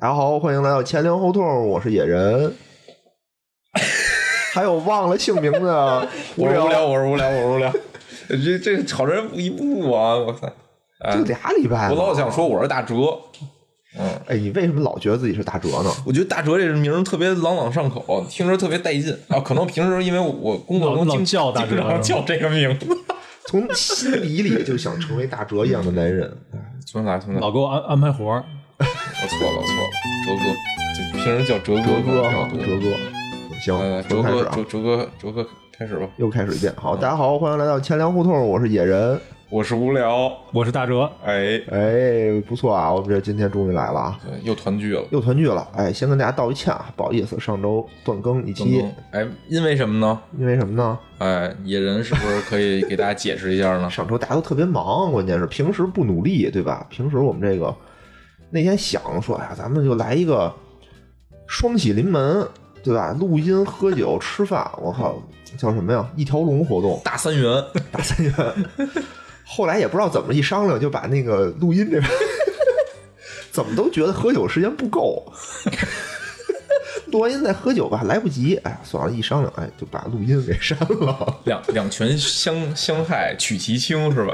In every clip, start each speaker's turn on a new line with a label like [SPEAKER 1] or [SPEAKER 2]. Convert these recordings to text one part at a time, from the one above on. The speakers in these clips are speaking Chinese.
[SPEAKER 1] 大家好，欢迎来到前聊后痛，我是野人。还有忘了姓名的
[SPEAKER 2] 我是
[SPEAKER 1] 无
[SPEAKER 2] 无聊，我是无聊，我是无聊。 这这好人一步啊！我操！哎
[SPEAKER 1] 就俩礼拜了。
[SPEAKER 2] 我老想说我是大哲，
[SPEAKER 1] 哎，你为什么老觉得自己是大哲呢？
[SPEAKER 2] 我觉得大哲这名儿特别朗朗上口，听着特别带劲啊。可能平时因为我工作中
[SPEAKER 3] 老
[SPEAKER 2] 经
[SPEAKER 3] 老叫大哲
[SPEAKER 2] 经常叫这个 名字。
[SPEAKER 1] 从心底里就想成为大哲一样的男人。
[SPEAKER 2] 重新来，重新来。
[SPEAKER 3] 老给我安安排活儿，
[SPEAKER 2] 我错了，我错了，哲哥，这平时叫哲
[SPEAKER 1] 哲
[SPEAKER 2] 哥比
[SPEAKER 1] 哥
[SPEAKER 2] 较
[SPEAKER 1] 哈，
[SPEAKER 2] 多。
[SPEAKER 1] 哲哥，行
[SPEAKER 2] 呃，，
[SPEAKER 1] 又
[SPEAKER 2] 哲
[SPEAKER 1] 开始
[SPEAKER 2] 哥，
[SPEAKER 1] 啊
[SPEAKER 2] 哲，哲哥，哲哥，开始吧。
[SPEAKER 1] 又开始一遍。好，大家好，欢迎来到前粮胡同，我是野人。
[SPEAKER 2] 我是无聊，
[SPEAKER 3] 我是大哲，
[SPEAKER 2] 哎，
[SPEAKER 1] 哎，不错啊，我们这今天终于来了啊，
[SPEAKER 2] 对呃又团聚了。
[SPEAKER 1] 又团聚了。哎，先跟大家道一歉啊，不好意思，上周断更一期，
[SPEAKER 2] 哎，因为什么呢？
[SPEAKER 1] 因为什么呢？？
[SPEAKER 2] 哎，野人是不是可以给大家解释一下呢
[SPEAKER 1] 上周大家都特别忙，关键是平时不努力，对吧？平时我们这个那天想说，哎呀，咱们就来一个双喜临门，对吧？录音、喝酒、吃饭，我靠，叫什么呀？一条龙活动，
[SPEAKER 2] 大三元，
[SPEAKER 1] 大三元。后来也不知道怎么一商量，就把那个录音这边 怎么都觉得喝酒时间不够， 录完音再喝酒吧来不及，哎呀，算了，一商量，哎，就把录音给删了。
[SPEAKER 2] 两两拳相相害，取其轻是吧？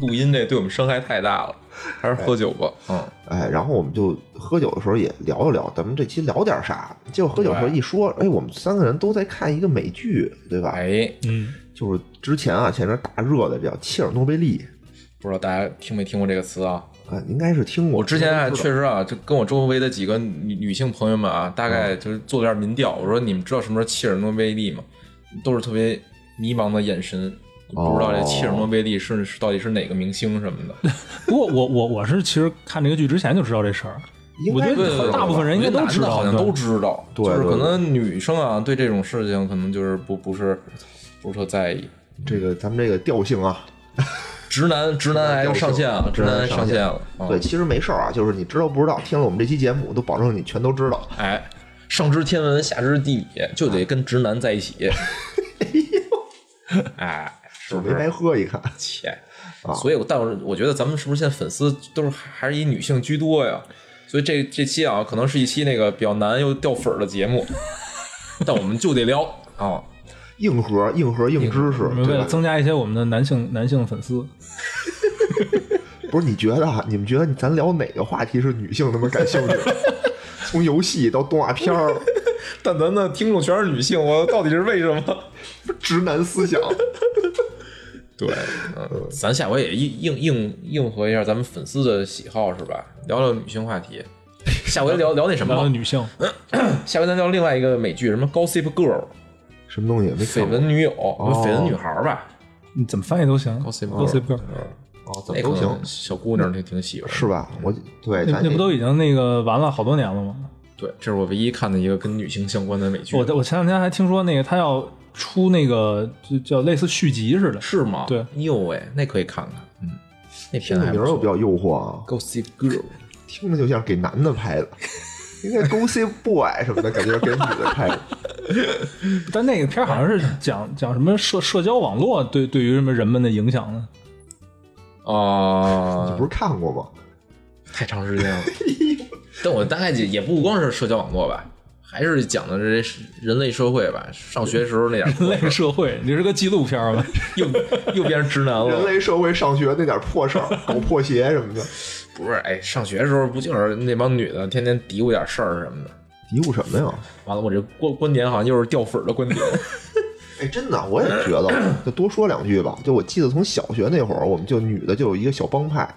[SPEAKER 2] 录音这对我们伤害太大了，还是喝酒吧。嗯，
[SPEAKER 1] 哎，然后我们就喝酒的时候也聊一聊，咱们这期聊点啥？结果喝酒的时候一说，哎，我们三个人都在看一个美剧，对吧？
[SPEAKER 2] 哎，
[SPEAKER 3] 嗯，
[SPEAKER 1] 就是之前啊，前阵大热的叫《切尔诺贝利
[SPEAKER 2] 不知道大家听没听过这个词啊？》
[SPEAKER 1] 啊，应该是听过。
[SPEAKER 2] 我之前啊，
[SPEAKER 1] 应该知
[SPEAKER 2] 确
[SPEAKER 1] 道
[SPEAKER 2] 实啊，就跟我周围的几个女女性朋友们啊，大概就是做了点民调，我说你们知道什么是切尔诺贝利吗？都是特别迷茫的眼神，不知道这切尔诺贝利是是到底是哪个明星什么的。
[SPEAKER 3] 不过我我我是其实看这个剧之前就知道这事儿，
[SPEAKER 1] 应该
[SPEAKER 3] 我觉
[SPEAKER 2] 对
[SPEAKER 3] 得
[SPEAKER 2] 对对，
[SPEAKER 3] 大部分人应该都知道
[SPEAKER 2] 男的好像都知道，
[SPEAKER 1] 对
[SPEAKER 2] 就是
[SPEAKER 1] 对
[SPEAKER 2] 可
[SPEAKER 1] 对
[SPEAKER 2] 能女生啊对这种事情可能就是不不是不是特在意。
[SPEAKER 1] 这个咱们这个调性啊，
[SPEAKER 2] 直男直男癌上线了，直
[SPEAKER 1] 直男
[SPEAKER 2] 男
[SPEAKER 1] 癌
[SPEAKER 2] 癌
[SPEAKER 1] 上
[SPEAKER 2] 上
[SPEAKER 1] 线
[SPEAKER 2] 线了。啊
[SPEAKER 3] 哦
[SPEAKER 1] 对，，其实没事儿啊，就是你知道不知道，听了我们这期节目，都保证你全都知道。
[SPEAKER 2] 哎，上知天文下知地理，就得跟直男在一 起。哎，是
[SPEAKER 1] 酒
[SPEAKER 2] 不
[SPEAKER 1] 没白
[SPEAKER 2] 是？
[SPEAKER 1] 喝，一看
[SPEAKER 2] 切
[SPEAKER 1] 啊，
[SPEAKER 2] 所以我但是我觉得咱们是不是现在粉丝都是还是以女性居多呀？所以这这期啊，可能是一期那个比较难又掉粉儿的节目，但我们就得聊啊。
[SPEAKER 1] 硬核、硬核、硬知识
[SPEAKER 3] 我，们为
[SPEAKER 1] 对
[SPEAKER 3] 了
[SPEAKER 1] 吧？
[SPEAKER 3] 增加一些我们的男性男性粉丝，
[SPEAKER 1] 不是你觉得啊？你们觉得咱聊哪个话题是女性他们感兴趣的？ 从游戏到动画片儿，
[SPEAKER 2] 但咱的听众全是女性，我到底是为什么？
[SPEAKER 1] 直男思想。
[SPEAKER 2] 对，嗯，咱下回也应应应应和一下咱们粉丝的喜好是吧？聊聊女性话题。下回聊聊那什
[SPEAKER 3] 然后
[SPEAKER 2] 么，嗯
[SPEAKER 3] 女性，
[SPEAKER 2] 下回咱聊另外一个美剧，什么《Gossip Girl
[SPEAKER 1] 什么东西没》看
[SPEAKER 2] 绯
[SPEAKER 1] 过
[SPEAKER 2] 闻女友，绯闻女孩吧
[SPEAKER 3] 你怎么翻译都行
[SPEAKER 2] Gossip Girl
[SPEAKER 3] ，Gossip Girl，
[SPEAKER 1] 哦，怎么
[SPEAKER 2] 那可
[SPEAKER 1] 都
[SPEAKER 2] 能
[SPEAKER 1] 行，
[SPEAKER 2] 小姑娘挺挺喜欢的。
[SPEAKER 1] 是吧？我对，
[SPEAKER 3] 那
[SPEAKER 1] 咱
[SPEAKER 3] 那不都已经那个完了好多年了吗？
[SPEAKER 2] 对，这是我唯一看的一个跟女性相关的美剧。
[SPEAKER 3] 我我前两天还听说那个他要出那个就叫类似续集似的，
[SPEAKER 2] 是吗？
[SPEAKER 3] 对
[SPEAKER 2] 哎呦喂，那可以看看，嗯，那
[SPEAKER 1] 听
[SPEAKER 2] 片子
[SPEAKER 1] 着
[SPEAKER 2] 还
[SPEAKER 1] 名
[SPEAKER 2] 不
[SPEAKER 1] 儿又比较
[SPEAKER 2] 错。
[SPEAKER 1] 诱惑啊，
[SPEAKER 2] Gossip Girl，
[SPEAKER 1] 听着就像给男的拍的，应该 Gossip Boy 什么的，感觉是给女的拍的。
[SPEAKER 3] 但那个片儿好像是讲 讲什么社社交网络对对于什么人们的影响呢？
[SPEAKER 1] 你
[SPEAKER 2] 啊
[SPEAKER 1] 不，是看过吗？
[SPEAKER 2] 太长时间了。 但我大概也也不光是社交网络吧，还是讲的这些人类社会吧。上学时候那点 儿
[SPEAKER 3] 人类社会，你是个纪录片儿吧？
[SPEAKER 2] 又又变成直男
[SPEAKER 1] 人
[SPEAKER 2] 了。
[SPEAKER 1] 类社会上学那点破事儿，搞破鞋什么的，
[SPEAKER 2] 不是，哎，上学时候不就是那帮女的天天嘀咕点事儿什么的？
[SPEAKER 1] 嘀咕什么呀？
[SPEAKER 2] 完了，我这观观点好像又是掉粉儿的观点。
[SPEAKER 1] 哎，真的，我也觉得，就多说两句吧。就我记得从小学那会儿，我们就女的就有一个小帮派，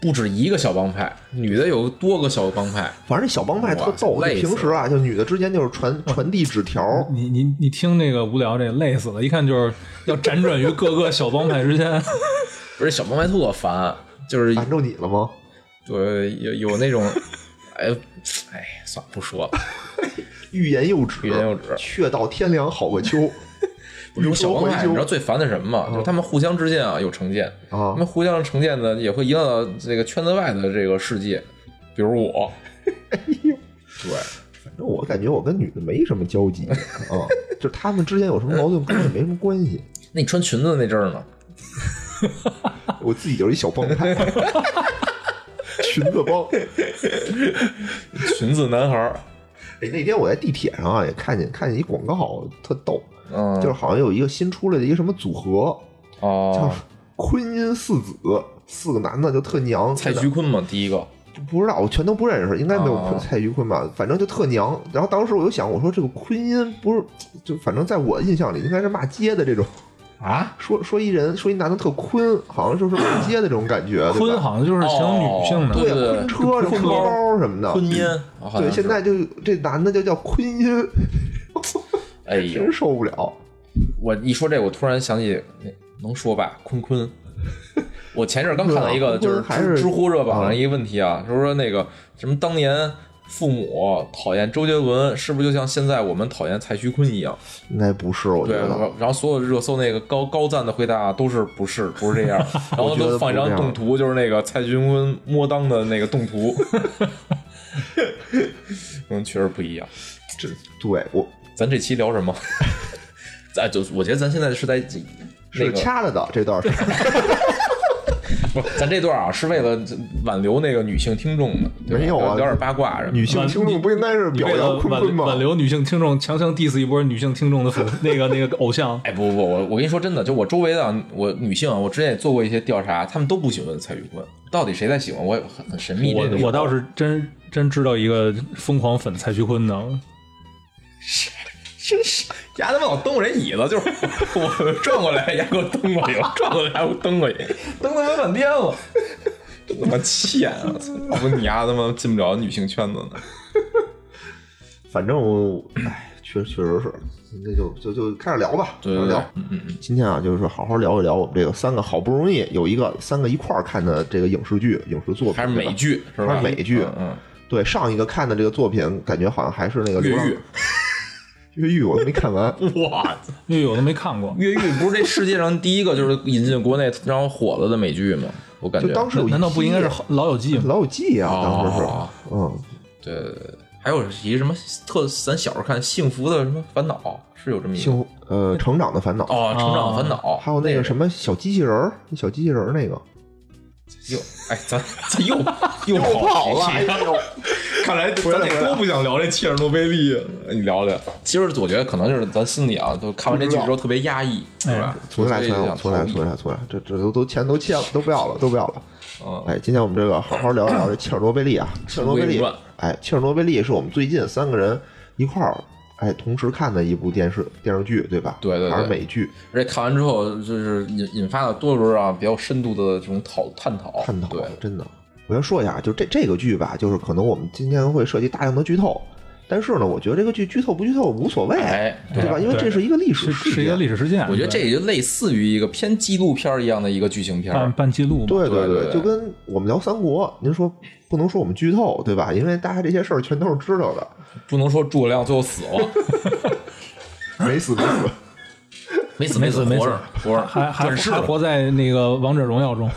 [SPEAKER 2] 不止一个小帮派，女的有多个小帮派。
[SPEAKER 1] 反正小帮派特逗。
[SPEAKER 2] 哇
[SPEAKER 1] 就
[SPEAKER 2] 累死嗯
[SPEAKER 1] 平时啊，就女的之间就是传传递纸条，
[SPEAKER 3] 你你你听这个无聊这累死了，一看就是要辗转于各个小帮派之间。
[SPEAKER 2] 不是小帮派特烦，啊就是
[SPEAKER 1] 烦着你了吗？
[SPEAKER 2] 对有有那种，哎哎，算了不说了。
[SPEAKER 1] 欲言又止，
[SPEAKER 2] 欲言又止
[SPEAKER 1] 却道天凉好个 秋。
[SPEAKER 2] 有
[SPEAKER 1] 如
[SPEAKER 2] 小
[SPEAKER 1] 何
[SPEAKER 2] 帮
[SPEAKER 1] 回
[SPEAKER 2] 派，你知道
[SPEAKER 1] 秋
[SPEAKER 2] 最烦的是什么吗？就是他们互相之间啊有成见，
[SPEAKER 1] 啊
[SPEAKER 2] 他们互相成见呢也会影响到这个圈子外的这个世界，比如我。对，
[SPEAKER 1] 反正我感觉我跟女的没什么交 集啊，就是他们之间有什么矛盾跟我也没什么关 系。
[SPEAKER 2] 那你穿裙子那阵儿呢？
[SPEAKER 1] 我自己就是一小帮派，裙子帮。
[SPEAKER 2] 裙子男孩儿，
[SPEAKER 1] 哎，那天我在地铁上啊，也看见看见一广告，特逗，
[SPEAKER 2] 嗯，
[SPEAKER 1] 就是好像有一个新出来的一个什么组合，叫啊
[SPEAKER 2] 哦，
[SPEAKER 1] 昆音四子，四个男的就特娘，
[SPEAKER 2] 蔡
[SPEAKER 1] 真的
[SPEAKER 2] 徐坤嘛，第一个，
[SPEAKER 1] 不知道，我全都不认识，应该没有
[SPEAKER 2] 哦
[SPEAKER 1] 蔡徐坤吧，反正就特娘。然后当时我就想，我说这个昆音不是，就反正在我印象里应该是骂街的这种，
[SPEAKER 3] 啊，
[SPEAKER 1] 说说一人说一男的特坤，好像就是骂街的这种感觉，对吧
[SPEAKER 3] 坤好像就是形容女性
[SPEAKER 2] 哦
[SPEAKER 3] 的，
[SPEAKER 1] 对
[SPEAKER 2] 对
[SPEAKER 1] 坤车、
[SPEAKER 2] 坤
[SPEAKER 1] 坤
[SPEAKER 2] 包
[SPEAKER 1] 包什么的，
[SPEAKER 2] 婚姻，啊好像
[SPEAKER 1] 对，
[SPEAKER 2] 是
[SPEAKER 1] 现在就这男的就叫坤 音，
[SPEAKER 2] 哎呦
[SPEAKER 1] 真，受不了。
[SPEAKER 2] 我一说这，我突然想起，那能说吧？坤 坤，我前阵儿刚看了一个，
[SPEAKER 1] 坤坤
[SPEAKER 2] 就是
[SPEAKER 1] 还是
[SPEAKER 2] 知知乎热榜上一个问题啊，就是说那个什么当年父母讨厌周杰伦，是不是就像现在我们讨厌蔡徐坤一样？
[SPEAKER 1] 应该不是，我觉
[SPEAKER 2] 对，然
[SPEAKER 1] 得
[SPEAKER 2] 后然后所有热搜那个高高赞的回答都是不是不是 这样，然后
[SPEAKER 1] 我觉得
[SPEAKER 2] 都放一张
[SPEAKER 1] 不是这
[SPEAKER 2] 动
[SPEAKER 1] 样
[SPEAKER 2] 图，就是那个蔡徐坤摸裆的那个动图， 嗯，确实不一样。
[SPEAKER 1] 这对我
[SPEAKER 2] 咱这期聊什么？ 咱就我觉得咱现在是在那
[SPEAKER 1] 是
[SPEAKER 2] 个
[SPEAKER 1] 掐了的这段是。
[SPEAKER 2] 不，咱这段啊是为了挽留那个女性听众的，对吧
[SPEAKER 1] 没有啊
[SPEAKER 2] 聊点八卦什么的。
[SPEAKER 1] 女性听众不应该是
[SPEAKER 3] 你
[SPEAKER 1] 表
[SPEAKER 3] 为了
[SPEAKER 1] 扬坤坤
[SPEAKER 3] 挽
[SPEAKER 1] 吗？
[SPEAKER 3] 挽留女性听众，强行 diss 一波女性听众的粉 那个那个偶像，
[SPEAKER 2] 哎，不不不，我我跟你说真的，就我周围的啊我女性啊，我之前也做过一些调查，她们都不喜欢蔡徐坤，到底谁在喜欢？我也很很神秘。这个
[SPEAKER 3] 我
[SPEAKER 2] 事儿
[SPEAKER 3] 我倒是真真知道一个疯狂粉蔡徐坤的，
[SPEAKER 2] 真是，丫他妈老蹬我这椅子，就是 我转过来，丫给我蹬过去，我转过来，我蹬过去，蹬他妈半天了，真他妈欠啊！操要不你丫他妈进不了女性圈子呢。
[SPEAKER 1] 反正我，哎，确确实是，那就就就开始聊吧，
[SPEAKER 2] 对
[SPEAKER 1] 开
[SPEAKER 2] 对
[SPEAKER 1] 始
[SPEAKER 2] 对
[SPEAKER 1] 聊。，嗯嗯，今天啊，就是好好聊一聊我们这个三个好不容易有一个三个一块儿看的这个影视剧、影视作品，
[SPEAKER 2] 还是
[SPEAKER 1] 对吧
[SPEAKER 2] 美。剧是吧？
[SPEAKER 1] 还是美剧
[SPEAKER 2] 嗯，
[SPEAKER 1] 对上一个看的这个作品，感觉好像还是那个《
[SPEAKER 2] 越
[SPEAKER 1] 流浪
[SPEAKER 2] 狱，
[SPEAKER 1] 越狱》，我都没看完。
[SPEAKER 2] 嗯哇，
[SPEAKER 3] 因为有的没看过。
[SPEAKER 2] 越狱不是这世界上第一个就是引进国内然后火了的美剧吗？我感觉
[SPEAKER 1] 就当时有一
[SPEAKER 3] 难道不应该是
[SPEAKER 1] 批
[SPEAKER 3] 《老友记》吗？
[SPEAKER 1] 老友记啊？当时是，
[SPEAKER 2] 哦
[SPEAKER 1] 嗯，
[SPEAKER 2] 对对对，还有一什么特咱小时候看《幸福的什么烦恼》是有这么一个
[SPEAKER 1] 幸福呃，成长的烦恼，
[SPEAKER 2] 哦，《成长烦恼》
[SPEAKER 1] 还有那个什么小机器人儿，那小机器人儿那个
[SPEAKER 2] 又哎，咱咱 又又跑了，哎呦， 看来咱
[SPEAKER 1] 回来
[SPEAKER 2] 俩都不想聊这切尔诺贝利，啊哎你聊聊。其实我觉得可能就是咱心里啊，都看完这剧之后特别压抑，是吧？
[SPEAKER 1] 哎重新来，
[SPEAKER 2] 所以
[SPEAKER 1] 重
[SPEAKER 2] 就
[SPEAKER 1] 新来，重新来，
[SPEAKER 2] 想逃避
[SPEAKER 1] 重新来，重新来，这这都都钱都欠了，都不要了，都不要了。
[SPEAKER 2] 嗯
[SPEAKER 1] 哎，今天我们这个好好聊一聊这切尔诺贝利啊，切尔诺贝
[SPEAKER 2] 尘归
[SPEAKER 1] 利
[SPEAKER 2] 于乱，
[SPEAKER 1] 哎，切尔诺贝利是我们最近三个人一块儿哎同时看的一部电视电视剧，对吧？
[SPEAKER 2] 对对对
[SPEAKER 1] 还是美剧
[SPEAKER 2] 而且看完之后，就是引引发了多轮啊比较深度的这种讨探讨，
[SPEAKER 1] 探讨
[SPEAKER 2] 哦对，，
[SPEAKER 1] 真的。我先说一下，就这这个剧吧，就是可能我们今天会涉及大量的剧透，但是呢，我觉得这个剧剧透不剧透无所谓，
[SPEAKER 2] 哎
[SPEAKER 1] 对吧？
[SPEAKER 3] 对
[SPEAKER 1] 因为这是一个历史
[SPEAKER 3] 是
[SPEAKER 1] 事
[SPEAKER 3] 是一个
[SPEAKER 1] 件，
[SPEAKER 3] 历史事件，
[SPEAKER 2] 我觉得这也就类似于一个偏纪录片一样的一个剧情片，
[SPEAKER 1] 嗯
[SPEAKER 3] 办办记录嘛，
[SPEAKER 1] 对
[SPEAKER 2] 对
[SPEAKER 1] 对
[SPEAKER 2] 对
[SPEAKER 1] 就跟我们聊三国，您说不能说我们剧透，对吧？因为大家这些事儿全都是知道的，
[SPEAKER 2] 不能说诸葛亮最后死 了，
[SPEAKER 1] 没死没死。
[SPEAKER 2] 没死
[SPEAKER 3] 没
[SPEAKER 2] 死，
[SPEAKER 3] 死没
[SPEAKER 2] 活
[SPEAKER 3] 死
[SPEAKER 2] 着活着，
[SPEAKER 3] 还还
[SPEAKER 2] 转世
[SPEAKER 3] 还
[SPEAKER 2] 了，
[SPEAKER 3] 活在那个《王者荣耀》中，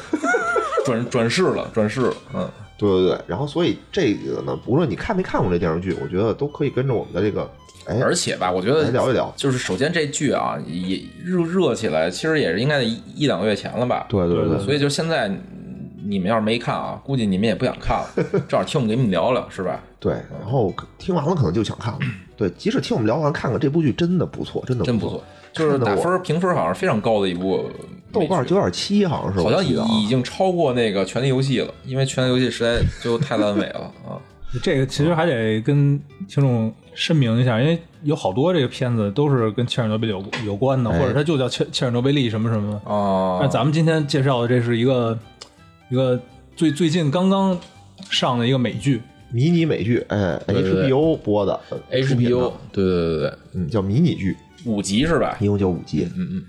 [SPEAKER 2] 转转世了，转世了，嗯。
[SPEAKER 1] 对对对，然后所以这个呢，无论你看没看过这电视剧，我觉得都可以跟着我们的这个，哎，
[SPEAKER 2] 而且吧，我觉
[SPEAKER 1] 来
[SPEAKER 2] 得
[SPEAKER 1] 聊一聊
[SPEAKER 2] 就是首先这剧啊，也热热起来，其实也是应该在一一两个月前了吧。
[SPEAKER 1] 对对
[SPEAKER 3] 对
[SPEAKER 1] 对，
[SPEAKER 2] 所以就现在嗯你们要是没看啊，估计你们也不想看了，正好听我们给你们聊聊，是吧？
[SPEAKER 1] 对，然后听完了可能就想看了，对，即使听我们聊完，看看这部剧真的不错，真的
[SPEAKER 2] 真不
[SPEAKER 1] 不
[SPEAKER 2] 错，就是打
[SPEAKER 1] 看得
[SPEAKER 2] 分评分好像是非常高的一部
[SPEAKER 1] 豆
[SPEAKER 2] 美
[SPEAKER 1] 瓣
[SPEAKER 2] 剧
[SPEAKER 1] 九点七好像是，
[SPEAKER 2] 好像
[SPEAKER 1] 我记得啊
[SPEAKER 2] 已已经超过那个《权力游戏》了，因为《权力游戏》实在就太烂尾了啊！
[SPEAKER 3] 这个其实还得跟听众声明一下，因为有好多这个片子都是跟切尔诺贝利有有关的，
[SPEAKER 1] 哎
[SPEAKER 3] 或者它就叫切切尔诺贝利什么什么。
[SPEAKER 2] 啊，
[SPEAKER 3] 那咱们今天介绍的这是一个一个最最近刚刚上的一个美剧，
[SPEAKER 1] 迷你美剧，哎
[SPEAKER 2] 对对对
[SPEAKER 1] ，HBO 播的呃出品的
[SPEAKER 2] HBO 对对对对对，
[SPEAKER 1] 嗯，叫迷你剧，
[SPEAKER 2] 五集是吧？
[SPEAKER 1] 一共就五集，
[SPEAKER 2] 嗯嗯，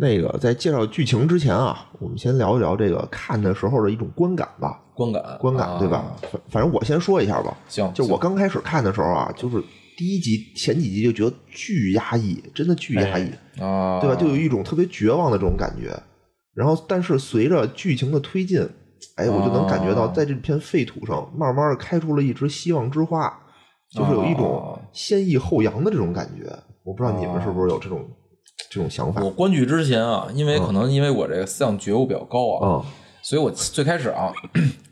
[SPEAKER 1] 那个在介绍剧情之前啊，我们先聊一聊这个看的时候的一种观感吧，
[SPEAKER 2] 观感
[SPEAKER 1] 观感
[SPEAKER 2] 啊
[SPEAKER 1] 对吧？反反正我先说一下吧，
[SPEAKER 2] 行，
[SPEAKER 1] 就
[SPEAKER 2] 行
[SPEAKER 1] 我刚开始看的时候啊，就是第一集前几集就觉得巨压抑，真的巨压抑，
[SPEAKER 2] 啊，
[SPEAKER 1] 对吧？就有一种特别绝望的这种感觉。然后，但是随着剧情的推进，哎，我就能感觉到
[SPEAKER 2] 啊
[SPEAKER 1] 在这片废土上，慢慢的开出了一枝希望之花，就是有一种
[SPEAKER 2] 啊
[SPEAKER 1] 先抑后扬的这种感觉。我不知道你们是不是有这种这种想法？
[SPEAKER 2] 我观剧之前啊，因为可能因为我这个思想觉悟比较高啊，
[SPEAKER 1] 嗯，
[SPEAKER 2] 所以我最开始啊，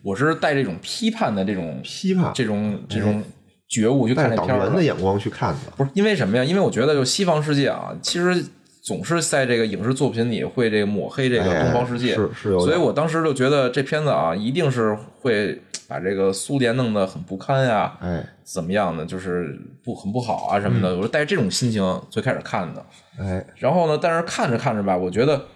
[SPEAKER 2] 我是带这种批判的这种
[SPEAKER 1] 批判哎
[SPEAKER 2] 这种这种觉悟去
[SPEAKER 1] 带
[SPEAKER 2] 看
[SPEAKER 1] 着
[SPEAKER 2] 这
[SPEAKER 1] 党
[SPEAKER 2] 片儿
[SPEAKER 1] 员的眼光去看的。
[SPEAKER 2] 不是因为什么呀？因为我觉得就西方世界啊，其实总是在这个影视作品里会这个抹黑这个
[SPEAKER 1] 哎
[SPEAKER 2] 东方世界，
[SPEAKER 1] 是是有点
[SPEAKER 2] 所以我当时就觉得这片子啊，一定是会把这个苏联弄得很不堪呀、
[SPEAKER 1] 哎
[SPEAKER 2] 怎么样的，就是不很不好啊什么的。
[SPEAKER 1] 嗯
[SPEAKER 2] 我是带着这种心情最开始看的，
[SPEAKER 1] 哎，
[SPEAKER 2] 然后呢，但是看着看着吧，我觉得。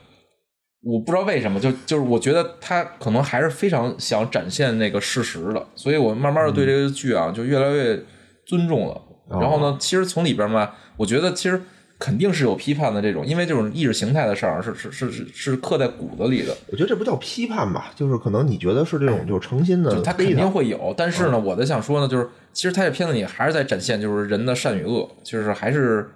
[SPEAKER 2] 我不知道为什么，就就是我觉得他可能还是非常想展现那个事实的，所以我慢慢的对这个剧啊、就越来越尊重了。然后呢，其实从里边嘛，我觉得其实肯定是有批判的这种，因为这种意识形态的事儿是是是是是刻在骨子里的，
[SPEAKER 1] 我觉得这不叫批判吧，就是可能你觉得是这种就是诚心嗯的
[SPEAKER 2] 就他肯
[SPEAKER 1] 非
[SPEAKER 2] 定
[SPEAKER 1] 常
[SPEAKER 2] 会有。但是呢，我的想说呢，就是其实他这片子里还是在展现就是人的善与恶，就是还是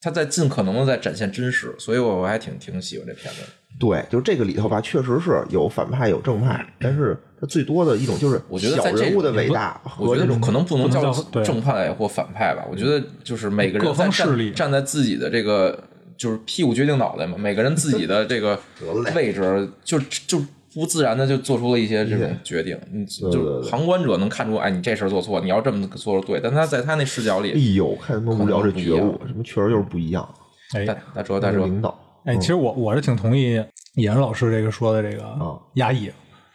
[SPEAKER 2] 他在尽可能的在展现真实，所以我我还挺挺喜欢这片子的。
[SPEAKER 1] 对，就是这个里头吧，确实是有反派有正派，但是它最多的一种就是
[SPEAKER 2] 我觉得
[SPEAKER 1] 小
[SPEAKER 2] 在这
[SPEAKER 1] 人物的
[SPEAKER 2] 种
[SPEAKER 1] 伟大
[SPEAKER 2] 我
[SPEAKER 1] 和
[SPEAKER 2] 觉
[SPEAKER 1] 这
[SPEAKER 2] 得
[SPEAKER 1] 种
[SPEAKER 2] 可能不能
[SPEAKER 3] 不能
[SPEAKER 2] 叫
[SPEAKER 3] 叫对
[SPEAKER 2] 正派或反派吧，我觉得就是每个人
[SPEAKER 3] 各方
[SPEAKER 2] 在站
[SPEAKER 3] 势力
[SPEAKER 2] 站在自己的这个就是屁股决定脑袋嘛，每个人自己的这个
[SPEAKER 1] 得嘞
[SPEAKER 2] 位置就就不自然的就做出了一些这种决定，嗯，就
[SPEAKER 1] 对对
[SPEAKER 2] 旁观者能看出，哎，你这事儿做错，你要这么做是对，但他在他那视角
[SPEAKER 1] 哎
[SPEAKER 2] 里，
[SPEAKER 1] 呦，看他妈无聊这觉
[SPEAKER 2] 可能
[SPEAKER 1] 悟，什么确实就是不一样。
[SPEAKER 3] 哎，
[SPEAKER 2] 大大哲大
[SPEAKER 1] 这
[SPEAKER 2] 哲
[SPEAKER 1] 个，领导，
[SPEAKER 3] 哎，其实我我是挺同意野人老师这个说的这个
[SPEAKER 1] 啊
[SPEAKER 3] 压抑。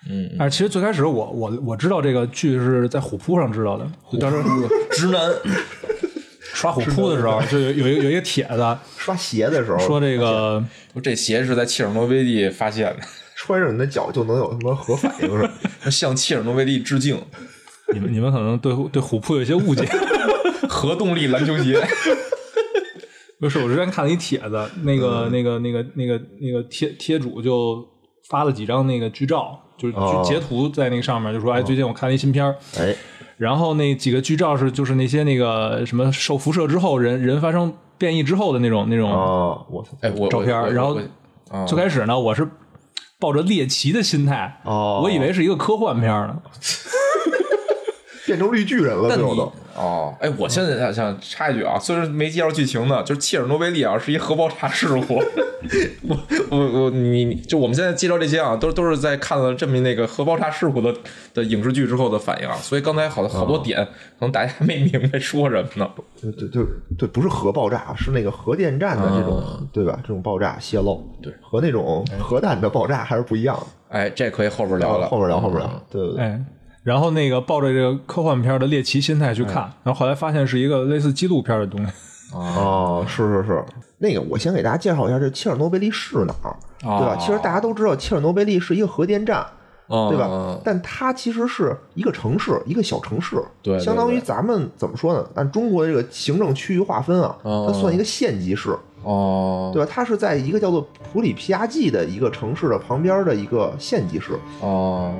[SPEAKER 2] 嗯，
[SPEAKER 3] 但是其实最开始我我我知道这个剧是在 虎扑上知道的，就当时
[SPEAKER 2] 直男，
[SPEAKER 3] 刷虎扑的时哦候，就有有一个有一个帖子
[SPEAKER 1] 刷鞋的时候
[SPEAKER 3] 说这个
[SPEAKER 2] 这鞋是在切尔诺贝利发现
[SPEAKER 1] 穿上你的脚就能有什么核反应是吧？
[SPEAKER 2] 的， 向切尔诺贝利致敬，
[SPEAKER 3] 你们你们可能对对虎扑有一些误 解。
[SPEAKER 2] 核动力篮球鞋。
[SPEAKER 3] 不是，我之前看了一帖子，那个、
[SPEAKER 1] 嗯
[SPEAKER 3] 那个、那个、那个、那个贴贴主就发了几张那个剧照，就是
[SPEAKER 1] 哦
[SPEAKER 3] 就截图在那个上面，就说：“哎，最近我看了一新片儿。
[SPEAKER 1] 哎，
[SPEAKER 3] 然后那几个剧照是就是那些那个什么受辐射之后人人发生变异之后的那种那种。
[SPEAKER 1] 哦，我操，
[SPEAKER 2] 哎，我
[SPEAKER 3] 照片
[SPEAKER 2] 我我
[SPEAKER 3] 然后
[SPEAKER 2] 我啊
[SPEAKER 3] 最开始呢，我是抱着猎奇的心态，
[SPEAKER 1] 哦
[SPEAKER 3] 我以为是一个科幻片儿呢。
[SPEAKER 1] 变成绿巨人了，
[SPEAKER 2] 但
[SPEAKER 1] 最
[SPEAKER 2] 你
[SPEAKER 1] 后都。
[SPEAKER 2] 哦，哎，我现在想想插一句啊，虽然没介绍剧情呢，就是切尔诺贝利啊是一核爆炸事故。 我我我你你就我们现在介绍这些啊，都都是在看了这么那个核爆炸事故的的影视剧之后的反应啊，所以刚才好好
[SPEAKER 1] 嗯
[SPEAKER 2] 多点、可能大家还没明白说什么呢。
[SPEAKER 1] 对对对对，不是核爆炸，是那个核电站的这种，
[SPEAKER 2] 嗯
[SPEAKER 1] 对吧？这种爆炸泄漏，对，和那种核弹的爆炸还是不一样的。
[SPEAKER 2] 哎，这可以后边聊了，
[SPEAKER 1] 哦嗯
[SPEAKER 2] 嗯
[SPEAKER 1] 后面聊，后面聊。对对对，
[SPEAKER 3] 哎，然后那个抱着这个科幻片儿的猎奇心态
[SPEAKER 1] 嗯
[SPEAKER 3] 去看，然后后来发现是一个类似纪录片儿的东西。
[SPEAKER 1] 哦，是是是，那个我先给大家介绍一下，这切尔诺贝利是哪儿，
[SPEAKER 2] 哦
[SPEAKER 1] 对吧？其实大家都知道，切尔诺贝利是一个核电站，
[SPEAKER 2] 嗯
[SPEAKER 1] 对吧
[SPEAKER 2] 嗯？
[SPEAKER 1] 但它其实是一个城市，一个小城市，
[SPEAKER 2] 对对
[SPEAKER 1] 相当于咱们怎么说呢？按中国这个行政区域划分啊，
[SPEAKER 2] 嗯
[SPEAKER 1] 它算一个县级市，
[SPEAKER 2] 哦，
[SPEAKER 1] 对吧？它是在一个叫做普里皮亚季的一个城市的旁边的一个县级市。
[SPEAKER 2] 哦，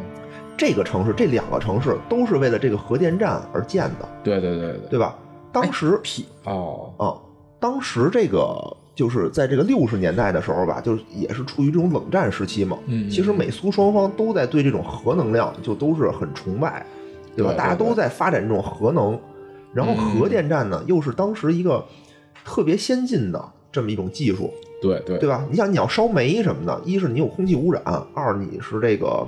[SPEAKER 1] 这个城市，这两个城市都是为了这个核电站而建的，
[SPEAKER 2] 对对对对，
[SPEAKER 1] 对吧？当时
[SPEAKER 2] 屁哦，
[SPEAKER 1] 啊、当时这个就是在这个六十年代的时候吧，就是也是处于这种冷战时期嘛。
[SPEAKER 2] 嗯嗯
[SPEAKER 1] 其实美苏双方都在对这种核能量就都是很崇拜，对吧？
[SPEAKER 2] 对对嗯
[SPEAKER 1] 大家都在发展这种核能，然后核电站呢、又是当时一个特别先进的这么一种技术，
[SPEAKER 2] 对对嗯
[SPEAKER 1] 对吧？你想你要烧煤什么的，一是你有空气污染，二你是这个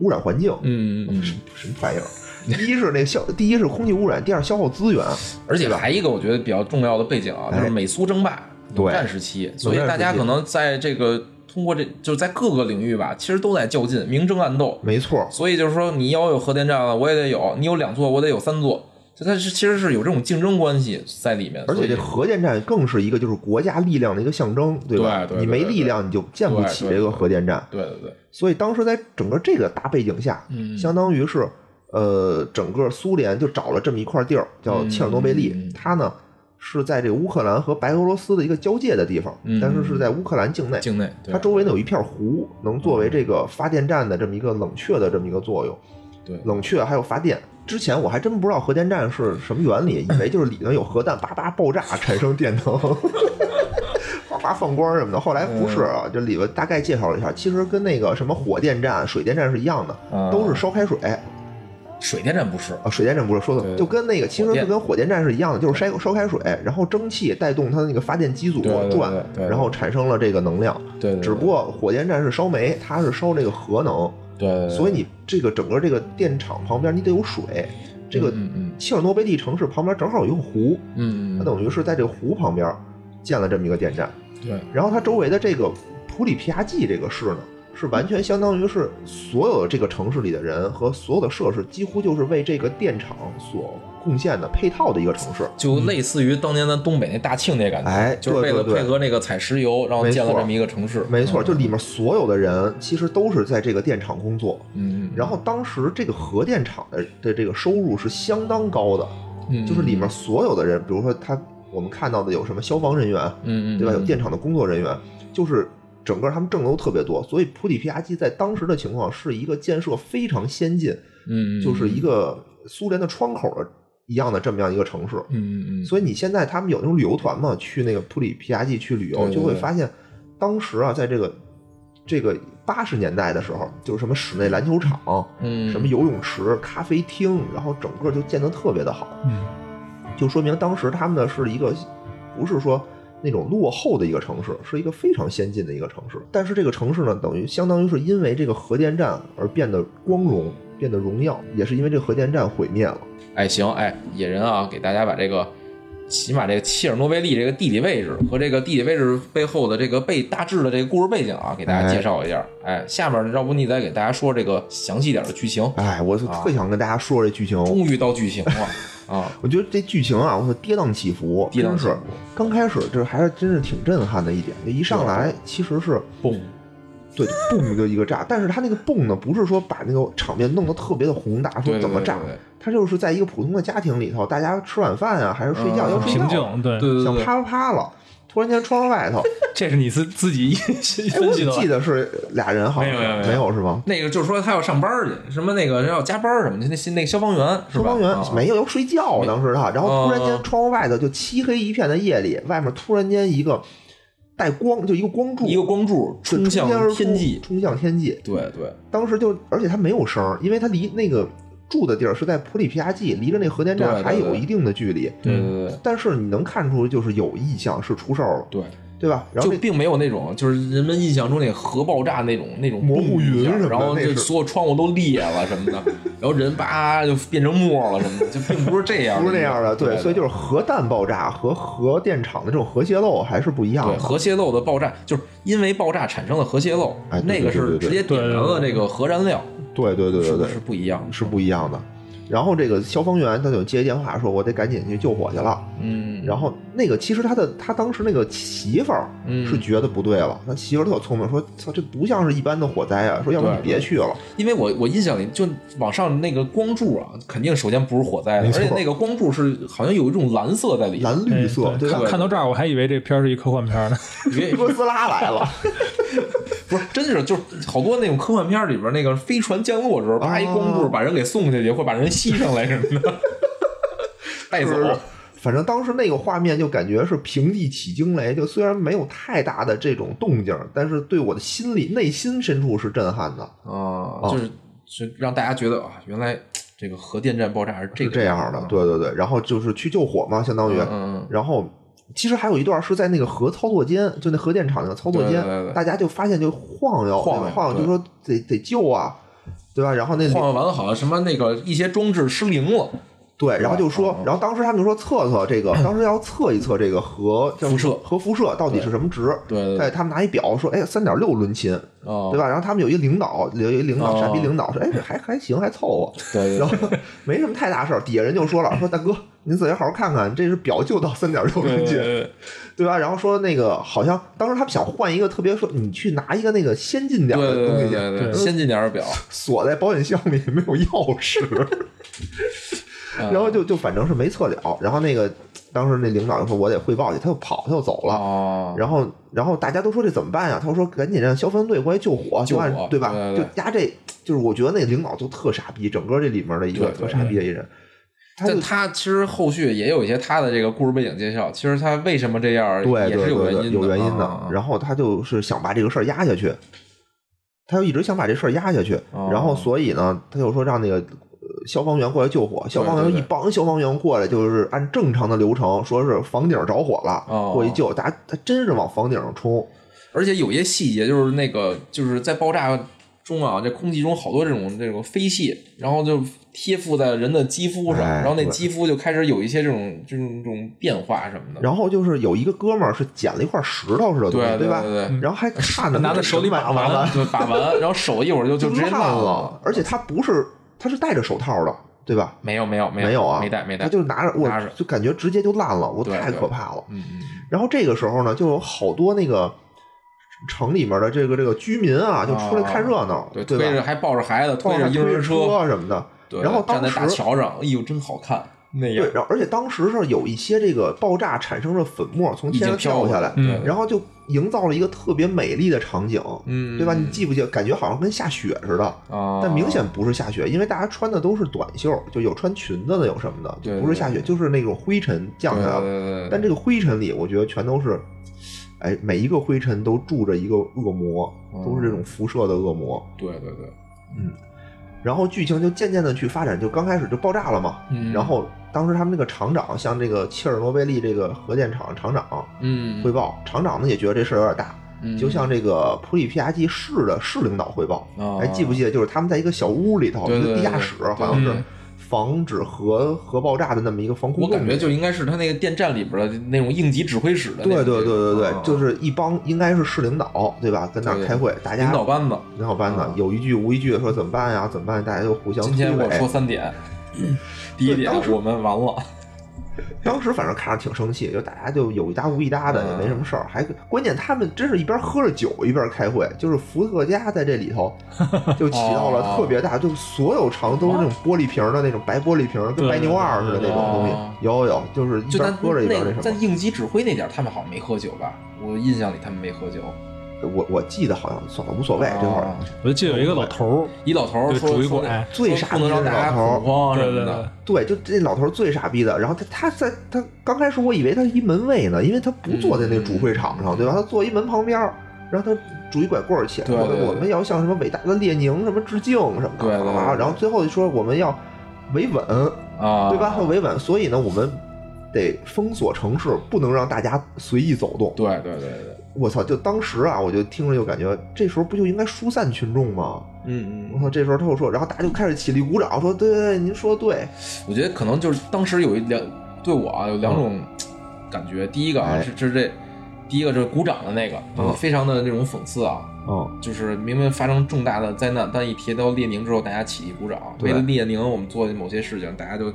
[SPEAKER 1] 污染环境，
[SPEAKER 2] 嗯嗯嗯。
[SPEAKER 1] 什么玩意儿？一是那消，第一是空气污染，第二消耗资源，
[SPEAKER 2] 而且还一个我觉得比较重要的背景啊，
[SPEAKER 1] 哎
[SPEAKER 2] 就是美苏争霸
[SPEAKER 1] 对
[SPEAKER 2] 冷战时期，所以大
[SPEAKER 1] 冷战
[SPEAKER 2] 家
[SPEAKER 1] 时期
[SPEAKER 2] 可能在这个通过这就是在各个领域吧，其实都在较劲，明争暗斗。
[SPEAKER 1] 没错儿，
[SPEAKER 2] 所以就是说，你要有核电站了，我也得有；你有两座，我得有三座。就它是其实是有这种竞争关系在里面，
[SPEAKER 1] 而且
[SPEAKER 2] 所
[SPEAKER 1] 这
[SPEAKER 2] 以
[SPEAKER 1] 核电站更是一个就是国家力量的一个象征，对吧？
[SPEAKER 2] 对对对
[SPEAKER 1] 你没力量，你就建不起这个核电站。
[SPEAKER 2] 对对对，
[SPEAKER 1] 所以当时在整个这个大背景下，
[SPEAKER 2] 嗯
[SPEAKER 1] 相当于是呃，整个苏联就找了这么一块地儿叫切尔诺贝利，
[SPEAKER 2] 嗯
[SPEAKER 1] 它呢是在这个乌克兰和白俄罗斯的一个交界的地方，
[SPEAKER 2] 嗯
[SPEAKER 1] 但是是在乌克兰境内。
[SPEAKER 2] 境内对
[SPEAKER 1] 它周围呢有一片湖，能作为这个发电站的这么一个冷却的这么一个作用。
[SPEAKER 2] 对
[SPEAKER 1] 冷却还有发电。之前我还真不知道核电站是什么原理，以为就是里头有核弹叭叭爆炸产生电能， 叭叭放光什么的。后来不是
[SPEAKER 2] 嗯
[SPEAKER 1] 啊，这里边大概介绍了一下，其实跟那个什么火电站、水电站是一样的，
[SPEAKER 2] 啊
[SPEAKER 1] 都是烧开水。
[SPEAKER 2] 水电站不是，
[SPEAKER 1] 啊，水电站不是说错了，
[SPEAKER 2] 对
[SPEAKER 1] 就跟那个其实
[SPEAKER 2] 电
[SPEAKER 1] 就跟火电站是一样的，就是烧烧开水，然后蒸汽带动它的那个发电机组
[SPEAKER 2] 对对对
[SPEAKER 1] 转
[SPEAKER 2] 对对，对
[SPEAKER 1] 然后产生了这个能量。
[SPEAKER 2] 对对对
[SPEAKER 1] 只不过火电站是烧煤，它是烧这个核能，
[SPEAKER 2] 对对，对
[SPEAKER 1] 所以你这个整个这个电厂旁边你得有水。这个
[SPEAKER 2] 嗯嗯
[SPEAKER 1] 切尔诺贝利城市旁边正好有一个湖，
[SPEAKER 2] 嗯
[SPEAKER 1] 它
[SPEAKER 2] 嗯，
[SPEAKER 1] 等于是在这个湖旁边建了这么一个电站。
[SPEAKER 2] 对，
[SPEAKER 1] 然后它周围的这个普里皮亚季这个市呢，是完全相当于是所有这个城市里的人和所有的设施，几乎就是为这个电厂所贡献的配套的一个城市。
[SPEAKER 2] 就类似于当年咱东北那大庆那感觉，
[SPEAKER 1] 哎
[SPEAKER 2] 就是为
[SPEAKER 1] 对
[SPEAKER 2] 了
[SPEAKER 1] 对对
[SPEAKER 2] 配合那个采石油，然后
[SPEAKER 1] 没
[SPEAKER 2] 建了
[SPEAKER 1] 错
[SPEAKER 2] 这么一个城市，
[SPEAKER 1] 没错，
[SPEAKER 2] 嗯
[SPEAKER 1] 就里面所有的人其实都是在这个电厂工作。
[SPEAKER 2] 嗯，
[SPEAKER 1] 然后当时这个核电厂的的这个收入是相当高的，
[SPEAKER 2] 嗯
[SPEAKER 1] 就是里面所有的人，比如说他我们看到的有什么消防人员，
[SPEAKER 2] 嗯嗯，
[SPEAKER 1] 对吧？有
[SPEAKER 2] 嗯
[SPEAKER 1] 电厂的工作人员，就是整个他们挣的都特别多，所以普里皮亚季在当时的情况是一个建设非常先进，
[SPEAKER 2] 嗯，嗯
[SPEAKER 1] 就是一个苏联的窗口的一样的这么样一个城市。
[SPEAKER 2] 嗯嗯嗯，
[SPEAKER 1] 所以你现在他们有那种旅游团嘛，去那个普里皮亚季去旅游，
[SPEAKER 2] 对对
[SPEAKER 1] 就会
[SPEAKER 2] 对
[SPEAKER 1] 发现当时啊，在这个这个八十年代的时候，就是什么室内篮球场。
[SPEAKER 2] 嗯
[SPEAKER 1] 什么游泳池、咖啡厅，然后整个就建得特别的好。
[SPEAKER 3] 嗯
[SPEAKER 1] 就说明当时他们的是一个不是说那种落后的一个城市，是一个非常先进的一个城市。但是这个城市呢，等于相当于是因为这个核电站而变得光荣，变得荣耀，也是因为这个核电站毁灭了。
[SPEAKER 2] 哎，行，哎，野人啊，给大家把这个起码这个切尔诺贝利这个地理位置和这个地理位置背后的这个背大致的这个故事背景啊，给大家介绍一下。哎，下面要不你再给大家说这个详细点的剧情。
[SPEAKER 1] 哎，我
[SPEAKER 2] 啊
[SPEAKER 1] 是特想跟大家说这剧情。
[SPEAKER 2] 终于到剧情了啊！
[SPEAKER 1] 我觉得这剧情啊，我操，跌宕起伏，
[SPEAKER 2] 跌宕
[SPEAKER 1] 真
[SPEAKER 2] 起伏
[SPEAKER 1] 是刚开始这还是真是挺震撼的一点，一上来其实是
[SPEAKER 2] 嘣，
[SPEAKER 1] 对，嘣就一个炸，但是他那个嘣呢，不是说把那个场面弄得特别的宏大，
[SPEAKER 2] 对
[SPEAKER 1] 说怎么炸，
[SPEAKER 2] 对
[SPEAKER 1] 他就是在一个普通的家庭里头，大家吃晚饭啊，还是睡觉、
[SPEAKER 2] 嗯
[SPEAKER 1] 要睡
[SPEAKER 3] 平
[SPEAKER 1] 觉，
[SPEAKER 3] 静，对，
[SPEAKER 2] 对对
[SPEAKER 1] 想
[SPEAKER 2] 对对，
[SPEAKER 1] 啪啪啪了，突然间窗户外头，
[SPEAKER 3] 这是你自自己
[SPEAKER 1] 哎，我
[SPEAKER 3] 分
[SPEAKER 1] 怎
[SPEAKER 3] 析的
[SPEAKER 1] 么
[SPEAKER 3] 吧
[SPEAKER 1] 记？得是俩人好像
[SPEAKER 2] 没有没有没有
[SPEAKER 1] 没有是吗？
[SPEAKER 2] 那个就是说他要上班去，什么那个要加班什么的，那那个消防员是
[SPEAKER 1] 消
[SPEAKER 2] 吧？
[SPEAKER 1] 防员
[SPEAKER 2] 啊
[SPEAKER 1] 没有要睡觉，当时他，然后突然
[SPEAKER 2] 嗯
[SPEAKER 1] 间窗户外头就漆黑一片的夜里，外面突然间一个带光就一个光柱，
[SPEAKER 2] 一个光柱
[SPEAKER 1] 对
[SPEAKER 2] 冲向
[SPEAKER 1] 天而出
[SPEAKER 2] 天际，
[SPEAKER 1] 冲向天际，
[SPEAKER 2] 对对，
[SPEAKER 1] 当时就，而且它没有声儿，因为它离那个住的地儿是在普里皮亚季，离着那核电
[SPEAKER 2] 对对
[SPEAKER 1] 站还有
[SPEAKER 2] 对
[SPEAKER 1] 一定的距离。
[SPEAKER 2] 对对对
[SPEAKER 1] 但是你能看出，就是有异象是出事儿了，
[SPEAKER 2] 对，
[SPEAKER 1] 对吧？然
[SPEAKER 2] 就
[SPEAKER 1] 后这
[SPEAKER 2] 并没有那种就是人们印象中那核爆炸那种那种
[SPEAKER 1] 模糊云
[SPEAKER 2] 一下
[SPEAKER 1] 什么的
[SPEAKER 2] 然后
[SPEAKER 1] 那
[SPEAKER 2] 就是所有窗户都裂了什么的，然后人叭就变成沫了什么的，就并不是这样，
[SPEAKER 1] 不是那样的，
[SPEAKER 2] 对
[SPEAKER 1] 对，
[SPEAKER 2] 对
[SPEAKER 1] 所以就是核弹爆炸和核电厂的这种核泄漏还是不一样
[SPEAKER 2] 对
[SPEAKER 1] 的。
[SPEAKER 2] 核泄漏的爆炸，就是因为爆炸产生了核泄漏，
[SPEAKER 1] 哎对
[SPEAKER 2] 那个
[SPEAKER 1] 对对
[SPEAKER 2] 是
[SPEAKER 1] 对对
[SPEAKER 2] 直接点燃了
[SPEAKER 3] 对
[SPEAKER 2] 这个核燃料，
[SPEAKER 1] 对对对对
[SPEAKER 2] 是
[SPEAKER 1] 对，
[SPEAKER 2] 是不一样的，
[SPEAKER 1] 是不一样的。然后这个消防员他就接一电话说：“我得赶紧去救火去了。”
[SPEAKER 2] 嗯，
[SPEAKER 1] 然后那个其实他的他当时那个媳妇儿
[SPEAKER 2] 嗯
[SPEAKER 1] 是觉得不对了，他媳妇儿特聪明，说操这不像是一般的火灾啊，说要不你
[SPEAKER 2] 对
[SPEAKER 1] 别去了。
[SPEAKER 2] 因为我我印象里就往上那个光柱啊，肯定首先不是火灾的，
[SPEAKER 1] 没
[SPEAKER 2] 而
[SPEAKER 1] 错
[SPEAKER 2] 且那个光柱是好像有一种蓝色在里面，
[SPEAKER 1] 蓝绿色
[SPEAKER 3] 哎，
[SPEAKER 1] 对吧
[SPEAKER 3] 看？看到这儿，我还以为这片儿是一科幻片儿呢。
[SPEAKER 2] 以 为
[SPEAKER 1] 哥斯拉来了，
[SPEAKER 2] 不是，真是就是好多那种科幻片儿里边儿那个飞船降落的时候，啪一光
[SPEAKER 1] 哦
[SPEAKER 2] 柱把人给送下去，或把人吸上来什么 的，带走。啊
[SPEAKER 1] 是反正当时那个画面就感觉是平地起惊雷，就虽然没有太大的这种动静，但是对我的心里内心深处是震撼的，
[SPEAKER 2] 啊，
[SPEAKER 1] 哦
[SPEAKER 2] 就是是让大家觉得啊，原来这个核电站爆炸是这
[SPEAKER 1] 是
[SPEAKER 2] 个
[SPEAKER 1] 这样的。对对对，然后就是去救火嘛，相当于，
[SPEAKER 2] 嗯嗯
[SPEAKER 1] 然后其实还有一段是在那个核操作间，就那核电厂那个操作间
[SPEAKER 2] 对对对对，
[SPEAKER 1] 大家就发现就晃悠，
[SPEAKER 2] 晃悠
[SPEAKER 1] 对吧晃悠，
[SPEAKER 2] 对
[SPEAKER 1] 就说得得救啊，对吧？然后那
[SPEAKER 2] 嗯，晃完了好像什么那个一些装置失灵了，
[SPEAKER 1] 对，然后就说
[SPEAKER 2] 嗯，
[SPEAKER 1] 然后当时他们就说测测 这个，当时要测一测这个核叫
[SPEAKER 2] 辐射
[SPEAKER 1] 核辐射到底是什么值。
[SPEAKER 2] 对对
[SPEAKER 1] 哎，他们拿一表说，哎，三点六伦琴，
[SPEAKER 2] 哦，
[SPEAKER 1] 对吧？然后他们有一个领导，有一个领导，
[SPEAKER 2] 哦
[SPEAKER 1] 傻逼领导说，哎，这还还行，还凑合。
[SPEAKER 2] 对
[SPEAKER 1] 然
[SPEAKER 2] 对
[SPEAKER 1] 后没什么太大事儿，底下人就说了，说大哥，您自己好好看看，这是表就到三点六
[SPEAKER 3] 对
[SPEAKER 1] 伦
[SPEAKER 3] 对
[SPEAKER 1] 琴，
[SPEAKER 3] 对
[SPEAKER 1] 对吧？然后说那个好像当时他们想换一个特别说，你去拿一个那个先进点
[SPEAKER 2] 对
[SPEAKER 1] 儿的东
[SPEAKER 2] 对
[SPEAKER 1] 西去，
[SPEAKER 2] 对对，
[SPEAKER 3] 对
[SPEAKER 2] 先进点儿表，
[SPEAKER 1] 锁在保险箱里没有钥匙。
[SPEAKER 2] 嗯
[SPEAKER 1] 然后就就反正是没测了，然后那个当时那领导就说我得汇报去，他就跑，他就走了。
[SPEAKER 2] 哦，
[SPEAKER 1] 然后，然后大家都说这怎么办呀？啊他说赶紧让消防队过来救火，
[SPEAKER 2] 救
[SPEAKER 1] 就
[SPEAKER 2] 火
[SPEAKER 1] 按对吧？
[SPEAKER 2] 对对对
[SPEAKER 1] 就压这，就是我觉得那领导就特傻逼，整个这里面的一个
[SPEAKER 2] 对对
[SPEAKER 1] 特傻逼的一人，他
[SPEAKER 2] 但
[SPEAKER 1] 就
[SPEAKER 2] 他其实后续也有一些他的这个故事背景介绍，其实他为什么这样
[SPEAKER 1] 对
[SPEAKER 2] 也是
[SPEAKER 1] 对
[SPEAKER 2] 有
[SPEAKER 1] 对
[SPEAKER 2] 原
[SPEAKER 1] 对
[SPEAKER 2] 因
[SPEAKER 1] 有原
[SPEAKER 2] 因
[SPEAKER 1] 因
[SPEAKER 2] 的。
[SPEAKER 1] 的
[SPEAKER 2] 啊。
[SPEAKER 1] 然后他就是想把这个事儿压下
[SPEAKER 2] 哦
[SPEAKER 1] 去，他就一直想把这事儿压下去。然后所以呢，他就说让那个呃消防员过来救火，消防
[SPEAKER 2] 对
[SPEAKER 1] 员
[SPEAKER 2] 对
[SPEAKER 1] 一帮消防员过来，就是按正常的流程，说是房顶着火了，
[SPEAKER 2] 哦
[SPEAKER 1] 过去救，大家他真是往房顶上冲，
[SPEAKER 2] 而且有些细节就是那个就是在爆炸中啊，这空气中好多这种这种飞屑，然后就贴附在人的肌肤上，
[SPEAKER 1] 哎
[SPEAKER 2] 然后那
[SPEAKER 1] 对
[SPEAKER 2] 肌肤就开始有一些这种这种这种变化什么的。
[SPEAKER 1] 然后就是有一个哥们儿是捡了一块石头似的东
[SPEAKER 2] 对啊
[SPEAKER 1] 西，
[SPEAKER 2] 对
[SPEAKER 1] 吧？嗯
[SPEAKER 2] 对对
[SPEAKER 1] 然后还看着
[SPEAKER 3] 拿在手里把玩
[SPEAKER 1] 完，
[SPEAKER 2] 就把完，然后手一会儿就就直接
[SPEAKER 1] 烂
[SPEAKER 2] 烂
[SPEAKER 1] 了，。而且他不是他是戴着手套的，对吧？
[SPEAKER 2] 没有没有没
[SPEAKER 1] 没有啊，
[SPEAKER 2] 没带没带，
[SPEAKER 1] 他就拿着，我
[SPEAKER 2] 拿着
[SPEAKER 1] 就感觉直接就烂了，我
[SPEAKER 2] 对
[SPEAKER 1] 太
[SPEAKER 2] 对
[SPEAKER 1] 可怕了。
[SPEAKER 2] 嗯嗯
[SPEAKER 1] 然后这个时候呢，就有好多那个城里面的这个这个居民啊，就出来看热闹，
[SPEAKER 2] 哦对，
[SPEAKER 1] 对
[SPEAKER 2] 推着
[SPEAKER 1] 吧？
[SPEAKER 2] 还抱着孩子，
[SPEAKER 1] 抱
[SPEAKER 2] 着
[SPEAKER 1] 着
[SPEAKER 2] 婴儿车，
[SPEAKER 1] 车什么的，
[SPEAKER 2] 对，
[SPEAKER 1] 然后
[SPEAKER 2] 站
[SPEAKER 1] 当
[SPEAKER 2] 在
[SPEAKER 1] 时
[SPEAKER 2] 大桥上，哎呦，真好看，那样
[SPEAKER 1] 对，然后而且当时是有一些这个爆炸产生的粉末从
[SPEAKER 2] 已
[SPEAKER 1] 天上
[SPEAKER 2] 经飘
[SPEAKER 1] 掉下来，
[SPEAKER 2] 过
[SPEAKER 3] 嗯
[SPEAKER 2] 对
[SPEAKER 1] 然后就营造了一个特别美丽的场景，
[SPEAKER 2] 嗯，
[SPEAKER 1] 对吧？
[SPEAKER 2] 嗯
[SPEAKER 1] 你记不记？得？感觉好像跟下雪似的，
[SPEAKER 2] 啊，
[SPEAKER 1] 但明显不是下雪，因为大家穿的都是短袖，就有穿裙子的，有什么的，
[SPEAKER 2] 对
[SPEAKER 1] 就不是下雪，就是那种灰尘
[SPEAKER 2] 对
[SPEAKER 1] 降下来
[SPEAKER 2] 对
[SPEAKER 1] 了。
[SPEAKER 2] 对对
[SPEAKER 1] 但这个灰尘里，我觉得全都是，哎，每一个灰尘都住着一个恶魔，
[SPEAKER 2] 哦
[SPEAKER 1] 都是这种辐射的恶魔。
[SPEAKER 2] 对对对，
[SPEAKER 1] 然后剧情就渐渐的去发展，就刚开始就爆炸了嘛。
[SPEAKER 2] 嗯，
[SPEAKER 1] 然后当时他们那个厂长向这个切尔诺贝利这个核电厂厂长
[SPEAKER 2] 嗯，
[SPEAKER 1] 汇报，厂长呢也觉得这事儿有点大，
[SPEAKER 2] 嗯
[SPEAKER 1] 就向这个普里皮亚季市的市领导汇报。
[SPEAKER 2] 啊
[SPEAKER 1] 哎，记不记得就是他们在一个小屋里头，
[SPEAKER 2] 对
[SPEAKER 1] 一个
[SPEAKER 2] 对
[SPEAKER 1] 地
[SPEAKER 2] 对
[SPEAKER 1] 下
[SPEAKER 2] 对
[SPEAKER 1] 室，
[SPEAKER 2] 对
[SPEAKER 1] 好像是
[SPEAKER 3] 嗯
[SPEAKER 1] 防止核核爆炸的那么一个防空
[SPEAKER 2] 我
[SPEAKER 1] 洞里。
[SPEAKER 2] 感觉就应该是他那个电站里边的那种应急指挥室的那
[SPEAKER 1] 对
[SPEAKER 2] 种，
[SPEAKER 1] 对对对对，
[SPEAKER 2] 啊
[SPEAKER 1] 就是一帮应该是市领导对吧？跟那
[SPEAKER 2] 对
[SPEAKER 1] 儿开会，大家
[SPEAKER 2] 领导班子。
[SPEAKER 1] 领导班子
[SPEAKER 2] 啊
[SPEAKER 1] 有一句无一句的说怎么办呀？怎么办？大家就互相
[SPEAKER 2] 今
[SPEAKER 1] 推
[SPEAKER 2] 天我说
[SPEAKER 1] 诿。
[SPEAKER 2] 三点， 第一
[SPEAKER 1] 哎对
[SPEAKER 2] 点
[SPEAKER 1] 当时
[SPEAKER 2] 我们完了，
[SPEAKER 1] 当时反正看着挺生气，就大家就有一搭无一搭的，
[SPEAKER 2] 嗯
[SPEAKER 1] 也没什么事儿。还关键他们真是一边喝着酒一边开会，就是伏特加在这里 头就起到了特别
[SPEAKER 3] 哦
[SPEAKER 1] 大，就是所有场都是那种玻璃瓶的那种白玻璃瓶，跟
[SPEAKER 3] 对
[SPEAKER 1] 白牛二似的
[SPEAKER 3] 对
[SPEAKER 1] 那种东西
[SPEAKER 2] 哦。
[SPEAKER 1] 有有有，就是一
[SPEAKER 2] 就
[SPEAKER 1] 边
[SPEAKER 2] 咱
[SPEAKER 1] 喝着一边
[SPEAKER 2] 那
[SPEAKER 1] 那
[SPEAKER 2] 在
[SPEAKER 1] 什么。
[SPEAKER 2] 应急指挥那点儿，他们好像没喝酒吧？我印象里他们没喝酒。
[SPEAKER 1] 我我记得好像算了，无所谓这会儿
[SPEAKER 2] 啊。
[SPEAKER 3] 我就记得有一个老头儿，
[SPEAKER 2] 一老头儿
[SPEAKER 3] 对
[SPEAKER 2] 说
[SPEAKER 3] 拄一
[SPEAKER 2] 说
[SPEAKER 3] 拐
[SPEAKER 1] 最
[SPEAKER 2] 说
[SPEAKER 1] 傻
[SPEAKER 2] 不能
[SPEAKER 1] 逼
[SPEAKER 2] 让
[SPEAKER 1] 的
[SPEAKER 2] 大家
[SPEAKER 1] 老头儿
[SPEAKER 2] 恐慌什
[SPEAKER 3] 对
[SPEAKER 2] 么
[SPEAKER 3] 对
[SPEAKER 2] 的。
[SPEAKER 3] 对，
[SPEAKER 1] 对，就这老头儿最傻逼的。然后他他在他刚开始我以为他是一门卫呢，因为他不坐在那主会场上，对吧？他坐一门旁边儿，然后他拄一拐棍儿去，
[SPEAKER 2] 对对对
[SPEAKER 1] 我我们要向什么伟大的列宁什么致敬什么的
[SPEAKER 2] 对对对
[SPEAKER 1] 啊。
[SPEAKER 2] 对
[SPEAKER 1] 然后最后就说我们要维稳，
[SPEAKER 2] 啊，
[SPEAKER 1] 对吧？要维稳，所以呢，我们得封锁城市，不能让大家随意走动。
[SPEAKER 2] 对对对对，
[SPEAKER 1] 我操！就当时啊，我就听着就感觉这时候不就应该疏散群众吗？
[SPEAKER 2] 嗯
[SPEAKER 1] 我，操！这时候他又说，然后大家就开始起立鼓掌，说对对对，您说的对。
[SPEAKER 2] 我觉得可能就是当时有一两对我啊有两种感觉，第一个啊
[SPEAKER 1] 哎
[SPEAKER 2] 是是这，第一个就是鼓掌的那个，就
[SPEAKER 1] 嗯
[SPEAKER 2] 非常的那种讽刺啊，
[SPEAKER 1] 嗯，
[SPEAKER 2] 就是明明发生重大的灾难，但一提到列宁之后，大家起立鼓掌，
[SPEAKER 1] 对
[SPEAKER 2] 为了列宁我们做的某些事情，大家就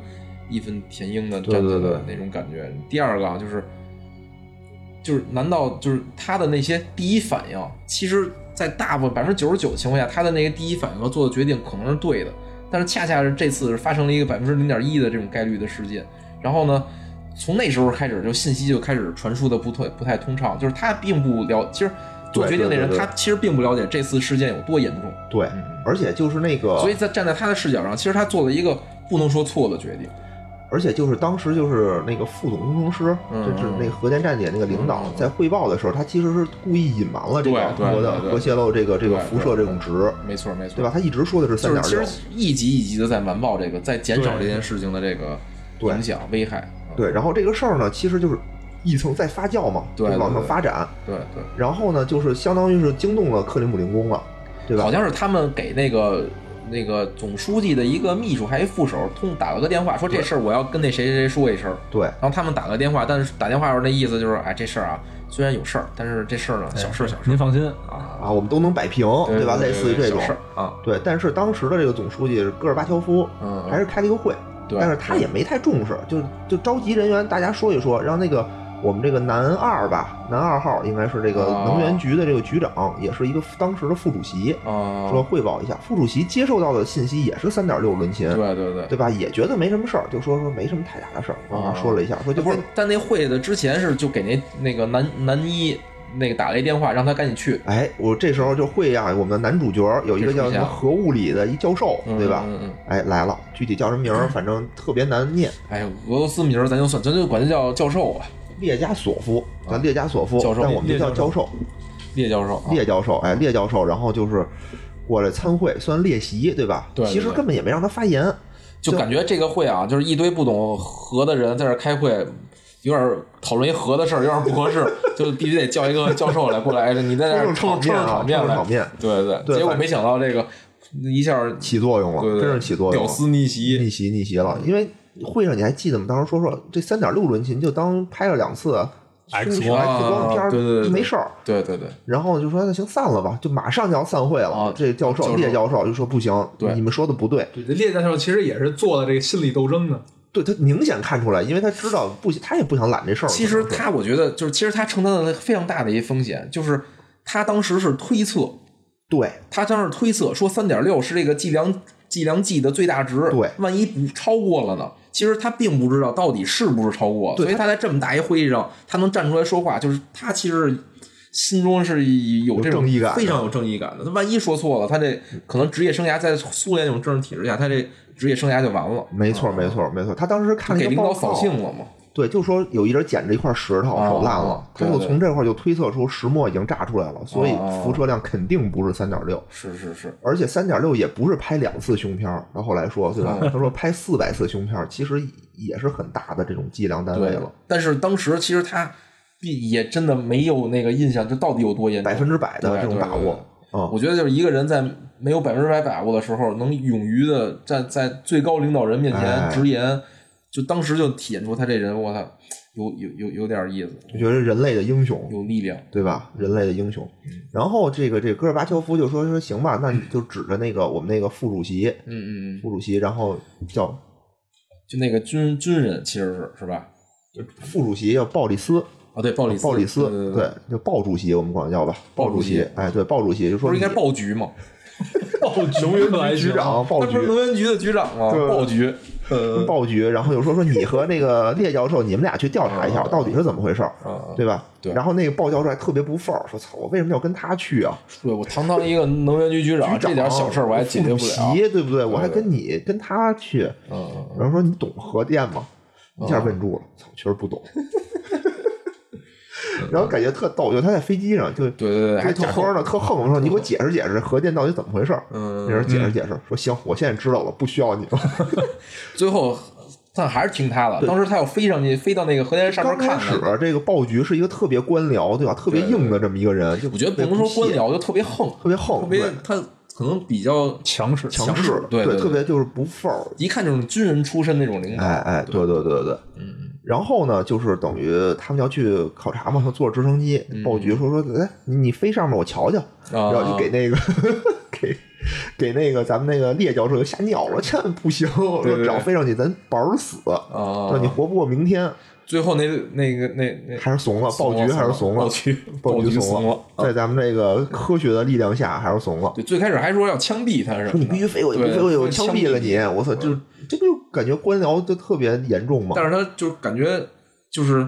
[SPEAKER 2] 义愤填膺的
[SPEAKER 1] 对
[SPEAKER 2] 站起
[SPEAKER 1] 对
[SPEAKER 2] 来那种感觉。第二个啊，就是就是难道就是他的那些第一反应，其实在大部分百分之九十九的情况下，他的那个第一反应和做的决定可能是对的，但是恰恰是这次是发生了一个百分之零点一的这种概率的事件，然后呢？从那时候开始，就信息就开始传输的不太不太通畅，就是他并不了，其实做决定的
[SPEAKER 1] 对对
[SPEAKER 2] 人
[SPEAKER 1] 对对嗯
[SPEAKER 2] 他其实并不了解这次事件有多严重，
[SPEAKER 1] 对，而且就是那个，
[SPEAKER 2] 所以在站在他的视角上，其实他做了一个不能说错的决定。
[SPEAKER 1] 而且就是当时就是那个副总工程师，
[SPEAKER 2] 嗯
[SPEAKER 1] 就是那个核电站点那个领导
[SPEAKER 2] 嗯
[SPEAKER 1] 在汇报的时候，他其实是故意隐瞒了这个
[SPEAKER 2] 对对
[SPEAKER 1] 核的
[SPEAKER 2] 对对
[SPEAKER 1] 核泄漏这个这个
[SPEAKER 2] 对
[SPEAKER 1] 辐射这种值，
[SPEAKER 2] 没错，没错，
[SPEAKER 1] 对吧？？他一直说的是三
[SPEAKER 2] 就是
[SPEAKER 1] 点
[SPEAKER 2] 其
[SPEAKER 1] 六
[SPEAKER 2] 实，一级一级的在完爆这个，在减少这件事情的这个
[SPEAKER 1] 对
[SPEAKER 2] 影响危害。嗯
[SPEAKER 1] 对。然后这个事儿呢，其实就是一层在发酵嘛，
[SPEAKER 2] 对
[SPEAKER 1] 就往
[SPEAKER 2] 对
[SPEAKER 1] 上
[SPEAKER 2] 对
[SPEAKER 1] 发展。
[SPEAKER 2] 对对
[SPEAKER 1] 然后呢，就是相当于是惊动了克里姆林宫了，对吧
[SPEAKER 2] 好？像是他们给那个那个总书记的一个秘书还一副手通打了个电话，说这事儿我要跟那谁谁谁说一声。
[SPEAKER 1] 对，
[SPEAKER 2] 然后他们打个电话，但是打电话时候那意思就是，哎，这事儿啊，虽然有事儿，但是这事儿呢， 小事儿小事
[SPEAKER 3] 您放心，
[SPEAKER 2] 儿啊，
[SPEAKER 1] 啊，我们都能摆平，对吧？类似于这
[SPEAKER 2] 小
[SPEAKER 1] 种
[SPEAKER 2] 事，儿啊，
[SPEAKER 1] 对。但是当时的这个总书记戈尔巴乔夫
[SPEAKER 2] 嗯，
[SPEAKER 1] 还是开了一个会，
[SPEAKER 2] 对，
[SPEAKER 1] 但是他也没太重视，就就召集人员大家说一说，让那个我们这个男二吧，男二号应该是这个
[SPEAKER 2] 啊
[SPEAKER 1] 能源局的这个局长，也是一个当时的副主席，
[SPEAKER 2] 啊，
[SPEAKER 1] 说汇报一下。副主席接受到的信息也是三点六伦琴，
[SPEAKER 2] 对对对，
[SPEAKER 1] 对吧？也觉得没什么事儿，就说说没什么太大的事儿，然后说了一下，说就
[SPEAKER 2] 不是
[SPEAKER 1] 跟，
[SPEAKER 2] 但那会的之前是就给那那个男男一那个打了一电话，让他赶紧去，
[SPEAKER 1] 哎，我这时候就会啊，我们的男主角有一个叫什么核物理的一教授，
[SPEAKER 2] 嗯
[SPEAKER 1] 对吧？
[SPEAKER 2] 嗯嗯。
[SPEAKER 1] 哎，来了，具体叫什么 名儿，反正特别难念，
[SPEAKER 2] 哎呀，俄罗斯名儿咱就算，咱就管他叫教授啊吧，
[SPEAKER 1] 列加索夫，叫列加索夫
[SPEAKER 2] 啊教，授
[SPEAKER 1] 但我们就叫
[SPEAKER 3] 列教
[SPEAKER 1] 教
[SPEAKER 3] 授
[SPEAKER 1] 授。
[SPEAKER 2] 列教授啊。
[SPEAKER 1] 列教授，哎，列教授，然后就是过来参会，算列席，对吧？
[SPEAKER 2] 对对
[SPEAKER 1] 其实
[SPEAKER 2] 对
[SPEAKER 1] 根本也没让他发言，
[SPEAKER 2] 就感觉这个会啊，就是一堆不懂核的人在这儿开会，有点讨论一核的事儿，有点不合 适，就必须得叫一个教授来过来，哎你在这儿
[SPEAKER 1] 冲
[SPEAKER 2] 冲
[SPEAKER 1] 冲
[SPEAKER 2] 场
[SPEAKER 1] 场面啊
[SPEAKER 2] 来
[SPEAKER 1] 冲冲场面
[SPEAKER 2] 对对
[SPEAKER 1] 对
[SPEAKER 2] 结果
[SPEAKER 1] 反
[SPEAKER 2] 没想到这个一下，
[SPEAKER 1] 起作用了，
[SPEAKER 2] 对对，
[SPEAKER 1] 真是起作用了，
[SPEAKER 2] 屌丝逆袭，
[SPEAKER 1] 逆袭逆袭了。因为会上你还记得吗？当时说说这三点六轮琴就当拍了两次
[SPEAKER 3] X
[SPEAKER 1] 光
[SPEAKER 2] 光
[SPEAKER 1] X 光片儿
[SPEAKER 2] 啊对对对
[SPEAKER 1] 没事儿。
[SPEAKER 2] 对对对，
[SPEAKER 1] 然后就说那行散了吧，就马上就要散会了。
[SPEAKER 2] 啊
[SPEAKER 1] 这教
[SPEAKER 2] 教
[SPEAKER 1] 授
[SPEAKER 2] 授
[SPEAKER 1] 列教授就说不行，
[SPEAKER 2] 对
[SPEAKER 1] 你们说的不对。
[SPEAKER 3] 对，这列教授其实也是做了这个心理斗 争的，
[SPEAKER 1] 对他明显看出来，因为他知道不，他也不想揽这事儿。
[SPEAKER 2] 其实他，我觉得就是，其实他承担了非常大的一风险，就是他当时是推测，
[SPEAKER 1] 对
[SPEAKER 2] 他当时推测说三点六是这个计量计量计的最大值，
[SPEAKER 1] 对
[SPEAKER 2] 万一不超过了呢？其实他并不知道到底是不是超过，
[SPEAKER 1] 对
[SPEAKER 2] 所以他在这么大一会议上，他能站出来说话，就是他其实心中是有这
[SPEAKER 1] 有正
[SPEAKER 2] 种
[SPEAKER 1] 义感的
[SPEAKER 2] 非常有正义感的。他万一说错了，他这可能职业生涯在苏联那种政治体制下，他这职业生涯就完了，
[SPEAKER 1] 没错没错没错。他当时看了
[SPEAKER 2] 哦给
[SPEAKER 1] 一个
[SPEAKER 2] 领
[SPEAKER 1] 嗯报
[SPEAKER 2] 导
[SPEAKER 1] 告，
[SPEAKER 2] 扫兴了嘛。
[SPEAKER 1] 对，就说有一人捡着一块石头
[SPEAKER 2] 啊
[SPEAKER 1] 手烂了
[SPEAKER 2] 啊，
[SPEAKER 1] 他
[SPEAKER 2] 对
[SPEAKER 1] 就
[SPEAKER 2] 对
[SPEAKER 1] 从这块就推测出石墨已经炸出来了，所以
[SPEAKER 2] 啊啊
[SPEAKER 1] 辐射量肯定不是三点六。
[SPEAKER 2] 是是是，
[SPEAKER 1] 而且三点六也不是拍两次胸片儿，他后来说，对吧？
[SPEAKER 2] 哦
[SPEAKER 1] 他说拍四百次胸片儿，其实也是很大的这种计量单位
[SPEAKER 2] 对
[SPEAKER 1] 了，，
[SPEAKER 2] 但是当时其实他毕也真的没有那个印象，这到底有多严重
[SPEAKER 1] 百？分之百的
[SPEAKER 2] 对
[SPEAKER 1] 这种
[SPEAKER 2] 对
[SPEAKER 1] 把
[SPEAKER 2] 对
[SPEAKER 1] 握。嗯，
[SPEAKER 2] 我觉得就是一个人在没有百分之百把握的时候，能勇于的站在最高领导人面前
[SPEAKER 1] 哎
[SPEAKER 2] 直言，就当时就体现出他这人，我操，有有有有点意思，
[SPEAKER 1] 就觉得人类的英雄，
[SPEAKER 2] 有力量。
[SPEAKER 1] 对吧？人类的英雄。
[SPEAKER 2] 嗯
[SPEAKER 1] 然后这个这个戈尔巴乔夫就说说行吧，那你就指着那个我们那个副主席，
[SPEAKER 2] 嗯嗯嗯，
[SPEAKER 1] 副主席，然后叫
[SPEAKER 2] 就那个军军人其实是是吧？
[SPEAKER 1] 副主席叫鲍里斯，
[SPEAKER 2] 啊，对，鲍里斯，
[SPEAKER 1] 鲍里斯，
[SPEAKER 2] 对对，
[SPEAKER 1] 对，就鲍主席，我们管他叫吧，鲍主席
[SPEAKER 2] 鲍主席。
[SPEAKER 1] 哎，对，鲍主席就
[SPEAKER 2] 不
[SPEAKER 1] 说
[SPEAKER 2] 是应该
[SPEAKER 1] 你
[SPEAKER 2] 报局吗？哦
[SPEAKER 3] 暴局可还
[SPEAKER 1] 局
[SPEAKER 3] 行，
[SPEAKER 1] 长，鲍
[SPEAKER 2] 他不是
[SPEAKER 1] 局。
[SPEAKER 2] 能源局的局长吗？
[SPEAKER 1] 对
[SPEAKER 2] 报局，呃，
[SPEAKER 1] 鲍局，然后就说说你和那个列教授，你们俩去调查一下，
[SPEAKER 2] 嗯
[SPEAKER 1] 到底是怎么回事儿，
[SPEAKER 2] 啊，
[SPEAKER 1] 对吧？
[SPEAKER 2] 对
[SPEAKER 1] 然后那个鲍教授还特别不忿儿，说：“操，我为什么要跟他去啊？
[SPEAKER 2] 对我堂堂一个能源局局
[SPEAKER 1] 局
[SPEAKER 2] 长，
[SPEAKER 1] 长
[SPEAKER 2] 啊这点小事儿我还解决不
[SPEAKER 1] 副主
[SPEAKER 2] 了。
[SPEAKER 1] 席对不对？我还跟你跟他去。”
[SPEAKER 2] 嗯嗯，嗯
[SPEAKER 1] 然后说你懂核电吗？一下问住了，操，确实不 懂。
[SPEAKER 2] 嗯
[SPEAKER 1] 然后感觉特逗，就他在飞机上就
[SPEAKER 2] 对对对，还
[SPEAKER 1] 还
[SPEAKER 2] 假
[SPEAKER 1] 特
[SPEAKER 2] 装
[SPEAKER 1] 慌呢，特横，我说你给我解释解释核电到底怎么回事儿。那
[SPEAKER 2] 嗯，
[SPEAKER 1] 人解释解释，说行，我现在知道了，不需要你了。
[SPEAKER 2] 最后但还是听他的。当时他要飞上去，飞到那个核电站上
[SPEAKER 1] 刚
[SPEAKER 2] 面看
[SPEAKER 1] 开始
[SPEAKER 2] 看。
[SPEAKER 1] 这个鲍局是一个特别官僚，对吧？特别硬的这么一个人，就
[SPEAKER 2] 我觉得不能说官，僚，就特别横，
[SPEAKER 1] 特别横，
[SPEAKER 2] 特别
[SPEAKER 1] 对
[SPEAKER 2] 他可能比较
[SPEAKER 3] 强势，
[SPEAKER 1] 强势，
[SPEAKER 2] 对
[SPEAKER 1] 对，
[SPEAKER 2] 对对
[SPEAKER 1] 特别就是不忿儿，
[SPEAKER 2] 一看就是军人出身那种领导。
[SPEAKER 1] 哎哎，对对对对，嗯。然后呢，就是等于他们要去考察嘛，他坐直升机，
[SPEAKER 2] 嗯
[SPEAKER 1] 报局说说，来，你你飞上面我瞧瞧，
[SPEAKER 2] 啊
[SPEAKER 1] 然后就给那个给给那个咱们那个列教授就吓尿了，千万不行，说
[SPEAKER 2] 对对
[SPEAKER 1] 只要飞上去咱保儿死，
[SPEAKER 2] 啊
[SPEAKER 1] 说，你活不过明天，
[SPEAKER 2] 最后那那个那那
[SPEAKER 1] 还是怂了，报局还是怂
[SPEAKER 2] 暴
[SPEAKER 1] 了，
[SPEAKER 2] 局
[SPEAKER 1] 报
[SPEAKER 2] 暴
[SPEAKER 1] 局
[SPEAKER 2] 怂
[SPEAKER 1] 了，在咱们这个科学的力量下还是怂了。
[SPEAKER 2] 对，最开始还说要枪毙他是吧？
[SPEAKER 1] 说你必须飞我，你不
[SPEAKER 2] 对
[SPEAKER 1] 飞我，我
[SPEAKER 2] 说
[SPEAKER 1] 枪
[SPEAKER 2] 枪
[SPEAKER 1] 毙了
[SPEAKER 2] 毙
[SPEAKER 1] 你！我操，就这不就感觉官僚就特别严重嘛。
[SPEAKER 2] 但是他就是感觉就是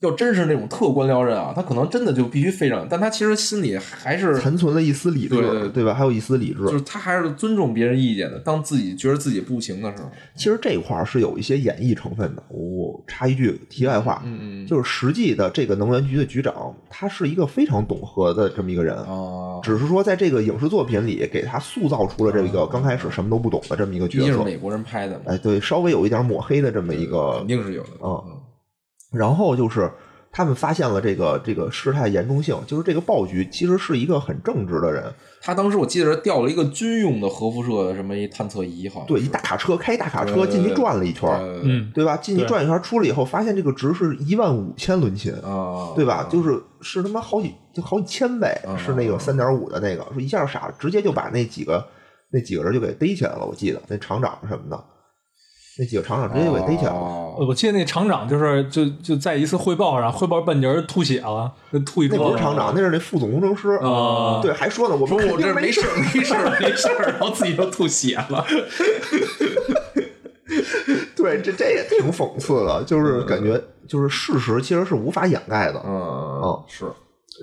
[SPEAKER 2] 要真是那种特官僚人啊，他可能真的就必须非常，但他其实心里还是
[SPEAKER 1] 残存了一丝理智，
[SPEAKER 2] 对对
[SPEAKER 1] 吧？还有一丝理智
[SPEAKER 2] 就。是他还是尊重别人意见的。当自己觉得自己不行的时候，
[SPEAKER 1] 其实这块儿是有一些演绎成分的。我插一句题外话，
[SPEAKER 2] 嗯嗯
[SPEAKER 1] 就是实际的这个能源局的局长，他是一个非常懂核的这么一个人，
[SPEAKER 2] 啊，
[SPEAKER 1] 只是说在这个影视作品里给他塑造出了这个刚开始什么都不懂的这么一个
[SPEAKER 2] 毕竟
[SPEAKER 1] 角
[SPEAKER 2] 啊是
[SPEAKER 1] 色。
[SPEAKER 2] 美国人拍的嘛，
[SPEAKER 1] 哎，对，稍微有一点抹黑的这么一个
[SPEAKER 2] 肯。定是有的。
[SPEAKER 1] 嗯然后就是他们发现了这个这个事态严重性，就是这个暴局其实是一个很正直的人，
[SPEAKER 2] 他当时我记得是调了一个军用的核辐射什么一探测仪，好像
[SPEAKER 1] 对，
[SPEAKER 2] 是
[SPEAKER 1] 一大卡车开一大卡车
[SPEAKER 2] 对对
[SPEAKER 1] 进去
[SPEAKER 2] 对
[SPEAKER 1] 转了一圈儿，
[SPEAKER 2] 呃
[SPEAKER 3] 嗯，
[SPEAKER 1] 对吧？进去
[SPEAKER 3] 对
[SPEAKER 1] 转一圈，出来以后发现这个值是一万五千伦琴，
[SPEAKER 2] 啊，
[SPEAKER 1] 对吧？就是是他妈好几就好几千倍，
[SPEAKER 2] 啊
[SPEAKER 1] 是那个三点五的那个，说一下傻了，直接就把那几个那几个人就给逮起来了。我记得那厂长什么的，那几个厂长直接就给逮起来了。
[SPEAKER 2] 啊
[SPEAKER 3] 呃我记得那厂长就是就就在一次汇报上，汇报半截儿吐血了，就吐一
[SPEAKER 1] 那
[SPEAKER 3] 桌。
[SPEAKER 1] 不是厂 长，那是那副总工程师
[SPEAKER 3] 啊
[SPEAKER 1] 对，还说呢，我
[SPEAKER 2] 哦说
[SPEAKER 1] 们肯
[SPEAKER 2] 我
[SPEAKER 1] 定
[SPEAKER 2] 这
[SPEAKER 1] 没
[SPEAKER 2] 没事儿没事儿没事 儿，然后自己就吐血了。
[SPEAKER 1] 对，这这也挺讽刺的，就是感觉就是事实其实是无法掩盖的。哦
[SPEAKER 2] 嗯，是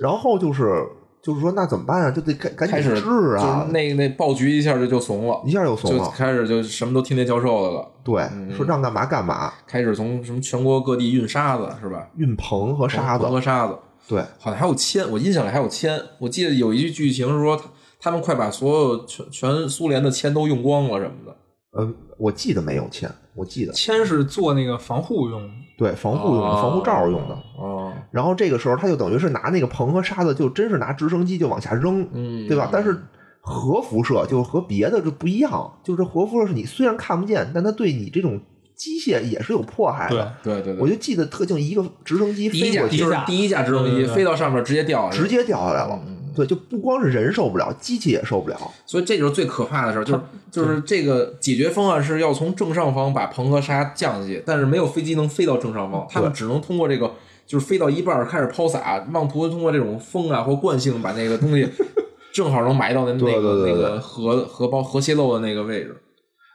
[SPEAKER 1] 然后就是就是说，那怎么办啊？就得赶赶
[SPEAKER 2] 开
[SPEAKER 1] 紧
[SPEAKER 2] 始
[SPEAKER 1] 治
[SPEAKER 2] 就
[SPEAKER 1] 啊
[SPEAKER 2] 是！那那暴局一下就就怂了
[SPEAKER 1] 一，下就怂
[SPEAKER 2] 就
[SPEAKER 1] 了，
[SPEAKER 2] 开始嗯就什么都听那教授的了，
[SPEAKER 1] 对，说让干嘛干嘛，
[SPEAKER 2] 开始从什么全国各地运沙子是吧？
[SPEAKER 1] 运棚和沙子，
[SPEAKER 2] 和沙子，
[SPEAKER 1] 对，
[SPEAKER 2] 好像还有铅，我印象里还有铅。我记得有一句剧情是说，他们快把所有全全苏联的铅都用光了什么的。
[SPEAKER 1] 呃，我记得没有铅，我记得
[SPEAKER 3] 铅是做那个防护用的，
[SPEAKER 1] 对防护用的、防护罩用的。
[SPEAKER 2] 哦，
[SPEAKER 1] 然后这个时候他就等于是拿那个棚和沙子，就真是拿直升机就往下扔，
[SPEAKER 2] 嗯
[SPEAKER 1] 对吧？但是核辐射就和别的就不一样，就是核辐射是你虽然看不见，但它对你这种机械也是有迫害
[SPEAKER 2] 哎
[SPEAKER 3] 对
[SPEAKER 1] 的。
[SPEAKER 2] 对对对，
[SPEAKER 1] 我就记得特定一个直升机
[SPEAKER 2] 第一
[SPEAKER 1] 飞
[SPEAKER 2] 架
[SPEAKER 1] 过去
[SPEAKER 2] 就是嗯
[SPEAKER 3] 架
[SPEAKER 2] 第一架直升
[SPEAKER 3] 对
[SPEAKER 2] 机
[SPEAKER 3] 对对
[SPEAKER 2] 飞到上面直接掉下来，
[SPEAKER 1] 直接掉下来了，对，就不光是人受不了，机器也受不了。
[SPEAKER 2] 所以这就是最可怕的事儿，就是就是这个解决方案是要从正上方把彭和沙降下去，但是没有飞机能飞到正上方，他们只能通过这个就是飞到一半儿开始抛洒，妄图通过这种风啊或惯性把那个东西 正好能埋到那那
[SPEAKER 1] 对对
[SPEAKER 2] 个
[SPEAKER 1] 对
[SPEAKER 2] 那
[SPEAKER 1] 对
[SPEAKER 2] 个核核包核泄漏的那个位置。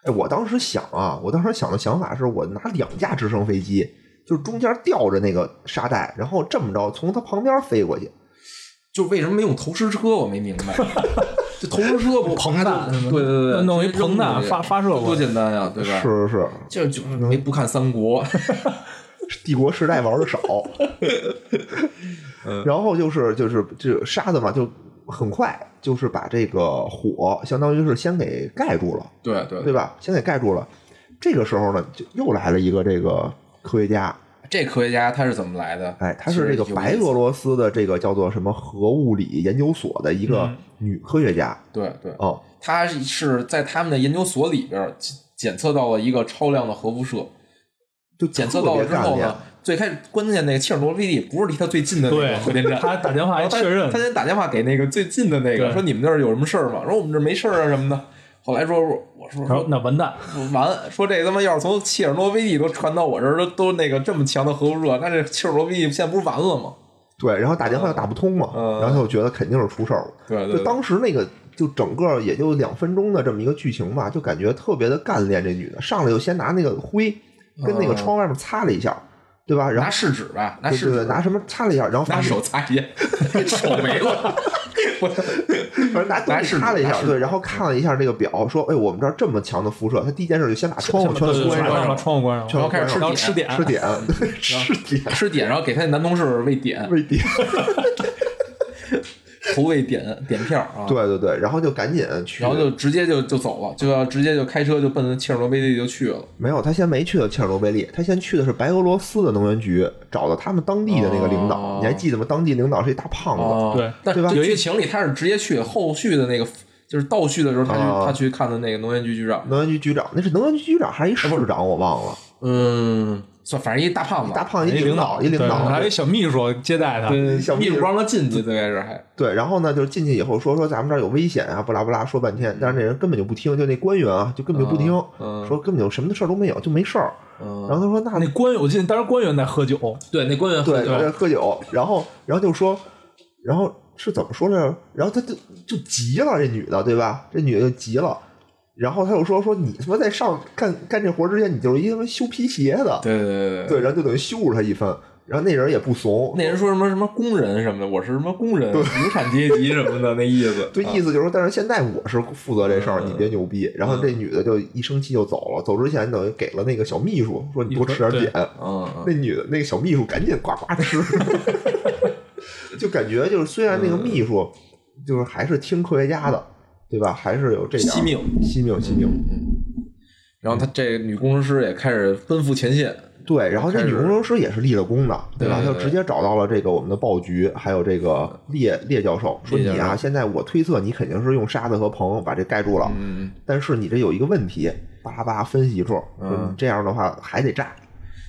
[SPEAKER 1] 哎，我当时想啊，我当时想的想法是我拿两架直升飞机，就是中间吊着那个沙袋，然后这么着从它旁边飞过去。
[SPEAKER 2] 就为什么没用投石车，我没明白。 这投石车不
[SPEAKER 3] 膨大是吗
[SPEAKER 2] 对对对对，
[SPEAKER 3] 弄一
[SPEAKER 2] 直接扔
[SPEAKER 3] 膨大
[SPEAKER 2] 出去
[SPEAKER 3] 发发射过来
[SPEAKER 2] 多简单呀，对吧？
[SPEAKER 1] 是是 是，
[SPEAKER 2] 就就没不看三国，
[SPEAKER 1] 帝国时代玩的少。
[SPEAKER 2] 嗯
[SPEAKER 1] 然后就是就是这沙子嘛，就很快就是把这个火，相当于是先给盖住了，
[SPEAKER 2] 对对
[SPEAKER 1] 对吧？先给盖住了。这个时候呢，就又来了一个这个科学家，
[SPEAKER 2] 这科学家他是怎么来的？
[SPEAKER 1] 哎，她
[SPEAKER 2] 其
[SPEAKER 1] 是
[SPEAKER 2] 实
[SPEAKER 1] 这个
[SPEAKER 2] 有意
[SPEAKER 1] 白
[SPEAKER 2] 思
[SPEAKER 1] 俄罗斯的这个叫做什么核物理研究所的一
[SPEAKER 2] 嗯
[SPEAKER 1] 个女科学家
[SPEAKER 2] 对对，
[SPEAKER 1] 哦，
[SPEAKER 2] 他是在他们的研究所里边儿检检测到了一个超量的核辐射，
[SPEAKER 1] 就
[SPEAKER 2] 检测
[SPEAKER 1] 特
[SPEAKER 2] 到
[SPEAKER 1] 别
[SPEAKER 2] 了之
[SPEAKER 1] 干
[SPEAKER 2] 后
[SPEAKER 1] 练
[SPEAKER 2] 呢，最开始关键那个切尔诺贝利不是离他最近的那个核电
[SPEAKER 3] 对，
[SPEAKER 2] 站。
[SPEAKER 3] 他打电话还
[SPEAKER 2] 然后他
[SPEAKER 3] 确认
[SPEAKER 2] 他，先打电话给那个最近的那个，
[SPEAKER 3] 对
[SPEAKER 2] 说你们那儿有什么事儿吗？说我们这儿没事儿啊什么的。后来说，我我说
[SPEAKER 3] 他说那完蛋，
[SPEAKER 2] 说完，说这他妈要是从切尔诺贝利都传到我这儿，都都那个这么强的核辐射，那这切尔诺贝利现在不是完了吗？
[SPEAKER 1] 对，然后打电话又打不通嘛，
[SPEAKER 2] 嗯
[SPEAKER 1] 然后他就觉得肯定是出事儿了。
[SPEAKER 2] 对
[SPEAKER 1] 就当时那个就整个也就两分钟的这么一个剧情吧，就感觉特别的干练。这女的上来就先拿那个灰跟那个
[SPEAKER 2] 嗯
[SPEAKER 1] 窗外面擦了一下，对吧？然
[SPEAKER 2] 拿
[SPEAKER 1] 后
[SPEAKER 2] 试纸吧，拿
[SPEAKER 1] 对
[SPEAKER 2] 试
[SPEAKER 1] 对
[SPEAKER 2] 纸，
[SPEAKER 1] 对，拿什么擦了一下，然后
[SPEAKER 2] 拿
[SPEAKER 1] 发现
[SPEAKER 2] 手擦 一下，手没了。我
[SPEAKER 1] 反正拿东
[SPEAKER 2] 拿试
[SPEAKER 1] 西
[SPEAKER 2] 纸
[SPEAKER 1] 擦了一
[SPEAKER 2] 拿
[SPEAKER 1] 下，
[SPEAKER 2] 试
[SPEAKER 1] 对，
[SPEAKER 2] 纸
[SPEAKER 1] 然后看了一下这个表，说：“哎，我们这儿这么强的辐射，他第一件事就先把窗户全
[SPEAKER 3] 对对
[SPEAKER 1] 都
[SPEAKER 3] 对
[SPEAKER 1] 关
[SPEAKER 2] 关
[SPEAKER 1] 上，
[SPEAKER 2] 上
[SPEAKER 3] 把窗户关上，
[SPEAKER 1] 全都
[SPEAKER 2] 然后开
[SPEAKER 1] 关
[SPEAKER 2] 始
[SPEAKER 1] 上
[SPEAKER 3] 然后吃点，
[SPEAKER 1] 吃 点，对，吃点，
[SPEAKER 2] 吃点，然后给他男同事喂点，
[SPEAKER 1] 喂点。”
[SPEAKER 2] 投喂点点票啊，，
[SPEAKER 1] 对对对，然后就赶紧去，
[SPEAKER 2] 然后就直接就就走了，就要直接就开车就奔切尔诺贝利就去了。
[SPEAKER 1] 没有，他先没去的切尔诺贝利，他先去的是白俄罗斯的能源局，找到他们当地的那个领导。
[SPEAKER 2] 哦
[SPEAKER 1] 你还记得吗？当地领导是一大胖子，
[SPEAKER 2] 哦
[SPEAKER 3] 对
[SPEAKER 2] 但
[SPEAKER 1] 对吧
[SPEAKER 2] 这剧情里他是直接去，后续的那个就是倒叙的时候，他去
[SPEAKER 1] 哦
[SPEAKER 2] 他去看的那个能源局局长，
[SPEAKER 1] 能源局局长，那是能源局局长还是一市长？我忘了，
[SPEAKER 2] 嗯，算反正一大胖子，
[SPEAKER 1] 大胖一
[SPEAKER 3] 一哎领
[SPEAKER 1] 导，一领
[SPEAKER 3] 对
[SPEAKER 1] 导
[SPEAKER 3] 还有。一小秘书接待他，
[SPEAKER 2] 对
[SPEAKER 1] 小秘
[SPEAKER 2] 秘
[SPEAKER 1] 书
[SPEAKER 2] 书不让他进去，最开始还
[SPEAKER 1] 对，然后呢，就是进去以后说说咱们这儿有危险啊，不拉不拉，说半天，但是那人根本就不听，就那官员啊，就根本就不听，
[SPEAKER 2] 嗯嗯
[SPEAKER 1] 说根本就什么事儿都没有，就没事儿。
[SPEAKER 2] 嗯，
[SPEAKER 1] 然后他说那
[SPEAKER 3] 啊那官有进，当时官员在喝酒，
[SPEAKER 2] 对那官 员
[SPEAKER 1] 对，
[SPEAKER 2] 对
[SPEAKER 1] 在喝酒，然后然后就说，然后是怎么说来着？然后他就就急了，这女的对吧？这女的就急了，然后他又说说你他妈在上干干这活之前，你就是一他妈修皮鞋的，
[SPEAKER 2] 对对对
[SPEAKER 1] 对，然后就等于羞辱他一番。然后那人也不怂，
[SPEAKER 2] 那人说什么什么工人什么的，我是什么工人，无产阶级什么的那意 思，啊
[SPEAKER 1] 对，意思就是说，但是现在我是负责这事儿，
[SPEAKER 2] 嗯
[SPEAKER 1] 你别牛逼。然后这女的就一生气就走了，走之前等于给了那个小秘书说你多吃点
[SPEAKER 3] 对
[SPEAKER 1] 点，
[SPEAKER 2] 嗯嗯
[SPEAKER 1] 那女的那个小秘书赶紧呱呱吃， 就感觉就是虽然那
[SPEAKER 2] 嗯
[SPEAKER 1] 个秘书就是还是听科学家的，对吧？还是有这点儿
[SPEAKER 2] 惜命嗯
[SPEAKER 1] 惜命惜命。
[SPEAKER 2] 然后他这女工程师也开始奔赴前线，
[SPEAKER 1] 对，然后这
[SPEAKER 2] 开始
[SPEAKER 1] 女工程师也是立了功的，对吧？
[SPEAKER 2] 对对
[SPEAKER 1] 就
[SPEAKER 2] 对嗯
[SPEAKER 1] 直接找到了这个我们的报局，还有这个列列教授，说
[SPEAKER 2] 列
[SPEAKER 1] 你
[SPEAKER 2] 教
[SPEAKER 1] 啊，现在我推测你肯定是用沙子和硼把这盖住了，
[SPEAKER 2] 嗯，
[SPEAKER 1] 但是你这有一个问题，巴拉巴拉分析一通，说
[SPEAKER 2] 嗯
[SPEAKER 1] 你这样的话还得炸。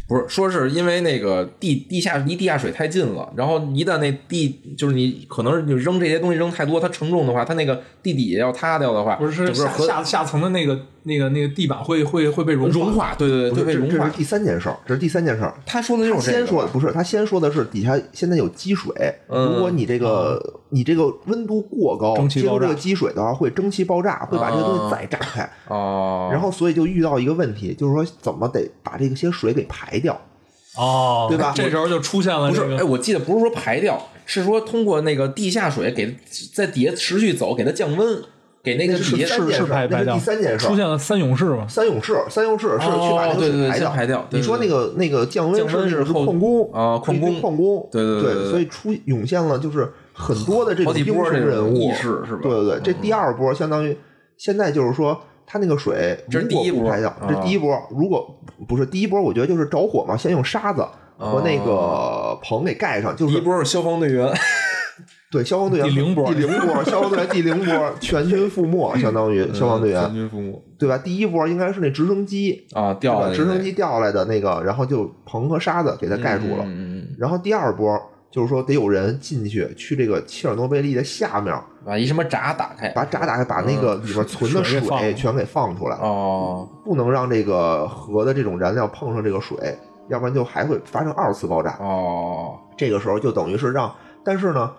[SPEAKER 2] 不是说是因为那个地地下离地下水太近了，然后一旦那地就是你可能是你扔这些东西扔太多，它承重的话，它那个地底下要塌掉的话，
[SPEAKER 3] 不是
[SPEAKER 2] 整个
[SPEAKER 3] 下
[SPEAKER 2] 核
[SPEAKER 3] 下下层的那个那个那个地板会会会被融
[SPEAKER 2] 融
[SPEAKER 3] 化，
[SPEAKER 2] 化，对对对，
[SPEAKER 1] 不
[SPEAKER 2] 就是被
[SPEAKER 1] 这
[SPEAKER 2] 融
[SPEAKER 1] 这
[SPEAKER 2] 化
[SPEAKER 1] 是。第三件事儿，这是第三件事儿。
[SPEAKER 2] 他说的就
[SPEAKER 1] 他
[SPEAKER 2] 是这
[SPEAKER 1] 先
[SPEAKER 2] 个
[SPEAKER 1] 说的不是，他先说的是底下现在有积水，
[SPEAKER 2] 嗯
[SPEAKER 1] 如果你这个、你这个温度过高，
[SPEAKER 3] 蒸汽
[SPEAKER 1] 接
[SPEAKER 3] 爆
[SPEAKER 1] 触这
[SPEAKER 3] 炸
[SPEAKER 1] 个积水的话，会蒸汽爆炸，会把这个东西再炸开。
[SPEAKER 2] 哦，
[SPEAKER 1] 然后所以就遇到一个问题，就是说怎么得把这些水给排掉。
[SPEAKER 3] 哦，
[SPEAKER 1] 对吧
[SPEAKER 3] 这时候就出现了
[SPEAKER 2] 不是
[SPEAKER 3] 这个，
[SPEAKER 2] 哎，我记得不是说排掉，是说通过那个地下水给在底下持续走，给它降温，给那个
[SPEAKER 1] 那是
[SPEAKER 2] 底下
[SPEAKER 1] 哎三
[SPEAKER 3] 是
[SPEAKER 1] 件
[SPEAKER 3] 是
[SPEAKER 1] 事
[SPEAKER 3] 排
[SPEAKER 1] 那
[SPEAKER 3] 排
[SPEAKER 1] 是
[SPEAKER 3] 掉，
[SPEAKER 1] 第三件事
[SPEAKER 3] 出现了三勇士嘛，
[SPEAKER 1] 三勇士，三勇士是去把
[SPEAKER 2] 哦
[SPEAKER 1] 这个
[SPEAKER 2] 对对
[SPEAKER 1] 水
[SPEAKER 2] 对
[SPEAKER 1] 排
[SPEAKER 2] 先
[SPEAKER 1] 掉。
[SPEAKER 2] 排掉对
[SPEAKER 1] 你说
[SPEAKER 2] 对
[SPEAKER 1] 那个那个降温
[SPEAKER 2] 降温
[SPEAKER 1] 是
[SPEAKER 2] 是
[SPEAKER 1] 是
[SPEAKER 2] 后
[SPEAKER 1] 矿工
[SPEAKER 2] 啊矿
[SPEAKER 1] 是一堆
[SPEAKER 2] 工
[SPEAKER 1] 矿工，
[SPEAKER 2] 对对对
[SPEAKER 1] 对
[SPEAKER 2] 对对
[SPEAKER 1] 所以出涌现了就是很多的这
[SPEAKER 2] 好
[SPEAKER 1] 种
[SPEAKER 2] 几
[SPEAKER 1] 英
[SPEAKER 2] 波
[SPEAKER 1] 雄
[SPEAKER 2] 这种
[SPEAKER 1] 人物
[SPEAKER 2] 意识是吧嗯
[SPEAKER 1] 对对对，这第二波相当于现在就是说它那个水
[SPEAKER 2] 这是
[SPEAKER 1] 如果
[SPEAKER 2] 第一
[SPEAKER 1] 不
[SPEAKER 2] 波
[SPEAKER 1] 排掉，这
[SPEAKER 2] 啊
[SPEAKER 1] 是第一波。如果不是第一波，我觉得就是着火嘛，先用沙子和那个棚给盖上，就
[SPEAKER 2] 啊第一
[SPEAKER 1] 是
[SPEAKER 2] 波是消防队员，
[SPEAKER 1] 对消防队员
[SPEAKER 3] 第零波
[SPEAKER 1] 第零波消防队员第零波全军覆没，相当于呃
[SPEAKER 2] 嗯
[SPEAKER 1] 消防队
[SPEAKER 2] 全
[SPEAKER 1] 员
[SPEAKER 2] 军覆没
[SPEAKER 1] 对吧？第一波应该是那直升机
[SPEAKER 2] 啊，
[SPEAKER 1] 对
[SPEAKER 2] 掉
[SPEAKER 1] 吧
[SPEAKER 2] 了
[SPEAKER 1] 直升机掉下来的那个，然后就棚和沙子给它盖住了。
[SPEAKER 2] 嗯，嗯嗯
[SPEAKER 1] 然后第二波就是说得有人进去去这个切尔诺贝利的下面，
[SPEAKER 2] 把一什么闸打开，
[SPEAKER 1] 把闸打开，把那个里边存的
[SPEAKER 3] 嗯
[SPEAKER 1] 水
[SPEAKER 3] 水给放了
[SPEAKER 1] 全给放出来，
[SPEAKER 2] 哦，
[SPEAKER 1] 不能让这个核的这种燃料碰上这个水，要不然就还会发生二次爆炸。
[SPEAKER 2] 哦，
[SPEAKER 1] 这个时候就等于是让，但是呢，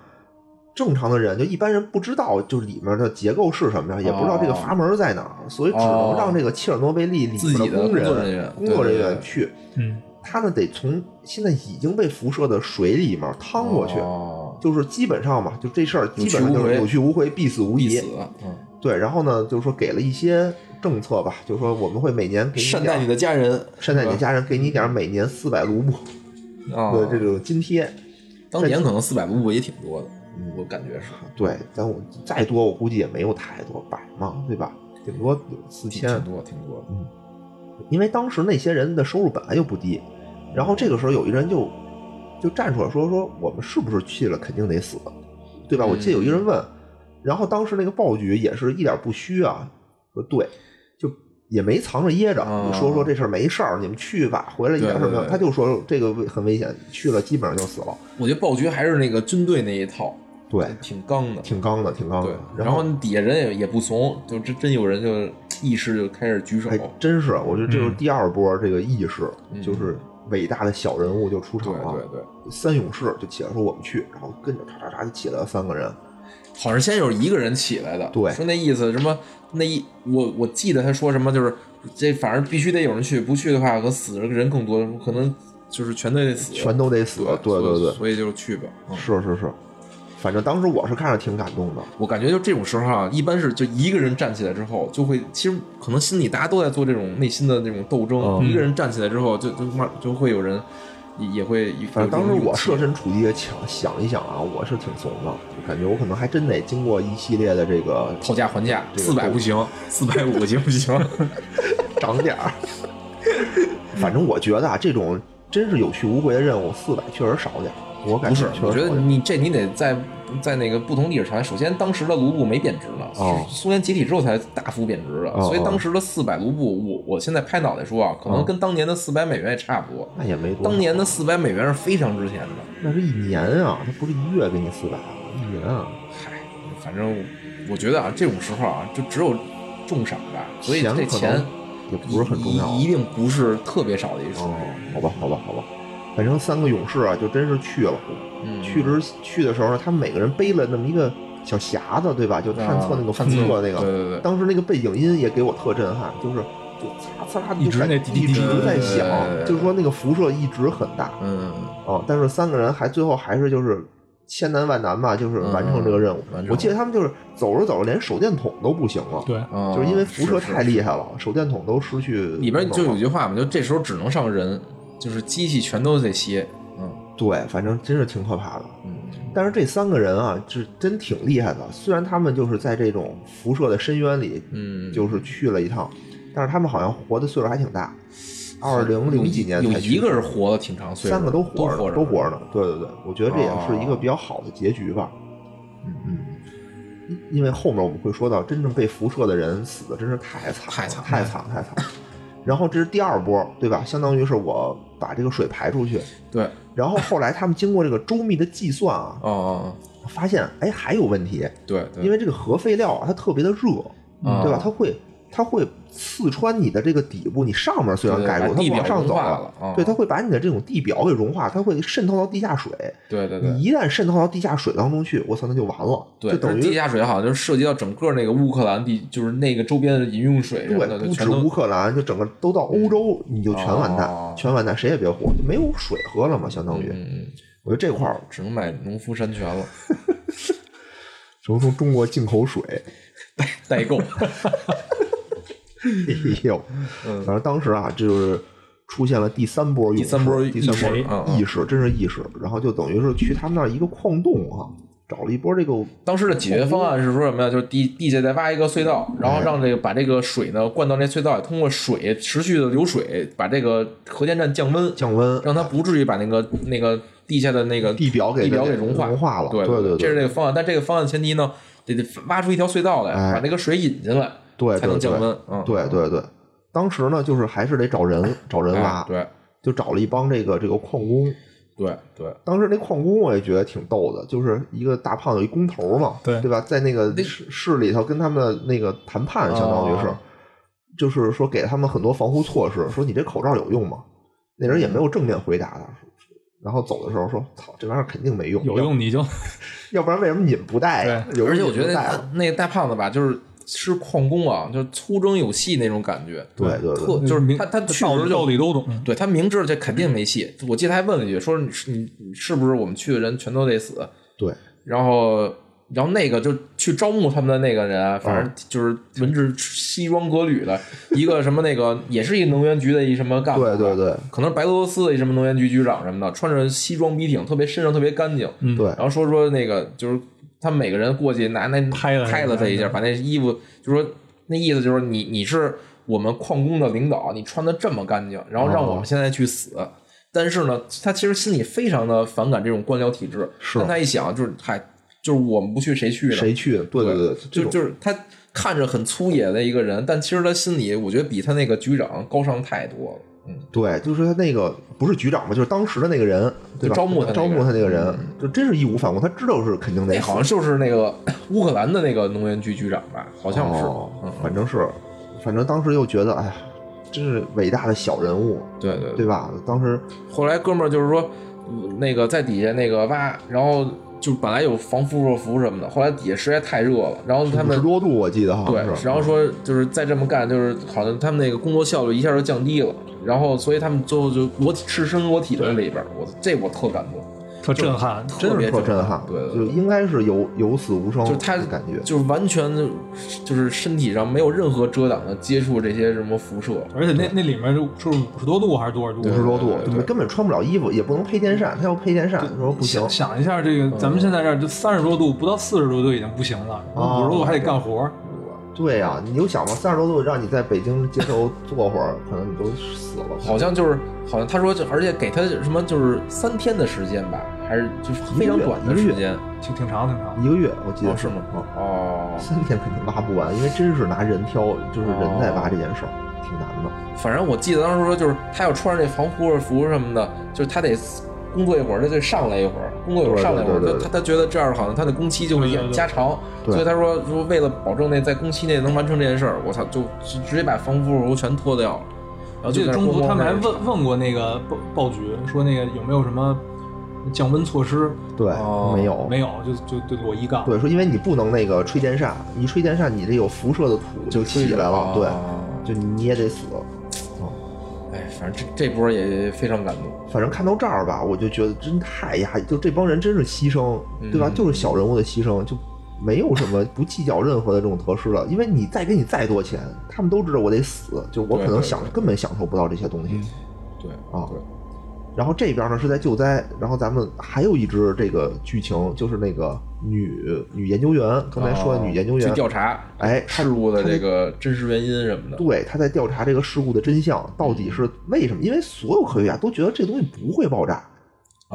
[SPEAKER 1] 正常的人就一般人不知道，就里面的结构是什么样，也不知道这个阀门在哪儿，所以只
[SPEAKER 2] 哦
[SPEAKER 1] 能让这个切尔诺贝利里
[SPEAKER 2] 自己
[SPEAKER 1] 面
[SPEAKER 2] 的
[SPEAKER 1] 工
[SPEAKER 2] 工作人员
[SPEAKER 1] 工作人
[SPEAKER 2] 对对
[SPEAKER 1] 员
[SPEAKER 2] 对
[SPEAKER 1] 去，
[SPEAKER 3] 嗯，
[SPEAKER 1] 他们得从现在已经被辐射的水里面趟过去。
[SPEAKER 2] 哦
[SPEAKER 1] 就是基本上嘛，就这事儿基本上
[SPEAKER 2] 有去
[SPEAKER 1] 就是
[SPEAKER 2] 无回
[SPEAKER 1] 有去无回，必死无
[SPEAKER 2] 必
[SPEAKER 1] 疑
[SPEAKER 2] 死。，嗯，
[SPEAKER 1] 对，然后呢，就是说给了一些政策吧，就是说我们会每年给你
[SPEAKER 2] 善
[SPEAKER 1] 点
[SPEAKER 2] 待
[SPEAKER 1] 儿
[SPEAKER 2] 你的家人，
[SPEAKER 1] 善待你的
[SPEAKER 2] 是吧
[SPEAKER 1] 家人，给你点儿每年四百卢布
[SPEAKER 2] 啊，
[SPEAKER 1] 的这种津贴。
[SPEAKER 2] 当年可能四百步也挺多的，嗯我感觉是
[SPEAKER 1] 对，但我再多我估计也没有太多，百嘛，对吧？顶多四
[SPEAKER 2] 挺
[SPEAKER 1] 千
[SPEAKER 2] 挺，多挺多的，
[SPEAKER 1] 因为当时那些人的收入本来就不低，然后这个时候有一人就就站出来说说我们是不是去了肯定得死，对吧？我记得有
[SPEAKER 2] 嗯
[SPEAKER 1] 一人问，然后当时那个暴举也是一点不虚啊，说对，就也没藏着掖着，
[SPEAKER 2] 啊
[SPEAKER 1] 你说说这事儿没事儿，你们去吧，回来一点
[SPEAKER 2] 对
[SPEAKER 1] 事儿
[SPEAKER 2] 对
[SPEAKER 1] 没有。
[SPEAKER 2] 对
[SPEAKER 1] 他就说这个危很危险，去了基本上就死了，
[SPEAKER 2] 我觉得暴菊还是那个军队那一套，
[SPEAKER 1] 对，
[SPEAKER 2] 挺刚的，
[SPEAKER 1] 挺刚的，挺刚
[SPEAKER 2] 对
[SPEAKER 1] 的。，
[SPEAKER 2] 然后底下人也也不怂，就真真有人就意识就开始举手
[SPEAKER 1] 还，真是，我觉得这就是
[SPEAKER 3] 嗯
[SPEAKER 1] 第二波这个意识，
[SPEAKER 2] 嗯
[SPEAKER 1] 就是伟大的小人物就出
[SPEAKER 2] 对
[SPEAKER 1] 场了。
[SPEAKER 2] 对对，
[SPEAKER 1] 三勇士就起来说我们去，然后跟着叉叉叉就起来了三个人。
[SPEAKER 2] 好像先有一个人起来的，
[SPEAKER 1] 对
[SPEAKER 2] 说那意思什么那一我我记得他说什么就是这反正必须得有人去，不去的话可死的人更多，可能就是全队得死，
[SPEAKER 1] 全都得死。对
[SPEAKER 2] 所以
[SPEAKER 1] 对对，
[SPEAKER 2] 所以就去吧，嗯
[SPEAKER 1] 是是是，反正当时我是看着挺感动的。
[SPEAKER 2] 我感觉就这种时候啊，一般是就一个人站起来之后，就会其实可能心里大家都在做这种内心的那种斗争，
[SPEAKER 1] 嗯
[SPEAKER 2] 一个人站起来之后，就就慢就会有人也也会有
[SPEAKER 1] 反正当时我
[SPEAKER 2] 有
[SPEAKER 1] 设
[SPEAKER 2] 这种勇
[SPEAKER 1] 身
[SPEAKER 2] 气
[SPEAKER 1] 处地的想想一想啊，我是挺怂的，就感觉我可能还真得经过一系列的这个
[SPEAKER 2] 讨价还价，
[SPEAKER 1] 这个
[SPEAKER 2] 四百
[SPEAKER 1] 斗
[SPEAKER 2] 不行，四百五行 不行？
[SPEAKER 1] 长点 儿。反正我觉得啊，这种真是有去无回的任务，四百确实少点儿。我感
[SPEAKER 2] 不是
[SPEAKER 1] 觉，确实
[SPEAKER 2] 我觉
[SPEAKER 1] 少
[SPEAKER 2] 得
[SPEAKER 1] 点儿
[SPEAKER 2] 你这你得在在那个不同历史上，首先当时的卢布没贬值呢，
[SPEAKER 1] 哦
[SPEAKER 2] 是苏联解体之后才大幅贬值的，
[SPEAKER 1] 哦
[SPEAKER 2] 所以当时的四百卢布，我我现在拍脑袋说啊，可能
[SPEAKER 1] 哦
[SPEAKER 2] 跟当年的四百美元也差不多。
[SPEAKER 1] 那也没多少。
[SPEAKER 2] 当年的四百美元是非常值钱的，
[SPEAKER 1] 那是一年啊，他不是一月给你四百啊，一年啊，
[SPEAKER 2] 嗨，反正我觉得啊，这种时候啊，就只有重赏吧，所以这
[SPEAKER 1] 可
[SPEAKER 2] 钱
[SPEAKER 1] 能也不是很重要。啊
[SPEAKER 2] 一一定不是特别少的一数
[SPEAKER 1] 哦。，好吧，好吧，好吧，反正三个勇士啊，就真是去了。
[SPEAKER 2] 嗯
[SPEAKER 1] 去之去的时候呢，他们每个人背了那么一个小匣子，对吧？就探测那个
[SPEAKER 2] 啊
[SPEAKER 1] 探测那
[SPEAKER 2] 对
[SPEAKER 1] 个。
[SPEAKER 2] 对对，
[SPEAKER 1] 当时那个背景音也给我特震撼，就是就嚓嚓嚓，
[SPEAKER 3] 一直
[SPEAKER 1] 就感
[SPEAKER 3] 那滴滴
[SPEAKER 1] 一
[SPEAKER 3] 滴
[SPEAKER 1] 直在
[SPEAKER 2] 对对对对对
[SPEAKER 1] 响，就是说那个辐射一直很大
[SPEAKER 2] 嗯，
[SPEAKER 1] 哦。但是三个人还最后还是就是千难万难吧，就是完成这个任务
[SPEAKER 2] 嗯完成。
[SPEAKER 1] 我记得他们就是走着走着连手电筒都不行了。
[SPEAKER 3] 对，
[SPEAKER 2] 啊
[SPEAKER 1] 就是因为辐射
[SPEAKER 2] 是是
[SPEAKER 1] 太厉害了，手电筒都失去
[SPEAKER 2] 里边就
[SPEAKER 1] 功能
[SPEAKER 2] 有
[SPEAKER 1] 了
[SPEAKER 2] 句话嘛，就这时候只能上人，就是机器全都得歇。嗯
[SPEAKER 1] 对，反正真是挺可怕的。
[SPEAKER 2] 嗯，
[SPEAKER 1] 但是这三个人啊，是真挺厉害的。虽然他们就是在这种辐射的深渊里，
[SPEAKER 2] 嗯
[SPEAKER 1] 就是去了一趟，但是他们好像活的岁数还挺大，二零零几年
[SPEAKER 2] 有
[SPEAKER 1] 才去
[SPEAKER 2] 一个人活的挺长岁数，
[SPEAKER 1] 三个都活
[SPEAKER 2] 着哦
[SPEAKER 1] 着，都活着呢。对对对，我觉得这也是一个比较好的结局吧。
[SPEAKER 2] 嗯
[SPEAKER 1] 嗯，因因为后面我们会说到，真正被辐射的人死的真是太惨了，
[SPEAKER 2] 太
[SPEAKER 1] 太
[SPEAKER 2] 惨了
[SPEAKER 1] 太惨了，太惨了。然后这是第二波，对吧？相当于是我把这个水排出去，
[SPEAKER 2] 对，哦
[SPEAKER 1] 然后后来他们经过这个周密的计算啊，
[SPEAKER 2] 哦，哦
[SPEAKER 1] 发现哎还有问题，
[SPEAKER 2] 对对，
[SPEAKER 1] 因为这个核废料啊它特别的热，
[SPEAKER 2] 啊
[SPEAKER 1] 对吧？它会它会刺穿你的这个底部，你上面虽然盖住，它
[SPEAKER 2] 对对把
[SPEAKER 1] 往上
[SPEAKER 2] 地表
[SPEAKER 1] 走
[SPEAKER 2] 融化了啊
[SPEAKER 1] 对，它会把你的这种地表给融化，它会渗透到地下水。
[SPEAKER 2] 对对对，
[SPEAKER 1] 你一旦渗透到地下水当中去，我操，那就完了，
[SPEAKER 2] 对，
[SPEAKER 1] 就等
[SPEAKER 2] 地
[SPEAKER 1] 于。
[SPEAKER 2] 下水好像就是涉及到整个那个乌克兰地，就是那个周边的饮用水什么的，
[SPEAKER 1] 对，
[SPEAKER 2] 就
[SPEAKER 1] 不
[SPEAKER 2] 全
[SPEAKER 1] 止
[SPEAKER 2] 都
[SPEAKER 1] 乌克兰，就整个都到欧洲，你就全完蛋，
[SPEAKER 2] 哦
[SPEAKER 1] 全完蛋，谁也别活，就没有水喝了嘛，相当于。
[SPEAKER 2] 嗯，嗯
[SPEAKER 1] 我觉得这块儿
[SPEAKER 2] 只能买农夫山泉了，
[SPEAKER 1] 只能从中国进口水。
[SPEAKER 2] 代购。
[SPEAKER 1] 哎呦，
[SPEAKER 2] 嗯
[SPEAKER 1] 反正当时啊，这就是出现了第三波勇士，
[SPEAKER 2] 第三波
[SPEAKER 1] 第三
[SPEAKER 2] 意识嗯
[SPEAKER 1] 波
[SPEAKER 2] 嗯
[SPEAKER 1] 意识，真是意识。然后就等于是去他们那儿一个矿洞啊，找了一波这个
[SPEAKER 2] 当时的解决方案是说什么呀？就是地地下再挖一个隧道，
[SPEAKER 1] 嗯
[SPEAKER 2] 然后让这个把这个水呢灌到那隧道里，通过水持续的流水把这个核电站降温，
[SPEAKER 1] 降温，
[SPEAKER 2] 让它不至于把那个那个地下的那个
[SPEAKER 1] 地表给
[SPEAKER 2] 地表
[SPEAKER 1] 给
[SPEAKER 2] 给融化
[SPEAKER 1] 融化了
[SPEAKER 2] 对
[SPEAKER 1] 对对对
[SPEAKER 2] 这是这个方案。但这个方案前提呢，得得挖出一条隧道来，
[SPEAKER 1] 哎
[SPEAKER 2] 把那个水引进来，
[SPEAKER 1] 对
[SPEAKER 2] 才
[SPEAKER 1] 对
[SPEAKER 2] 能降
[SPEAKER 1] 对，
[SPEAKER 2] 温。嗯，
[SPEAKER 1] 对对对。当时呢，就是还是得找人，找人
[SPEAKER 2] 哎
[SPEAKER 1] 挖，
[SPEAKER 2] 对
[SPEAKER 1] 就找了一帮这个这个矿工。
[SPEAKER 2] 对对，
[SPEAKER 1] 当时那矿工我也觉得挺逗的，就是一个大胖子，有一工头嘛，
[SPEAKER 3] 对
[SPEAKER 1] 对吧？在那个
[SPEAKER 2] 那
[SPEAKER 1] 市市里头跟他们的那个谈判，相当于是，
[SPEAKER 2] 哦
[SPEAKER 1] 就是说给他们很多防护措施，说你这口罩有用吗？那人也没有正面回答他，然后走的时候说：“操，这玩意儿肯定没用，
[SPEAKER 3] 有
[SPEAKER 1] 要，
[SPEAKER 3] 用你就
[SPEAKER 1] 要不然为什么你们不带呀？有
[SPEAKER 2] 而且
[SPEAKER 1] 用
[SPEAKER 2] 我
[SPEAKER 1] 你们
[SPEAKER 2] 觉得
[SPEAKER 1] 不带了
[SPEAKER 2] 那那个大胖子吧，就是是矿工啊，就是粗中有细那种感觉，
[SPEAKER 1] 对对对，
[SPEAKER 2] 特就是
[SPEAKER 3] 明
[SPEAKER 2] 他他去的时候
[SPEAKER 3] 道理道
[SPEAKER 2] 就嗯
[SPEAKER 3] 理都懂，
[SPEAKER 2] 对他明知道这肯
[SPEAKER 1] 嗯
[SPEAKER 2] 定没戏，我记得他还问了一句，说你是你你是不是我们去的人全都得死？
[SPEAKER 1] 对，
[SPEAKER 2] 然后然后那个就去招募他们的那个人啊，反
[SPEAKER 1] 哦
[SPEAKER 2] 正就是文治西装革履的一个什么那个也是一个能源局的一什么干部，
[SPEAKER 1] 对对，对
[SPEAKER 2] 可能是白俄罗斯的一什么能源局局长什么的，穿着西装笔挺，特别身上特别干净，
[SPEAKER 3] 嗯
[SPEAKER 1] 对
[SPEAKER 2] 然后说说那个就是他们每个人过去拿那
[SPEAKER 3] 拍了
[SPEAKER 2] 拍了他一下，把那衣服就说那意思就是你你是我们矿工的领导，你穿的这么干净，然后让我们现在去死。但是呢，他其实心里非常的反感这种官僚体制，
[SPEAKER 1] 是
[SPEAKER 2] 但他一想就是嗨，就是我们不去谁去呢？
[SPEAKER 1] 谁去？对对对，这
[SPEAKER 2] 就
[SPEAKER 1] 种
[SPEAKER 2] 就是他看着很粗野的一个人，但其实他心里我觉得比他那个局长高尚太多了。嗯，
[SPEAKER 1] 对，就是他那个不是局长嘛，就是当时的那个人，对吧？
[SPEAKER 2] 就招募他那个
[SPEAKER 1] 招募他那个人
[SPEAKER 2] 人，嗯
[SPEAKER 1] 就真是义无反顾，他知道是肯定得
[SPEAKER 2] 那
[SPEAKER 1] 死
[SPEAKER 2] 好像就是那个 乌克兰的那个能源局局长吧，好像是，
[SPEAKER 1] 哦
[SPEAKER 2] 嗯，
[SPEAKER 1] 反正是，反正当时又觉得，哎呀，真是伟大的小人物，
[SPEAKER 2] 对对对
[SPEAKER 1] 对吧？当时
[SPEAKER 2] 后来哥们儿就是说，嗯那个在底下那个挖，然后就本来有防辐射服什么的，后来底下实在太热了，然后他
[SPEAKER 1] 五
[SPEAKER 2] 们
[SPEAKER 1] 十多度，我记得好
[SPEAKER 2] 对
[SPEAKER 1] 像，是，
[SPEAKER 2] 然后说就是再这么干，就是好像他们那个工作效率一下就降低了，然后所以他们最后就裸体赤身裸体在里边儿，我这我特感动，
[SPEAKER 3] 特震撼。
[SPEAKER 1] 真
[SPEAKER 2] 别
[SPEAKER 1] 是特震撼
[SPEAKER 2] 撼，，对对
[SPEAKER 1] 就
[SPEAKER 2] 对。
[SPEAKER 1] 应该是有有死无生，
[SPEAKER 2] 就是他
[SPEAKER 1] 感觉，
[SPEAKER 2] 就是完全就就是身体上没有任何遮挡的接触这些什么辐射，
[SPEAKER 3] 而且那那里面就是五十多度还是多少度？
[SPEAKER 1] 五十多度
[SPEAKER 2] 对对，
[SPEAKER 1] 就
[SPEAKER 2] 对
[SPEAKER 1] 根本穿不了衣服，也不能配电扇，他要配电扇，说不行嗯
[SPEAKER 3] 想，想一下，这个咱们现在这儿就三十多度，不到四十度就已经不行了，
[SPEAKER 1] 哦
[SPEAKER 3] 五十多度还得干活儿。
[SPEAKER 1] 对呀、你就想吧，三十多度让你在北京街头坐会儿，可能你都死了，
[SPEAKER 2] 好像就是好像他说，就而且给他什么就是三天的时间吧，还是就是非常短的时间
[SPEAKER 3] 挺挺长挺长。
[SPEAKER 1] 一个月，我记得、
[SPEAKER 2] 哦是吗
[SPEAKER 1] 啊
[SPEAKER 2] 哦。
[SPEAKER 1] 三天肯定挖不完，因为真是拿人挑，就是人在
[SPEAKER 2] 哦
[SPEAKER 1] 挖这件事儿，挺难的。
[SPEAKER 2] 反正我记得当时说，就是他要穿上这防护服什么的，就是他得工作一会儿，他就上来一会儿，工作一会儿
[SPEAKER 1] 对对
[SPEAKER 2] 上来一会儿。
[SPEAKER 1] 对
[SPEAKER 2] 他
[SPEAKER 1] 对对
[SPEAKER 2] 他他觉得这样好像他的工期就会
[SPEAKER 3] 对对对
[SPEAKER 2] 加长，
[SPEAKER 1] 对
[SPEAKER 2] 所以他说说为了保证那在工期内能完成这件事儿，我操，就直直接把防护服全脱掉了。然后
[SPEAKER 3] 我
[SPEAKER 2] 就
[SPEAKER 3] 记
[SPEAKER 2] 在
[SPEAKER 3] 得
[SPEAKER 2] 那
[SPEAKER 3] 中途他们还
[SPEAKER 2] 咣咣开始
[SPEAKER 3] 问问过那个报报局，说那个有没有什么降温措施？
[SPEAKER 1] 对，
[SPEAKER 2] 哦
[SPEAKER 1] 没有，
[SPEAKER 3] 没有，就就就裸衣干。
[SPEAKER 1] 对，说因为你不能那个吹电扇，你一吹电扇，你这有辐射的土就起来了，对，
[SPEAKER 2] 哦
[SPEAKER 1] 就你也得死。哦
[SPEAKER 2] 哎，反正这这波也非常感动。
[SPEAKER 1] 反正看到这儿吧，我就觉得真太压抑，就这帮人真是牺牲，对吧？
[SPEAKER 2] 嗯
[SPEAKER 1] 就是小人物的牺牲，就没有什么不计较任何的这种得失了。因为你再给你再多钱，他们都知道我得死，就我
[SPEAKER 2] 对
[SPEAKER 1] 可能
[SPEAKER 2] 对
[SPEAKER 1] 享
[SPEAKER 2] 对嗯
[SPEAKER 1] 根本享受不到这些东西。
[SPEAKER 2] 对
[SPEAKER 1] 啊
[SPEAKER 2] 对，
[SPEAKER 1] 然后这边呢是在救灾，然后咱们还有一支这个剧情，就是那个女女研究员，刚才说的女研究员，
[SPEAKER 2] 去调查
[SPEAKER 1] 哎她
[SPEAKER 2] 事故的
[SPEAKER 1] 她
[SPEAKER 2] 这
[SPEAKER 1] 那
[SPEAKER 2] 个真实原因什么的。
[SPEAKER 1] 对，她在调查这个事故的真相到底是为什么？因为所有科学家都觉得这东西不会爆炸，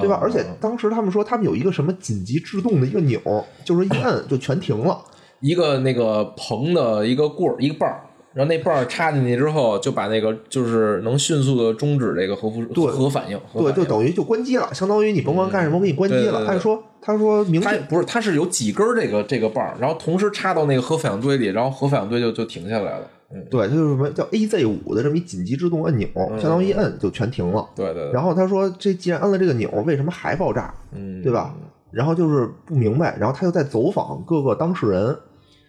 [SPEAKER 1] 对吧？
[SPEAKER 2] 啊
[SPEAKER 1] 而且当时他们说他们有一个什么紧急制动的一个钮，就是一摁就全停 了。
[SPEAKER 2] 一个那个棚的一个棍儿一个棒儿，然后那棒儿插进去之后，就把那个就是能迅速的终止这个核辐
[SPEAKER 1] 对
[SPEAKER 2] 核反应。核
[SPEAKER 1] 对，
[SPEAKER 2] 反应
[SPEAKER 1] 就等于就关机了，相当于你甭管干什么，我给你关机
[SPEAKER 2] 对对
[SPEAKER 1] 了。
[SPEAKER 2] 对
[SPEAKER 1] 按说他说明
[SPEAKER 2] 它
[SPEAKER 1] 确
[SPEAKER 2] 不是，它是有几根儿这个这个棒儿，然后同时插到那个核反应堆里，然后核反应堆就就停下来了。嗯，
[SPEAKER 1] 对，就是什么叫 AZ 五的这么一紧急制动按钮，相当于一摁就全停了。
[SPEAKER 2] 对对对。
[SPEAKER 1] 然后他说：“这既然按了这个钮，为什么还爆炸？
[SPEAKER 2] 嗯，
[SPEAKER 1] 对吧？”然后就是不明白，然后他又在走访各个当事人。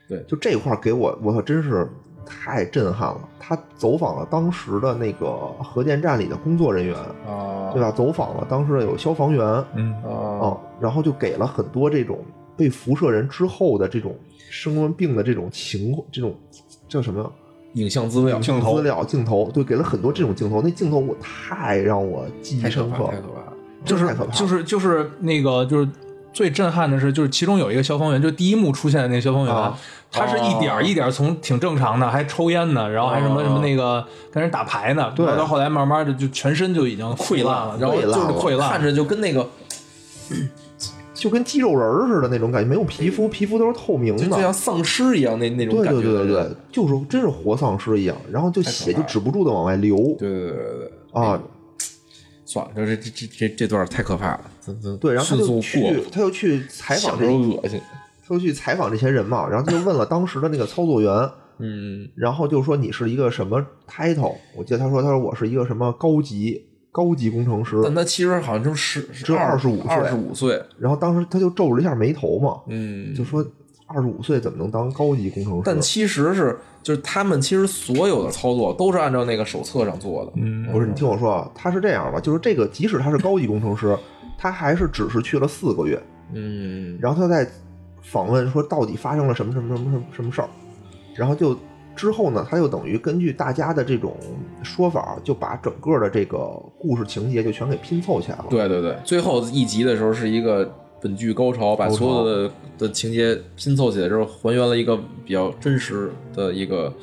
[SPEAKER 2] 对
[SPEAKER 1] 就这块儿给我，我操，真是太震撼了！他走访了当时的那个核电站里的工作人员，
[SPEAKER 2] 啊，
[SPEAKER 1] 对吧？走访了当时的有消防员啊、
[SPEAKER 3] 嗯，
[SPEAKER 2] 啊，
[SPEAKER 1] 然后就给了很多这种被辐射人之后的这种生完病的这种情况，这种叫什么
[SPEAKER 2] 影像啊资料
[SPEAKER 3] 镜头
[SPEAKER 1] 资料镜头，对，给了很多这种镜头。那镜头我太让我记忆
[SPEAKER 2] 太可
[SPEAKER 1] 深
[SPEAKER 2] 怕，
[SPEAKER 1] 刻
[SPEAKER 2] 太
[SPEAKER 1] 了
[SPEAKER 2] 可怕了。
[SPEAKER 3] 就是
[SPEAKER 1] 太可怕了
[SPEAKER 3] 就是就是那个就是最震撼的是，就是其中有一个消防员，就第一幕出现的那个消防员，
[SPEAKER 1] 啊
[SPEAKER 3] 他是一点儿一点儿从挺正常的，还抽烟呢，然后还什么
[SPEAKER 2] 哦
[SPEAKER 3] 什么那个跟人打牌呢，
[SPEAKER 1] 对
[SPEAKER 3] 然后到后来慢慢的就全身就已经溃烂了，然后
[SPEAKER 1] 溃
[SPEAKER 3] 就
[SPEAKER 1] 烂
[SPEAKER 3] 是
[SPEAKER 1] 了
[SPEAKER 3] 溃烂，
[SPEAKER 2] 看着就跟那个
[SPEAKER 1] 就跟肌肉人儿似的那种感觉，没有皮肤，皮肤都是透明
[SPEAKER 2] 就就
[SPEAKER 1] 的。
[SPEAKER 2] 像丧尸一样那那种
[SPEAKER 1] 对
[SPEAKER 2] 感
[SPEAKER 1] 对
[SPEAKER 2] 觉。
[SPEAKER 1] 对对对，就是真是活丧尸一样，然后就血就止不住的往外流
[SPEAKER 2] 对对对对对对，
[SPEAKER 1] 啊，
[SPEAKER 2] 算了，这这这这这段太可怕了，这这
[SPEAKER 1] 对，然后
[SPEAKER 2] 迅
[SPEAKER 1] 他
[SPEAKER 2] 速
[SPEAKER 1] 就
[SPEAKER 2] 过
[SPEAKER 1] 去
[SPEAKER 2] 了，，
[SPEAKER 1] 他就去采访
[SPEAKER 2] 想
[SPEAKER 1] 这
[SPEAKER 2] 着，都恶心。
[SPEAKER 1] 他就去采访这些人嘛，然后他就问了当时的那个操作员，
[SPEAKER 2] 嗯，
[SPEAKER 1] 然后就说你是一个什么 title？我记得他说他说我是一个什么高级高级工程师，
[SPEAKER 2] 但他其实好像就十十
[SPEAKER 1] 只有
[SPEAKER 2] 二
[SPEAKER 1] 25岁
[SPEAKER 2] 二十五岁，
[SPEAKER 1] 然后当时他就皱了一下眉头嘛，
[SPEAKER 2] 嗯，
[SPEAKER 1] 就说二十五岁怎么能当高级工程师？
[SPEAKER 2] 但其实是就是他们其实所有的操作都是按照那个手册上做的，
[SPEAKER 3] 嗯
[SPEAKER 1] 不是，你听我说啊，他是这样吧，就是这个，即使他是高级工程师，他还是只是去了四个月，
[SPEAKER 2] 嗯，
[SPEAKER 1] 然后他在访问说到底发生了什么什么什么什么什么事儿，然后就之后呢，他就等于根据大家的这种说法，啊就把整个的这个故事情节就全给拼凑起来了。
[SPEAKER 2] 对对对，最后一集的时候是一个本剧高潮，把
[SPEAKER 1] 高潮
[SPEAKER 2] 所有的的情节拼凑起来之后，还原了一个比较真实的一个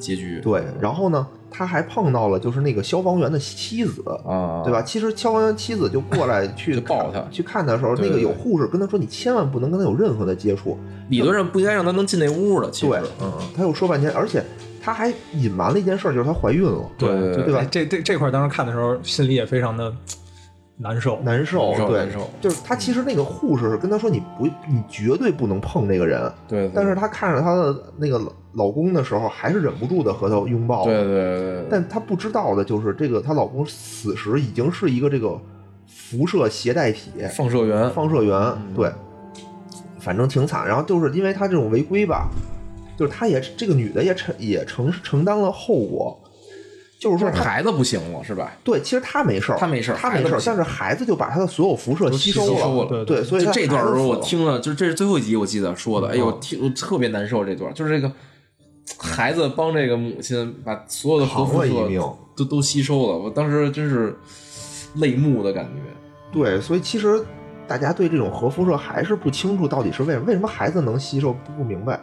[SPEAKER 2] 结局。
[SPEAKER 1] 对，然后呢，他还碰到了就是那个消防员的妻子。
[SPEAKER 2] 啊，
[SPEAKER 1] 对吧？？其实消防员妻子就过来去
[SPEAKER 2] 就抱他
[SPEAKER 1] 看去看他的时候，
[SPEAKER 2] 对
[SPEAKER 1] 那个
[SPEAKER 2] 对
[SPEAKER 1] 有
[SPEAKER 2] 对
[SPEAKER 1] 护士跟他说：“你千万不能跟他有任何的接触。”
[SPEAKER 2] 理论上不应该让他能进那屋的，其实
[SPEAKER 1] 对，
[SPEAKER 2] 嗯嗯，
[SPEAKER 1] 他又说半天，而且他还隐瞒了一件事儿，就是她怀孕了，
[SPEAKER 2] 对
[SPEAKER 3] 就
[SPEAKER 1] 对吧
[SPEAKER 3] 这这这块儿当时看的时候，心里也非常的难受。
[SPEAKER 1] 难受，
[SPEAKER 2] 难受
[SPEAKER 1] 对，
[SPEAKER 2] 难受
[SPEAKER 1] 就是他其实那个护士跟他说，你不，你绝对不能碰这个人，
[SPEAKER 2] 对。对
[SPEAKER 1] 但是他看着她的那个老公的时候，还是忍不住的和他拥抱，
[SPEAKER 2] 对对对对，对
[SPEAKER 1] 但她不知道的就是，这个她老公此时已经是一个这个辐射携带体
[SPEAKER 2] 放嗯射员
[SPEAKER 1] 放射源，对，反正挺惨。然后就是因为她这种违规吧，就是她也这个女的也承也承承担了后果，就是
[SPEAKER 2] 就
[SPEAKER 1] 说
[SPEAKER 2] 是
[SPEAKER 1] 她
[SPEAKER 2] 孩子不行了是吧？
[SPEAKER 1] 对，其实他没事儿，
[SPEAKER 2] 他没事儿
[SPEAKER 1] 他没
[SPEAKER 2] 孩子
[SPEAKER 1] 事
[SPEAKER 2] 不
[SPEAKER 1] 儿，
[SPEAKER 2] 行
[SPEAKER 1] 但是孩子就把他的所有辐射吸
[SPEAKER 2] 吸
[SPEAKER 1] 了，
[SPEAKER 2] 收
[SPEAKER 3] 了
[SPEAKER 1] 对，所以
[SPEAKER 2] 这
[SPEAKER 1] 他
[SPEAKER 2] 这段
[SPEAKER 1] 孩
[SPEAKER 2] 儿
[SPEAKER 1] 子
[SPEAKER 2] 我
[SPEAKER 1] 死了嗯
[SPEAKER 2] 听了，就是这是最后一集我记得说的，哎呦，我听我特别难受这段，就是这个孩子帮这个母亲把所有的核
[SPEAKER 1] 扛
[SPEAKER 2] 辐
[SPEAKER 1] 啊了一
[SPEAKER 2] 射
[SPEAKER 1] 命
[SPEAKER 2] 都都吸收了，我当时真是泪目的感觉。
[SPEAKER 1] 对，所以其实大家对这种核辐射还是不清楚到底是为什么，为什么孩子能吸收不不明白。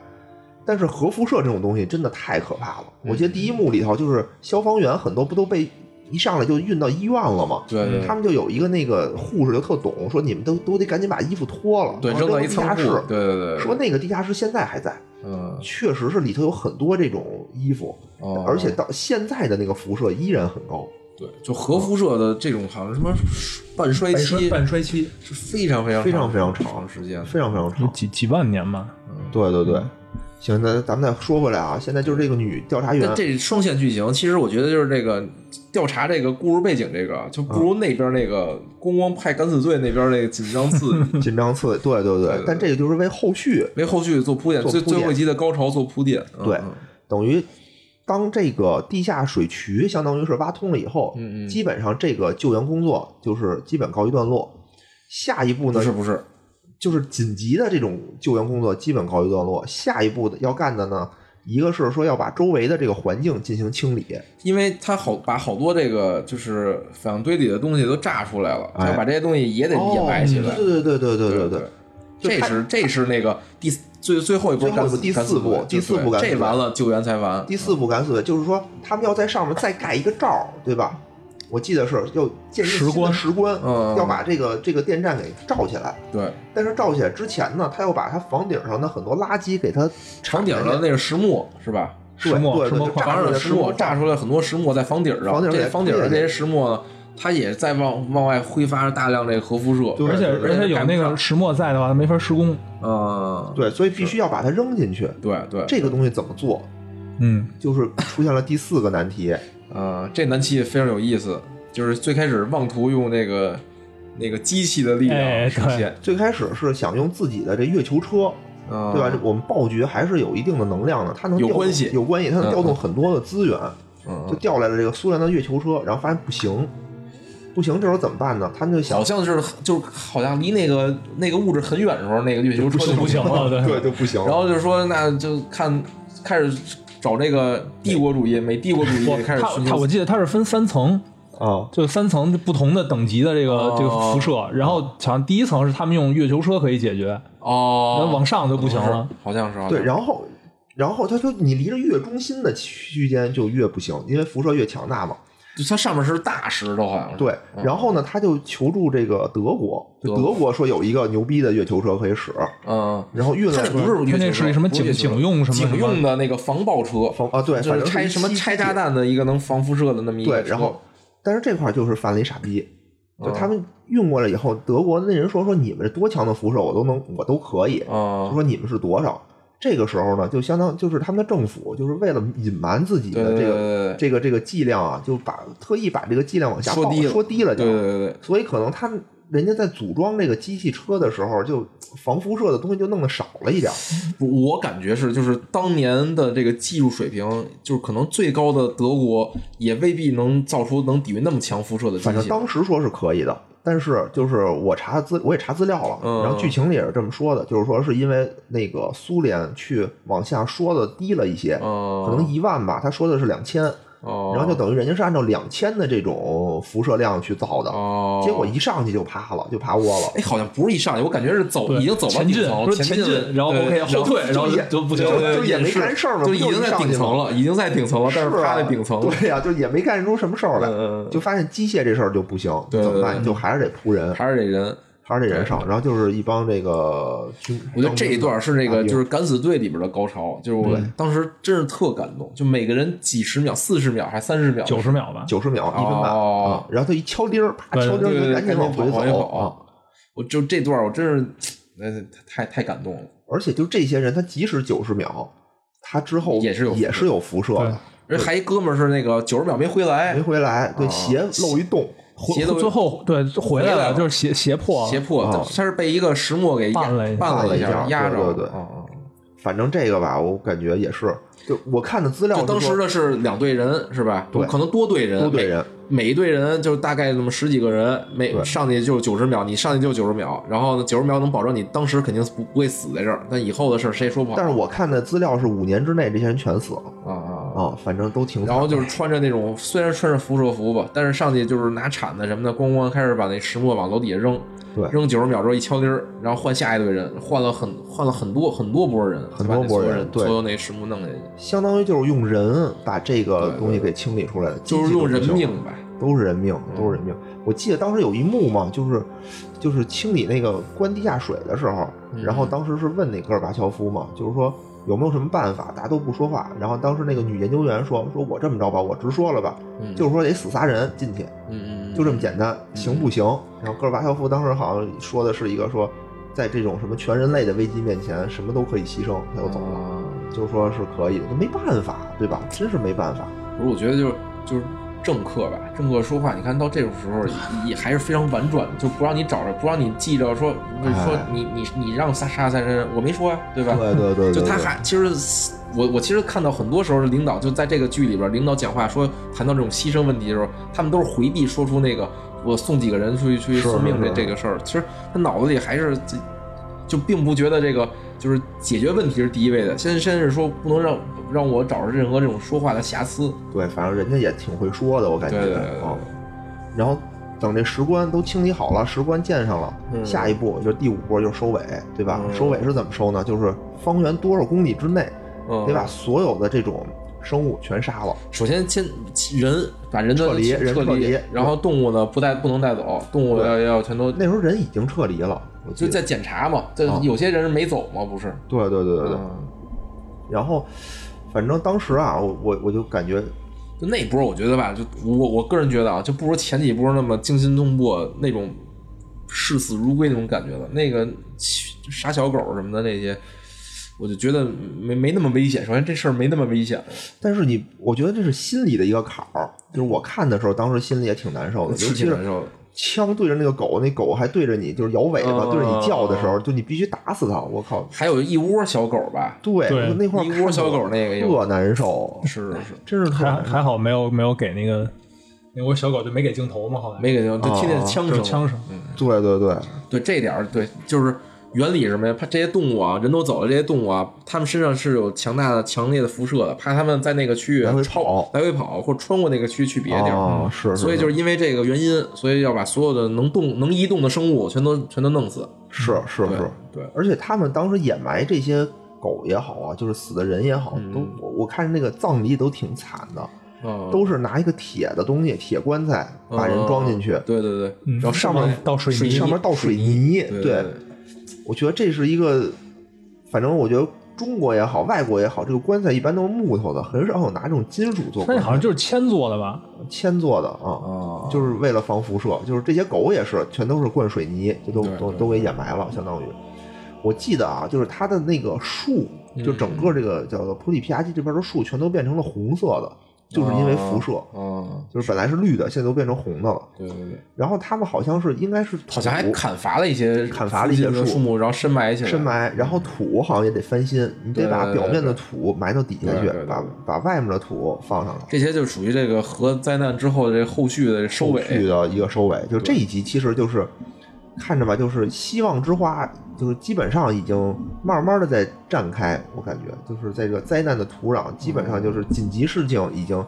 [SPEAKER 1] 但是核辐射这种东西真的太可怕了。我
[SPEAKER 2] 嗯
[SPEAKER 1] 记得第一幕里头就是消防员很多不都被一上来就运到医院了吗？
[SPEAKER 2] 对对
[SPEAKER 1] 嗯他们就有一个那个护士就特懂，说你们都都得赶紧把衣服脱了，
[SPEAKER 2] 对，
[SPEAKER 1] 然后
[SPEAKER 2] 扔到一
[SPEAKER 1] 地
[SPEAKER 2] 仓
[SPEAKER 1] 下
[SPEAKER 2] 库
[SPEAKER 1] 室。，
[SPEAKER 2] 对对对，对
[SPEAKER 1] 说那个地下室现在还在，
[SPEAKER 2] 嗯，
[SPEAKER 1] 确实是里头有很多这种衣服，
[SPEAKER 2] 哦
[SPEAKER 1] 而且到现在的那个辐射依然很高。
[SPEAKER 2] 对，就核辐射的这种好像什么半衰
[SPEAKER 3] 半
[SPEAKER 2] 期
[SPEAKER 3] 衰半衰期
[SPEAKER 2] 是非常非常
[SPEAKER 1] 非常非常
[SPEAKER 2] 长
[SPEAKER 1] 长
[SPEAKER 2] 时间的，
[SPEAKER 1] 非常非常长，
[SPEAKER 3] 几几万年吧，
[SPEAKER 1] 对对对，行，那咱们再说回来啊，现在就是这个女调查员
[SPEAKER 2] 但，这双线剧情，其实我觉得就是这个调查这个故事背景，这个就不
[SPEAKER 1] 嗯
[SPEAKER 2] 如那边那个光光派敢死队那边那个紧张刺 激
[SPEAKER 1] 紧张刺，对对对
[SPEAKER 2] 对，
[SPEAKER 1] 但这个就是为后续，
[SPEAKER 2] 为后续做铺垫，
[SPEAKER 1] 做
[SPEAKER 2] 最
[SPEAKER 1] 铺垫
[SPEAKER 2] 最后一集的高潮做铺垫。嗯
[SPEAKER 1] 对
[SPEAKER 2] 嗯，
[SPEAKER 1] 等于当这个地下水渠相当于是挖通了以后，
[SPEAKER 2] 嗯嗯
[SPEAKER 1] 基本上这个救援工作就是基本告一段落。下一步呢
[SPEAKER 2] 不，是不是，
[SPEAKER 1] 就是紧急的这种救援工作基本告一段落。下一步的要干的呢，一个是说要把周围的这个环境进行清理，
[SPEAKER 2] 因为他好把好多这个就是反应堆里的东西都炸出来了，
[SPEAKER 1] 哎
[SPEAKER 2] 他把这些东西也得掩埋起来。
[SPEAKER 1] 哦对对对对对
[SPEAKER 2] 对
[SPEAKER 1] 对
[SPEAKER 2] 对
[SPEAKER 1] 对。，
[SPEAKER 2] 这是这是那个第最最后一波
[SPEAKER 1] 最后一部
[SPEAKER 2] 敢死
[SPEAKER 1] 第四
[SPEAKER 2] 敢死队
[SPEAKER 1] 部
[SPEAKER 2] 就
[SPEAKER 1] 第四
[SPEAKER 2] 对
[SPEAKER 1] 部敢死
[SPEAKER 2] 这
[SPEAKER 1] 队
[SPEAKER 2] 完了救援才完。
[SPEAKER 1] 第四部敢死队就是说他们要在上面再盖一个罩儿，对吧？我记得是要建一个
[SPEAKER 3] 石棺
[SPEAKER 1] 新的石棺，
[SPEAKER 2] 嗯
[SPEAKER 1] 要把这个这个电站给罩起来。
[SPEAKER 2] 对，
[SPEAKER 1] 但是罩起来之前呢，他要把他房顶上的很多垃圾给它铲
[SPEAKER 2] 房顶
[SPEAKER 1] 下
[SPEAKER 2] 上的
[SPEAKER 1] 来
[SPEAKER 2] 那个石墨是吧？
[SPEAKER 3] 石
[SPEAKER 1] 对
[SPEAKER 3] 墨
[SPEAKER 1] 对
[SPEAKER 3] 石
[SPEAKER 1] 对，
[SPEAKER 3] 墨
[SPEAKER 1] 就
[SPEAKER 3] 块
[SPEAKER 1] 炸
[SPEAKER 2] 防
[SPEAKER 1] 出
[SPEAKER 2] 止
[SPEAKER 1] 来
[SPEAKER 2] 石墨炸出来很多石墨在房顶上，
[SPEAKER 1] 房顶上
[SPEAKER 2] 这
[SPEAKER 1] 也
[SPEAKER 2] 房顶
[SPEAKER 1] 对
[SPEAKER 2] 上这些石墨呢，它也在往往外挥发着大量这核辐射，
[SPEAKER 1] 对
[SPEAKER 3] 而且
[SPEAKER 1] 对对
[SPEAKER 3] 而且有那个石墨在的话，它没法施工。
[SPEAKER 2] 嗯，
[SPEAKER 1] 对，所以必须要把它扔进去。
[SPEAKER 2] 对对，
[SPEAKER 1] 这个东西怎么做？
[SPEAKER 3] 嗯，
[SPEAKER 1] 就是出现了第四个难题，
[SPEAKER 2] 嗯，这难题也非常有意思，就是最开始妄图用那个那个机器的力量
[SPEAKER 3] 哎
[SPEAKER 2] 实
[SPEAKER 3] 对
[SPEAKER 2] 现，
[SPEAKER 1] 最开始是想用自己的这月球车，
[SPEAKER 2] 嗯，
[SPEAKER 1] 对吧？我们暴菊还是有一定的能量的，它能
[SPEAKER 2] 有
[SPEAKER 1] 调动
[SPEAKER 2] 关系
[SPEAKER 1] 有关系，它能
[SPEAKER 2] 嗯
[SPEAKER 1] 调
[SPEAKER 2] 嗯
[SPEAKER 1] 动很多的资源。
[SPEAKER 2] 嗯，
[SPEAKER 1] 就
[SPEAKER 2] 嗯
[SPEAKER 1] 调来了这个苏联的月球车，然后发现不行，不行，这时候怎么办呢？他们就想
[SPEAKER 2] 好，像是就是好像离那个那个物质很远的时候，那个月球车就
[SPEAKER 3] 不行了，对
[SPEAKER 1] 对，就不行了。
[SPEAKER 2] 然后就说那就看开始找这个帝国主义、美帝国主义
[SPEAKER 3] 我
[SPEAKER 2] 开始
[SPEAKER 3] 他
[SPEAKER 2] 寻
[SPEAKER 3] 他
[SPEAKER 2] 求
[SPEAKER 3] 我记得它是分三层，
[SPEAKER 1] 啊
[SPEAKER 3] 就三层不同的等级的这个、
[SPEAKER 2] 哦
[SPEAKER 3] 这个辐射，然后好像第一层是他们用月球车可以解决，然
[SPEAKER 2] 哦
[SPEAKER 3] 后，往上就不行了。
[SPEAKER 2] 好像是，好像是
[SPEAKER 1] 啊对，，然后然后他说你离着越中心的区间就越不行，因为辐射越强大嘛。
[SPEAKER 2] 就它上面是大石头，好像是。
[SPEAKER 1] 对，然后呢，他就求助这个德国，就
[SPEAKER 2] 嗯德
[SPEAKER 1] 德国说有一个牛逼的月球车可以使，
[SPEAKER 2] 嗯，
[SPEAKER 1] 然后运
[SPEAKER 2] 它
[SPEAKER 1] 了
[SPEAKER 2] 那不是月
[SPEAKER 3] 它那
[SPEAKER 2] 球车
[SPEAKER 3] 是什么
[SPEAKER 2] 不
[SPEAKER 3] 警
[SPEAKER 2] 月球车
[SPEAKER 3] 警用什么
[SPEAKER 2] 警
[SPEAKER 3] 什
[SPEAKER 2] 用
[SPEAKER 3] 么
[SPEAKER 2] 的那个防爆车，
[SPEAKER 1] 防啊对，
[SPEAKER 2] 就
[SPEAKER 1] 反正
[SPEAKER 2] 是拆什么
[SPEAKER 1] 七
[SPEAKER 2] 拆炸弹的一个能防辐射的那么一个
[SPEAKER 1] 对，
[SPEAKER 2] 车
[SPEAKER 1] 然后但是这块儿就是犯了一傻逼，就
[SPEAKER 2] 嗯
[SPEAKER 1] 他们运过来以后，德国那人说说你们是多强的辐射我都能我都可以，就
[SPEAKER 2] 啊，
[SPEAKER 1] 说你们是多少。这个时候呢，就相当就是他们的政府就是为了隐瞒自己
[SPEAKER 2] 对
[SPEAKER 1] 的
[SPEAKER 2] 对
[SPEAKER 1] 这
[SPEAKER 2] 对
[SPEAKER 1] 个
[SPEAKER 2] 对
[SPEAKER 1] 这个这个剂量啊，就把特意把这个剂量往下
[SPEAKER 2] 说
[SPEAKER 1] 报
[SPEAKER 2] 低了
[SPEAKER 1] 说低了
[SPEAKER 2] 对
[SPEAKER 1] 就
[SPEAKER 2] 对对对，
[SPEAKER 1] 所以可能他们人家在组装这个机器车的时候，就防辐射的东西就弄得少了一点儿。
[SPEAKER 2] 我感觉是，就是当年的这个技术水平，就是可能最高的德国也未必能造出能抵御那么强辐射的
[SPEAKER 1] 反
[SPEAKER 2] 机
[SPEAKER 1] 正
[SPEAKER 2] 器。
[SPEAKER 1] 当时说是可以的，但是就是我查资我也查资料了，
[SPEAKER 2] 嗯
[SPEAKER 1] 然后剧情里也是这么说的，就是说是因为那个苏联去往下说的低了一些，
[SPEAKER 2] 嗯，
[SPEAKER 1] 可能一万吧，他说的是两千，
[SPEAKER 2] 哦，
[SPEAKER 1] 然后就等于人家是按照两千的这种辐射量去造的，
[SPEAKER 2] 哦，
[SPEAKER 1] 结果一上去就趴了，就趴窝了。
[SPEAKER 2] 哎，好像不是一上去，我感觉是走
[SPEAKER 3] 对
[SPEAKER 2] 已经走到
[SPEAKER 3] 前
[SPEAKER 2] 顶
[SPEAKER 3] 进
[SPEAKER 2] 层
[SPEAKER 3] 不
[SPEAKER 2] 了，
[SPEAKER 3] 是前
[SPEAKER 2] 进了，
[SPEAKER 3] 然后
[SPEAKER 2] 对
[SPEAKER 3] OK 后退，然后
[SPEAKER 1] 就也
[SPEAKER 3] 就不行
[SPEAKER 1] 就
[SPEAKER 3] 了。
[SPEAKER 2] 对
[SPEAKER 1] 就也没
[SPEAKER 2] 是
[SPEAKER 1] 干事儿嘛
[SPEAKER 2] 就已
[SPEAKER 1] 不就
[SPEAKER 2] 经
[SPEAKER 1] 一
[SPEAKER 2] 在
[SPEAKER 1] 上
[SPEAKER 2] 顶
[SPEAKER 1] 去吗
[SPEAKER 2] 层了，已经在顶层了，但
[SPEAKER 1] 啊
[SPEAKER 2] 趴在顶层了。
[SPEAKER 1] 对呀、就也没干出什么事儿来，
[SPEAKER 2] 嗯嗯嗯
[SPEAKER 1] 就发现机械这事儿就不行，
[SPEAKER 2] 对对
[SPEAKER 1] 怎么办？
[SPEAKER 2] 对
[SPEAKER 1] 你就还是得扑人，
[SPEAKER 2] 还是得人，
[SPEAKER 1] 还是得人上，然后就是一帮这个军，
[SPEAKER 2] 我觉得这一段是那
[SPEAKER 1] 当
[SPEAKER 2] 个
[SPEAKER 1] 兵
[SPEAKER 2] 就是敢死队里边的高潮，就是我当时真是特感动，就每个人几十秒、四十秒还三十秒，
[SPEAKER 3] 九十秒吧，
[SPEAKER 1] 九十秒一分半、
[SPEAKER 2] 哦
[SPEAKER 1] 啊，然后他一敲钉儿，啪
[SPEAKER 3] 对
[SPEAKER 1] 敲钉
[SPEAKER 2] 对
[SPEAKER 1] 儿
[SPEAKER 2] 对
[SPEAKER 1] 就
[SPEAKER 2] 对，
[SPEAKER 1] 赶紧往回
[SPEAKER 2] 跑，往
[SPEAKER 1] 走啊。
[SPEAKER 2] 跑。我就这段我真是，呃，太太感动了。
[SPEAKER 1] 而且就这些人，他即使九十秒，他之后
[SPEAKER 2] 也是有
[SPEAKER 1] 也是有辐射的，
[SPEAKER 2] 人还一哥们儿是那个九十秒没回来
[SPEAKER 1] 没，回来，对
[SPEAKER 2] 啊
[SPEAKER 1] 鞋漏一洞，
[SPEAKER 3] 回
[SPEAKER 2] 鞋都
[SPEAKER 3] 最后对回
[SPEAKER 2] 回
[SPEAKER 3] 来
[SPEAKER 2] 来了
[SPEAKER 3] 了，就是斜斜破
[SPEAKER 2] 胁迫，
[SPEAKER 1] 啊
[SPEAKER 2] 他是被一个石墨给压
[SPEAKER 3] 绊了一下
[SPEAKER 2] 绊了
[SPEAKER 1] 绊了一下
[SPEAKER 2] 压着
[SPEAKER 1] 对
[SPEAKER 2] 了，
[SPEAKER 1] 对对
[SPEAKER 2] 嗯嗯
[SPEAKER 1] 反正这个吧，我感觉也是，就我看的资料
[SPEAKER 2] 就是
[SPEAKER 1] 说，
[SPEAKER 2] 当时的是两队人是吧？
[SPEAKER 1] 对
[SPEAKER 2] 可能多队人，
[SPEAKER 1] 多队人
[SPEAKER 2] 每，每一队人就是大概那么十几个人，每
[SPEAKER 1] 对
[SPEAKER 2] 上去就是九十秒，你上去就九十秒，然后呢九十秒能保证你当时肯定不不会死在这儿，但以后的事儿谁也说不好。
[SPEAKER 1] 但是我看的资料是五年之内这些人全死了
[SPEAKER 2] 啊啊啊！
[SPEAKER 1] 啊，反正都挺惨的。
[SPEAKER 2] 然后就是穿着那种虽然穿着辐射服吧，但是上去就是拿铲子什么的，咣咣开始把那石墨往楼底下扔，
[SPEAKER 1] 对
[SPEAKER 2] 扔九十秒之后一敲铃儿，然后换下一队人，换了很换了很多很多波人，啊
[SPEAKER 1] 很多波
[SPEAKER 2] 就把那所有
[SPEAKER 1] 人
[SPEAKER 2] 人，
[SPEAKER 1] 对
[SPEAKER 2] 所有那石墨弄下去，
[SPEAKER 1] 相当于就是用人把这个
[SPEAKER 2] 对
[SPEAKER 1] 东西给清理出来的，
[SPEAKER 2] 就是
[SPEAKER 1] 机器都
[SPEAKER 2] 用
[SPEAKER 1] 不
[SPEAKER 2] 人
[SPEAKER 1] 行
[SPEAKER 2] 命，吧。
[SPEAKER 1] 都是人命，都是人命。我记得当时有一幕嘛，就是就是清理那个关地下水的时候，
[SPEAKER 2] 嗯
[SPEAKER 1] 然后当时是问那戈尔巴乔夫嘛，就是说有没有什么办法，大家都不说话。然后当时那个女研究员说：“说我这么着吧，我直说了吧，
[SPEAKER 2] 嗯
[SPEAKER 1] 就是说得死仨人进去，
[SPEAKER 2] 嗯嗯，嗯
[SPEAKER 1] 就这么简单，行不行？”然后戈尔巴乔夫当时好像说的是一个说，在这种什么全人类的危机面前，什么都可以牺牲，他就走了。
[SPEAKER 2] 啊。
[SPEAKER 1] 就说是可以的，就没办法，对吧？真是没办法。
[SPEAKER 2] 不是，我觉得就是就是政客吧，政客说话，你看到这种 时候也也还是非常婉转的，就不让你找着，不让你记着说
[SPEAKER 1] 哎
[SPEAKER 2] 说你你你让杀杀杀杀，我没说啊，对吧？
[SPEAKER 1] 对对对对
[SPEAKER 2] 就他
[SPEAKER 1] 对
[SPEAKER 2] 还其实我我其实看到很多时候领导就在这个剧里边，领导讲话说谈到这种牺牲问题的时候，他们都是回避说出那个我送几个人出去去
[SPEAKER 1] 是
[SPEAKER 2] 送命
[SPEAKER 1] 是
[SPEAKER 2] 这
[SPEAKER 1] 是
[SPEAKER 2] 这个事儿，其实他脑子里还是这就并不觉得这个就是解决问题是第一位的，先先是说不能让让我找着任何这种说话的瑕疵，
[SPEAKER 1] 对，反正人家也挺会说的，我感觉
[SPEAKER 2] 对对对对
[SPEAKER 1] 啊。然后等这石棺都清理好了，石棺建上了，
[SPEAKER 2] 嗯
[SPEAKER 1] 下一步就是第五波，就是收尾，对吧？
[SPEAKER 2] 嗯
[SPEAKER 1] 收尾是怎么收呢？就是方圆多少公里之内，
[SPEAKER 2] 嗯
[SPEAKER 1] 得把所有的这种生物全杀了。
[SPEAKER 2] 首先先人把人的
[SPEAKER 1] 撤离人
[SPEAKER 2] 撤
[SPEAKER 1] 撤离
[SPEAKER 2] 然后动物呢不带不能带走，动物要要全都
[SPEAKER 1] 那时候人已经撤离了，我记
[SPEAKER 2] 就
[SPEAKER 1] 得
[SPEAKER 2] 在检查嘛，这
[SPEAKER 1] 啊
[SPEAKER 2] 有些人是没走嘛，不是？
[SPEAKER 1] 对对对对对。
[SPEAKER 2] 嗯
[SPEAKER 1] 然后，反正当时啊，我我我就感觉
[SPEAKER 2] 就那一波，我觉得吧，就我我个人觉得啊，就不如前几波那么惊心动魄那种视死如归那种感觉了。那个去杀小狗什么的那些，我就觉得没没那么危险。首先这事儿没那么危险，
[SPEAKER 1] 但是你，我觉得这是心里的一个坎儿。就是我看的时候，当时心里也挺难受的，尤
[SPEAKER 2] 是
[SPEAKER 1] 其
[SPEAKER 2] 挺
[SPEAKER 1] 是
[SPEAKER 2] 难受的。
[SPEAKER 1] 枪对着那个狗，那狗还对着你，就是摇尾巴、
[SPEAKER 2] 嗯
[SPEAKER 1] 对着你叫的时候，就你必须打死它。我靠！
[SPEAKER 2] 还有一窝小狗吧，
[SPEAKER 1] 对，
[SPEAKER 3] 对
[SPEAKER 1] 那块儿
[SPEAKER 2] 一
[SPEAKER 1] 看
[SPEAKER 2] 窝
[SPEAKER 1] 着
[SPEAKER 2] 小狗那个有
[SPEAKER 1] 特难 受，
[SPEAKER 2] 是是。
[SPEAKER 1] 真是特
[SPEAKER 3] 还
[SPEAKER 1] 难受。
[SPEAKER 3] 还好没有没有给那个，那我小狗就没给镜头嘛，后来
[SPEAKER 2] 没给就听见
[SPEAKER 1] 哦
[SPEAKER 2] 枪
[SPEAKER 3] 就是
[SPEAKER 2] 声，
[SPEAKER 3] 枪声，
[SPEAKER 1] 对对对，
[SPEAKER 2] 对这点儿，对，就是原理是什么呀？怕这些动物啊，人都走了，这些动物啊，它们身上是有强大的、强烈的辐射的，怕它们在那个区域
[SPEAKER 1] 来回
[SPEAKER 2] 超
[SPEAKER 1] 跑
[SPEAKER 2] 来回跑，或者穿过那个区域去别的地儿。
[SPEAKER 1] 哦，是，是
[SPEAKER 2] 所以就是因为这个原因，所以要把所有的能动、能移动的生物全都全都弄死。
[SPEAKER 1] 是是
[SPEAKER 2] 对
[SPEAKER 1] 是，
[SPEAKER 2] 对，
[SPEAKER 1] 而且他们当时掩埋这些狗也好啊，就是死的人也好，
[SPEAKER 2] 嗯
[SPEAKER 1] 都我我看那个葬礼都挺惨的，
[SPEAKER 2] 哦
[SPEAKER 1] 都是拿一个铁的东西，铁棺材把人装进去，
[SPEAKER 2] 嗯对对对，
[SPEAKER 3] 嗯
[SPEAKER 2] 然后
[SPEAKER 1] 上面
[SPEAKER 3] 倒水
[SPEAKER 2] 水
[SPEAKER 3] 泥，
[SPEAKER 1] 上面倒水泥，
[SPEAKER 2] 对对
[SPEAKER 1] 我觉得这是一个，反正我觉得中国也好，外国也好，这个棺材一般都是木头的，很少有拿这种金属做
[SPEAKER 3] 但
[SPEAKER 1] 棺
[SPEAKER 3] 是
[SPEAKER 1] 材，
[SPEAKER 3] 好像就是铅做的吧？
[SPEAKER 1] 铅做的啊，
[SPEAKER 2] 啊，
[SPEAKER 1] 就是为了防辐射。就是这些狗也是，全都是灌水泥，就都
[SPEAKER 2] 对
[SPEAKER 1] 都
[SPEAKER 2] 对
[SPEAKER 1] 都给掩埋了，相当于。我记得啊，就是它的那个树，
[SPEAKER 2] 嗯
[SPEAKER 1] 就整个这个叫做普里皮亚季这边的树，全都变成了红色的，就是因为辐射，
[SPEAKER 2] 啊，
[SPEAKER 1] 就是本来是绿的，现在都变成红的了。
[SPEAKER 2] 对对对，
[SPEAKER 1] 然后他们好像是应该是
[SPEAKER 2] 好像还
[SPEAKER 1] 土
[SPEAKER 2] 砍伐了一些
[SPEAKER 1] 砍伐了一些
[SPEAKER 2] 附近的
[SPEAKER 1] 树
[SPEAKER 2] 树木，然后深埋起来，
[SPEAKER 1] 深埋，然后土好像也得翻新，你得
[SPEAKER 2] 对
[SPEAKER 1] 把
[SPEAKER 2] 对
[SPEAKER 1] 表
[SPEAKER 2] 对
[SPEAKER 1] 面的
[SPEAKER 2] 对
[SPEAKER 1] 土埋到底下
[SPEAKER 2] 对
[SPEAKER 1] 去
[SPEAKER 2] 对对，
[SPEAKER 1] 把
[SPEAKER 2] 对
[SPEAKER 1] 把外面的土放上来。
[SPEAKER 2] 这些就属于这个核灾难之后的这后续的收
[SPEAKER 1] 后续
[SPEAKER 2] 尾。
[SPEAKER 1] 的一个收尾，就这一集其实就是看着吧，就是希望之花，就是基本上已经慢慢的在绽开，我感觉就是在这个灾难的土壤，基本上就是紧急事情已经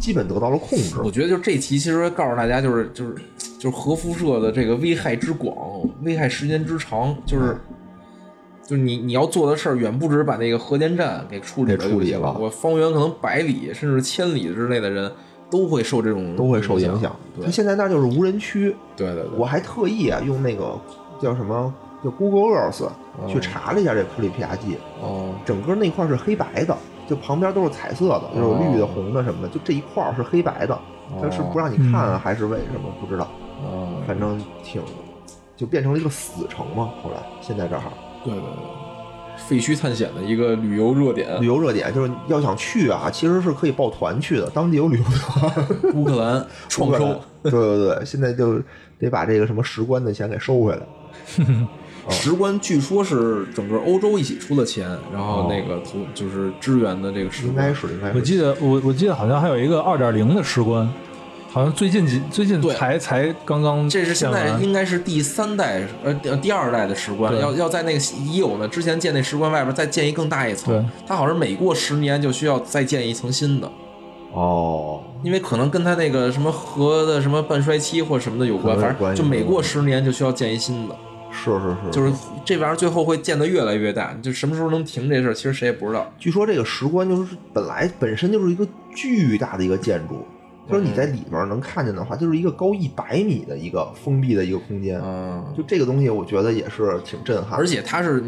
[SPEAKER 1] 基本得到了控制。
[SPEAKER 2] 我觉得就这期其实告诉大家，就是就是就是核辐射的这个危害之广，危害时间之长，就是。
[SPEAKER 1] 嗯
[SPEAKER 2] 就是你你要做的事儿，远不止把那个核电站给处理了
[SPEAKER 1] 给处理
[SPEAKER 2] 就行
[SPEAKER 1] 了
[SPEAKER 2] 我方圆可能百里甚至千里之内的人都会受这种
[SPEAKER 1] 都会受影响
[SPEAKER 2] 响。。
[SPEAKER 1] 它
[SPEAKER 2] 对
[SPEAKER 1] 现在那就是无人区，
[SPEAKER 2] 对对对，
[SPEAKER 1] 我还特意啊用那个叫什么叫 Google Earth 去查了一下这普里皮亚季，
[SPEAKER 2] 哦，
[SPEAKER 1] 整个那块儿是黑白的，就旁边都是彩色的，就是绿的、
[SPEAKER 2] 哦
[SPEAKER 1] 红的什么的，就这一块儿是黑白的。但是不让你看
[SPEAKER 3] 嗯
[SPEAKER 1] 啊，还是为什么不知道？
[SPEAKER 2] 哦，
[SPEAKER 1] 反正挺，就变成了一个死城嘛。后来现在这儿
[SPEAKER 2] 对对对，废墟探险的一个旅游热点
[SPEAKER 1] 旅，游热点，就是要想去啊，其实是可以报团去的，当地有旅游 团。
[SPEAKER 2] 乌克兰创
[SPEAKER 1] 不可
[SPEAKER 2] 收
[SPEAKER 1] 能，对对对，现在就得把这个什么石棺的钱给收回来。
[SPEAKER 2] 石棺据说是整个欧洲一起出的钱，然
[SPEAKER 3] 哦
[SPEAKER 2] 后那个投就是支援的这个石
[SPEAKER 1] 应该
[SPEAKER 2] 棺。
[SPEAKER 1] 是应该
[SPEAKER 3] 我
[SPEAKER 1] 是，
[SPEAKER 3] 记得我我记得好像还有一个二点零的石棺，好像最近几最近
[SPEAKER 2] 对
[SPEAKER 3] 才才刚刚
[SPEAKER 2] 这是现在
[SPEAKER 3] 建完
[SPEAKER 2] 应该是第三代呃第第二代的石棺，
[SPEAKER 3] 啊对
[SPEAKER 2] 要要在那个已有的之前建那石棺外边再建一更大一层
[SPEAKER 3] 对，
[SPEAKER 2] 它好像每过十年就需要再建一层新的，
[SPEAKER 1] 哦，
[SPEAKER 2] 因为可能跟它那个什么核的什么半衰期或什么的有关，
[SPEAKER 1] 可能有
[SPEAKER 2] 反正
[SPEAKER 1] 关系
[SPEAKER 2] 就每过十年就需要建一新的，
[SPEAKER 1] 是是是，
[SPEAKER 2] 就是这玩意儿最后会建得越来越大，就什么时候能停这事儿，其实谁也不知道。
[SPEAKER 1] 据说这个石棺就是本来本身就是一个巨大的一个建筑，就是你在
[SPEAKER 2] 嗯
[SPEAKER 1] 里面能看见的话，就是一个高一百米的一个封闭的一个空间。
[SPEAKER 2] 嗯，
[SPEAKER 1] 就这个东西，我觉得也是挺震撼。
[SPEAKER 2] 而且它是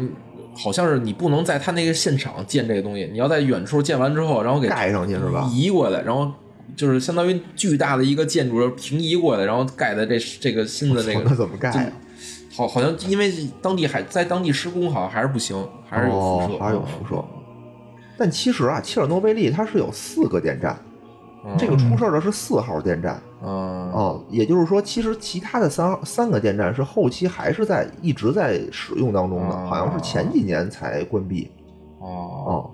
[SPEAKER 2] 好像是你不能在它那个现场建这个东西，你要在远处建完之后，然后给
[SPEAKER 1] 盖上去是吧？
[SPEAKER 2] 移过来，然后。就是相当于巨大的一个建筑平移过来，然后盖的这这个新的这
[SPEAKER 1] 那
[SPEAKER 2] 个，
[SPEAKER 1] 怎么盖啊？
[SPEAKER 2] 好好像因为当地还在当地施工，好像还是不行，还是有辐
[SPEAKER 1] 哦
[SPEAKER 2] 射，嗯
[SPEAKER 1] 还是有辐射。但其实啊，切尔诺贝利它是有四个电站，
[SPEAKER 2] 嗯。
[SPEAKER 1] 这个出事儿的是四号电站
[SPEAKER 2] 嗯，
[SPEAKER 1] 啊、也就是说，其实其他的三三个电站是后期还是在一直在使用当中的，
[SPEAKER 2] 哦
[SPEAKER 1] 好像是前几年才关闭啊、
[SPEAKER 2] 哦，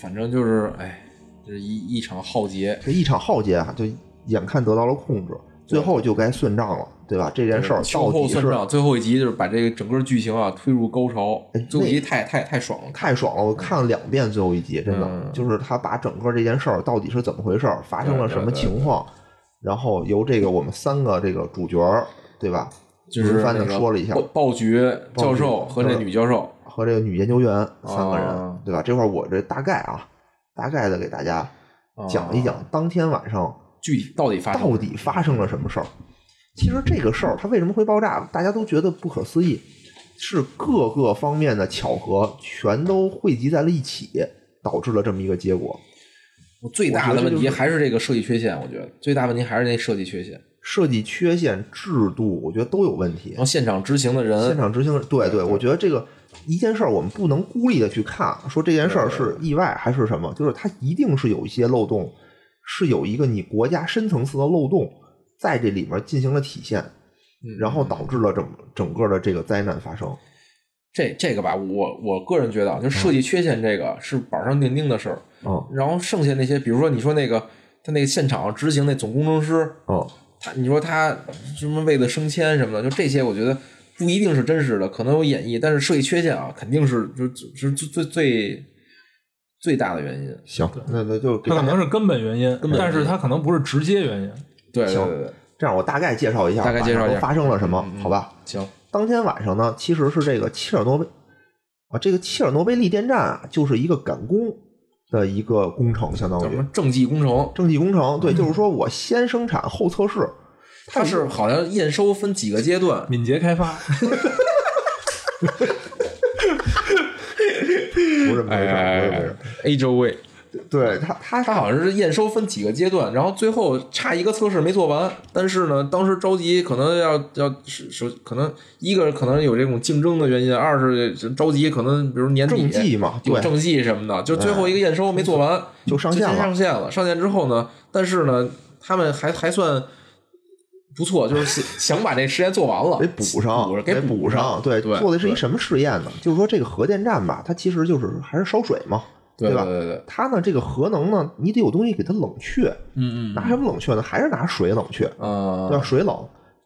[SPEAKER 2] 反正就是哎，就是一一场浩劫，
[SPEAKER 1] 这一场浩劫啊，就眼看得到了控制，最后就该算账了，对吧？这件事儿
[SPEAKER 2] 秋
[SPEAKER 1] 到
[SPEAKER 2] 后
[SPEAKER 1] 底
[SPEAKER 2] 算
[SPEAKER 1] 是
[SPEAKER 2] 账，最后一集就是把这个整个剧情啊推入高潮
[SPEAKER 1] 哎，
[SPEAKER 2] 最后一集
[SPEAKER 1] 那
[SPEAKER 2] 太太太爽了，看
[SPEAKER 1] 太爽了！我看了两遍最后一集，真的、
[SPEAKER 2] 嗯
[SPEAKER 1] 就是他把整个这件事儿到底是怎么回事儿，发生了什么情况，然后由这个我们三个这个主角儿，对吧？
[SPEAKER 2] 就是
[SPEAKER 1] 翻
[SPEAKER 2] 那
[SPEAKER 1] 的
[SPEAKER 2] 个
[SPEAKER 1] 说了一下嗯
[SPEAKER 2] 暴，暴菊教授和那
[SPEAKER 1] 对
[SPEAKER 2] 女教授，
[SPEAKER 1] 和这个女研究员三个人，
[SPEAKER 2] 啊
[SPEAKER 1] 对吧？这块儿我这大概啊，大概的给大家
[SPEAKER 2] 哦
[SPEAKER 1] 嗯讲一讲当天晚上
[SPEAKER 2] 啊具体到底发生了
[SPEAKER 1] 到底发生了什么事儿。其实这个事儿它为什么会爆炸，大家都觉得不可思议，是各个方面的巧合全都汇集在了一起，导致了这么一个结果。
[SPEAKER 2] 我最大
[SPEAKER 1] 我
[SPEAKER 2] 的
[SPEAKER 1] 觉得
[SPEAKER 2] 问
[SPEAKER 1] 这
[SPEAKER 2] 题
[SPEAKER 1] 就是
[SPEAKER 2] 还是这个设计缺陷，我觉得最大问题还是那设计缺陷，
[SPEAKER 1] 设计缺陷、制度，我觉得都有问题
[SPEAKER 2] 然后。现场执行的
[SPEAKER 1] 现
[SPEAKER 2] 人，
[SPEAKER 1] 场执行，对对，我觉得这个一件事儿，我们不能孤立的去看，说这件事儿是意外还是什么，就是它一定是有一些漏洞，是有一个你国家深层次的漏洞在这里面进行了体现，然后导致了整整个的这个灾难发生。
[SPEAKER 2] 这这个吧，我我个人觉得啊，就设计缺陷这个是板上钉钉的事儿，
[SPEAKER 1] 嗯
[SPEAKER 2] 然后剩下那些，比如说你说那个他那个现场执行那总工程师，
[SPEAKER 1] 嗯，
[SPEAKER 2] 他你说他什么为了升迁什么的，就这些，我觉得不一定是真实的，可能有演绎，但是设计缺陷啊，肯定是就是就是最最最最大的原因。
[SPEAKER 1] 行，那那就给
[SPEAKER 3] 它
[SPEAKER 1] 大
[SPEAKER 3] 可
[SPEAKER 1] 家
[SPEAKER 3] 能是根本原因，但是它可能不是直接原因。
[SPEAKER 2] 对对
[SPEAKER 1] 行
[SPEAKER 2] 对对，
[SPEAKER 1] 这样，我大概介绍一下，
[SPEAKER 2] 大概介绍一下
[SPEAKER 1] 晚上都发生了什么，好吧？
[SPEAKER 2] 行，
[SPEAKER 1] 当天晚上呢，其实是这个切尔诺贝啊，这个切尔诺贝利电站啊，就是一个赶工的一个工程，相当
[SPEAKER 2] 叫什
[SPEAKER 1] 于
[SPEAKER 2] 么政绩工程？
[SPEAKER 1] 政绩工程。对，就是说我先生产后测试，
[SPEAKER 2] 它是好像验收分几个阶段，
[SPEAKER 3] 敏捷 开发，
[SPEAKER 1] 不是这么回事儿，不是
[SPEAKER 2] 哎
[SPEAKER 1] 这么回事儿。
[SPEAKER 2] ，A 周位，
[SPEAKER 1] 对他，他
[SPEAKER 2] 它好像是验收分几个阶段，然后最后差一个测试没做完，但是呢，当时着急，可能要要是是可能一个可能有这种竞争的原因，二是着急，可能比如年底
[SPEAKER 1] 政绩嘛，
[SPEAKER 2] 有
[SPEAKER 1] 对，
[SPEAKER 2] 政绩什么的，就最后一个验收没做完，
[SPEAKER 1] 就上
[SPEAKER 2] 就
[SPEAKER 1] 线
[SPEAKER 2] 先
[SPEAKER 1] 了。
[SPEAKER 2] 上线了。上线之后呢，但是呢，他们还还算不错，就是想想把这实验做完了，
[SPEAKER 1] 得补上，
[SPEAKER 2] 补
[SPEAKER 1] 得
[SPEAKER 2] 给
[SPEAKER 1] 补
[SPEAKER 2] 上。
[SPEAKER 1] 对，
[SPEAKER 2] 对
[SPEAKER 1] 做的是一
[SPEAKER 2] 对
[SPEAKER 1] 什么试验呢？就是说这个核电站吧，它其实就是还是烧水嘛，
[SPEAKER 2] 对
[SPEAKER 1] 吧？
[SPEAKER 2] 对对，
[SPEAKER 1] 它呢，这个核能呢，你得有东西给它冷却，
[SPEAKER 2] 嗯嗯
[SPEAKER 1] 拿什么冷却呢？还是拿水冷却，对
[SPEAKER 2] 啊
[SPEAKER 1] 吧？水冷，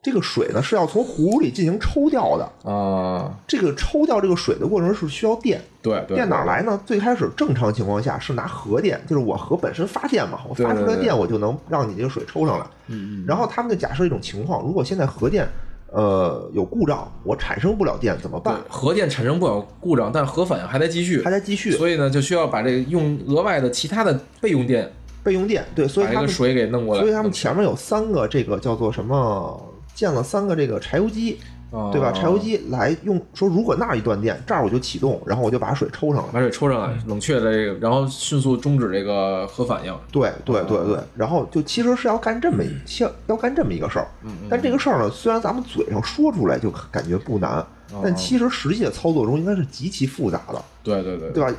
[SPEAKER 1] 这个水呢是要从壶里进行抽掉的。
[SPEAKER 2] 啊，
[SPEAKER 1] 这个抽掉这个水的过程是需要电，
[SPEAKER 2] 对对，
[SPEAKER 1] 电哪儿来呢？最开始正常情况下是拿核电，就是我核本身发电嘛，我发出
[SPEAKER 2] 对
[SPEAKER 1] 来
[SPEAKER 2] 对对
[SPEAKER 1] 电我就能让你这个水抽上来。
[SPEAKER 2] 嗯？嗯嗯，
[SPEAKER 1] 然后他们就假设一种情况，如果现在核电呃有故障，我产生不了电怎么办
[SPEAKER 2] 对？核电产生不了故障，但核反应还在继续
[SPEAKER 1] 还，在继续
[SPEAKER 2] 所以呢，就需要把这个用额外的其他的备用电，
[SPEAKER 1] 备用电，对，所以
[SPEAKER 2] 把
[SPEAKER 1] 他
[SPEAKER 2] 这个
[SPEAKER 1] 们
[SPEAKER 2] 水给弄过来，嗯
[SPEAKER 1] 所以他们前面有三个这个叫做什么？建了三个这个柴油机，
[SPEAKER 2] 啊
[SPEAKER 1] 对吧？柴油机来用说，如果那儿一断电，这儿我就启动，然后我就把水抽上来。
[SPEAKER 2] 把水抽上
[SPEAKER 1] 嗯
[SPEAKER 2] 来，冷却这个，然后迅速终止这个核反应。
[SPEAKER 1] 对对对对，然后就其实是要干这么一要要干这么一个事儿，
[SPEAKER 2] 嗯
[SPEAKER 1] 但这个事儿呢，虽然咱们嘴上说出来就感觉不难，
[SPEAKER 2] 哦
[SPEAKER 1] 但其实实际的操作中应该是极其复杂的，
[SPEAKER 2] 嗯对对对
[SPEAKER 1] 对吧？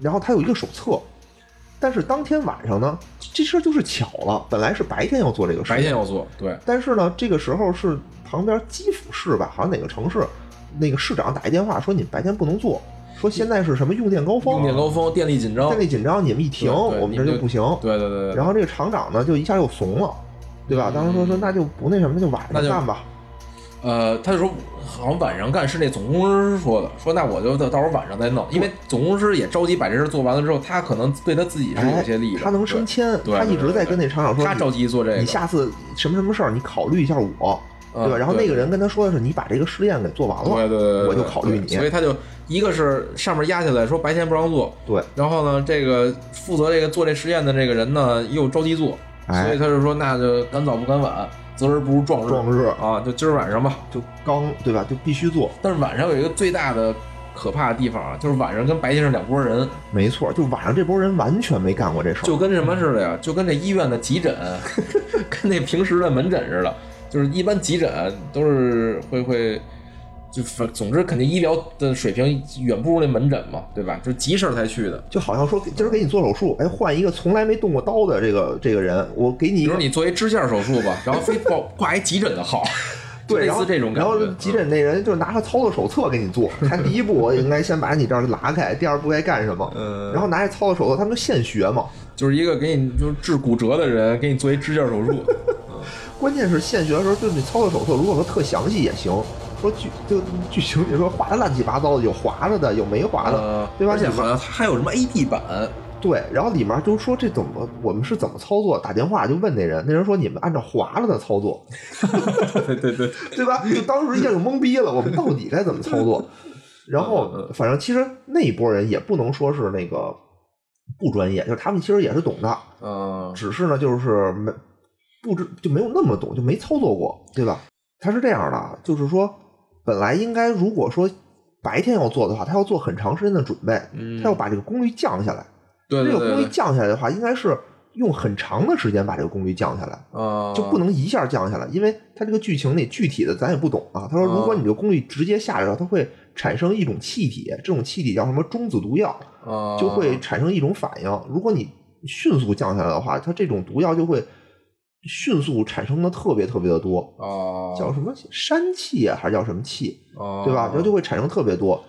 [SPEAKER 1] 然后它有一个手册，但是当天晚上呢，这事儿就是巧了，本来是白天要做这个事
[SPEAKER 2] 白
[SPEAKER 1] 儿，
[SPEAKER 2] 天要做，对，
[SPEAKER 1] 但是呢，这个时候是旁边基辅市吧，好像哪个城市那个市长打一电话说你们白天不能做，说现在是什么用电高峰，
[SPEAKER 2] 用电高峰，电力紧张
[SPEAKER 1] 电，力紧张，你们一停，
[SPEAKER 2] 对对
[SPEAKER 1] 我们这儿就不行。
[SPEAKER 2] 对对对对，
[SPEAKER 1] 然后这个厂长呢，就一下又怂了，对吧？当时说说那就不那什么，那就晚
[SPEAKER 2] 嗯那
[SPEAKER 1] 上
[SPEAKER 2] 就
[SPEAKER 1] 干吧。
[SPEAKER 2] 呃，他就说好像晚上干是那总工程师说的，说那我就到到时候晚上再弄，因为总工程师也着急把这事儿做完了之后，他可能对他自己是有
[SPEAKER 1] 哎
[SPEAKER 2] 一些利益，的，
[SPEAKER 1] 他能
[SPEAKER 2] 对
[SPEAKER 1] 升迁，
[SPEAKER 2] 对
[SPEAKER 1] 他一
[SPEAKER 2] 对
[SPEAKER 1] 直
[SPEAKER 2] 对
[SPEAKER 1] 在跟那厂长说，
[SPEAKER 2] 他
[SPEAKER 1] 你
[SPEAKER 2] 着急做这个，
[SPEAKER 1] 你下次什么什么事儿，你考虑一下我，对吧？
[SPEAKER 2] 嗯
[SPEAKER 1] 然后
[SPEAKER 2] 对
[SPEAKER 1] 那个人跟他说的是，你把这个试验给做完
[SPEAKER 2] 对
[SPEAKER 1] 了，
[SPEAKER 2] 对对，对
[SPEAKER 1] 我就考虑
[SPEAKER 2] 对
[SPEAKER 1] 你
[SPEAKER 2] 所以他就一个是上面压下来说白天不让做，
[SPEAKER 1] 对，
[SPEAKER 2] 然后呢，这个负责这个做这实验的这个人呢又着急做，
[SPEAKER 1] 哎
[SPEAKER 2] 所以他就说那就赶早不赶晚，择日不如撞日，
[SPEAKER 1] 壮日
[SPEAKER 2] 啊，就今儿晚上吧。
[SPEAKER 1] 就刚对吧？就必须做，
[SPEAKER 2] 但是晚上有一个最大的可怕的地方啊，就是晚上跟白天是两拨人，
[SPEAKER 1] 没错。就晚上这波人完全没干过这事儿，
[SPEAKER 2] 就跟什么似的呀？就跟这医院的急诊， 跟那平时的门诊似的，就是一般急诊都是会会。就反，总之肯定医疗的水平远不如那门诊嘛，对吧？就是急事儿才去的。
[SPEAKER 1] 就好像说今儿给你做手术，哎，换一个从来没动过刀的这个这个人，我给你
[SPEAKER 2] 比
[SPEAKER 1] 一
[SPEAKER 2] 如
[SPEAKER 1] 个
[SPEAKER 2] 你做一支架手术吧，然后非挂挂一急诊的号，就
[SPEAKER 1] 对，
[SPEAKER 2] 类
[SPEAKER 1] 然后
[SPEAKER 2] 似这种感
[SPEAKER 1] 然
[SPEAKER 2] 觉。嗯
[SPEAKER 1] 后急诊那人就拿着操作手册给你 做，看第一步我应该先把你这儿拉开，第二步该干什么，然后拿着操作手册，他们就现学嘛。
[SPEAKER 2] 嗯就是一个给你就是治骨折的人，给你做一支架 手术，
[SPEAKER 1] 关键是现学的时候，就是你操作手册如果说特详细也行，说剧就剧情里说划的乱七八糟的，有划着的，有没划的，
[SPEAKER 2] 呃，
[SPEAKER 1] 对吧？
[SPEAKER 2] 而且
[SPEAKER 1] 你们
[SPEAKER 2] 好像它还有什么 AD 版，
[SPEAKER 1] 对，然后里面就说这怎么我们是怎么操作，打电话就问那人，那人说你们按照划了的操作，
[SPEAKER 2] 对对对，
[SPEAKER 1] 对吧？就当时一下就懵逼了，我们到底该怎么操作？然后，反正其实那一波人也不能说是那个不专业，就是他们其实也是懂的，
[SPEAKER 2] 嗯，
[SPEAKER 1] 只是呢就是没不知就没有那么懂，就没操作过，对吧？他是这样的啊，就是说本来应该如果说白天要做的话，他要做很长时间的准备，他要把这个功率降下来。
[SPEAKER 2] 嗯对对
[SPEAKER 1] 这个功
[SPEAKER 2] 对
[SPEAKER 1] 率降下来的话，应该是用很长的时间把这个功率降下来。
[SPEAKER 2] 啊，
[SPEAKER 1] 就不能一下降下来，因为它这个剧情里具体的咱也不懂啊。他说，如果你这功率直接下来了，它会产生一种气体，这种气体叫什么中子毒药，
[SPEAKER 2] 啊，
[SPEAKER 1] 就会产生一种反应。如果你迅速降下来的话，它这种毒药就会迅速产生的特别特别的多，
[SPEAKER 2] 啊，
[SPEAKER 1] 叫什么山气啊，还是叫什么气，
[SPEAKER 2] 啊
[SPEAKER 1] 对吧？然后就会产生特别多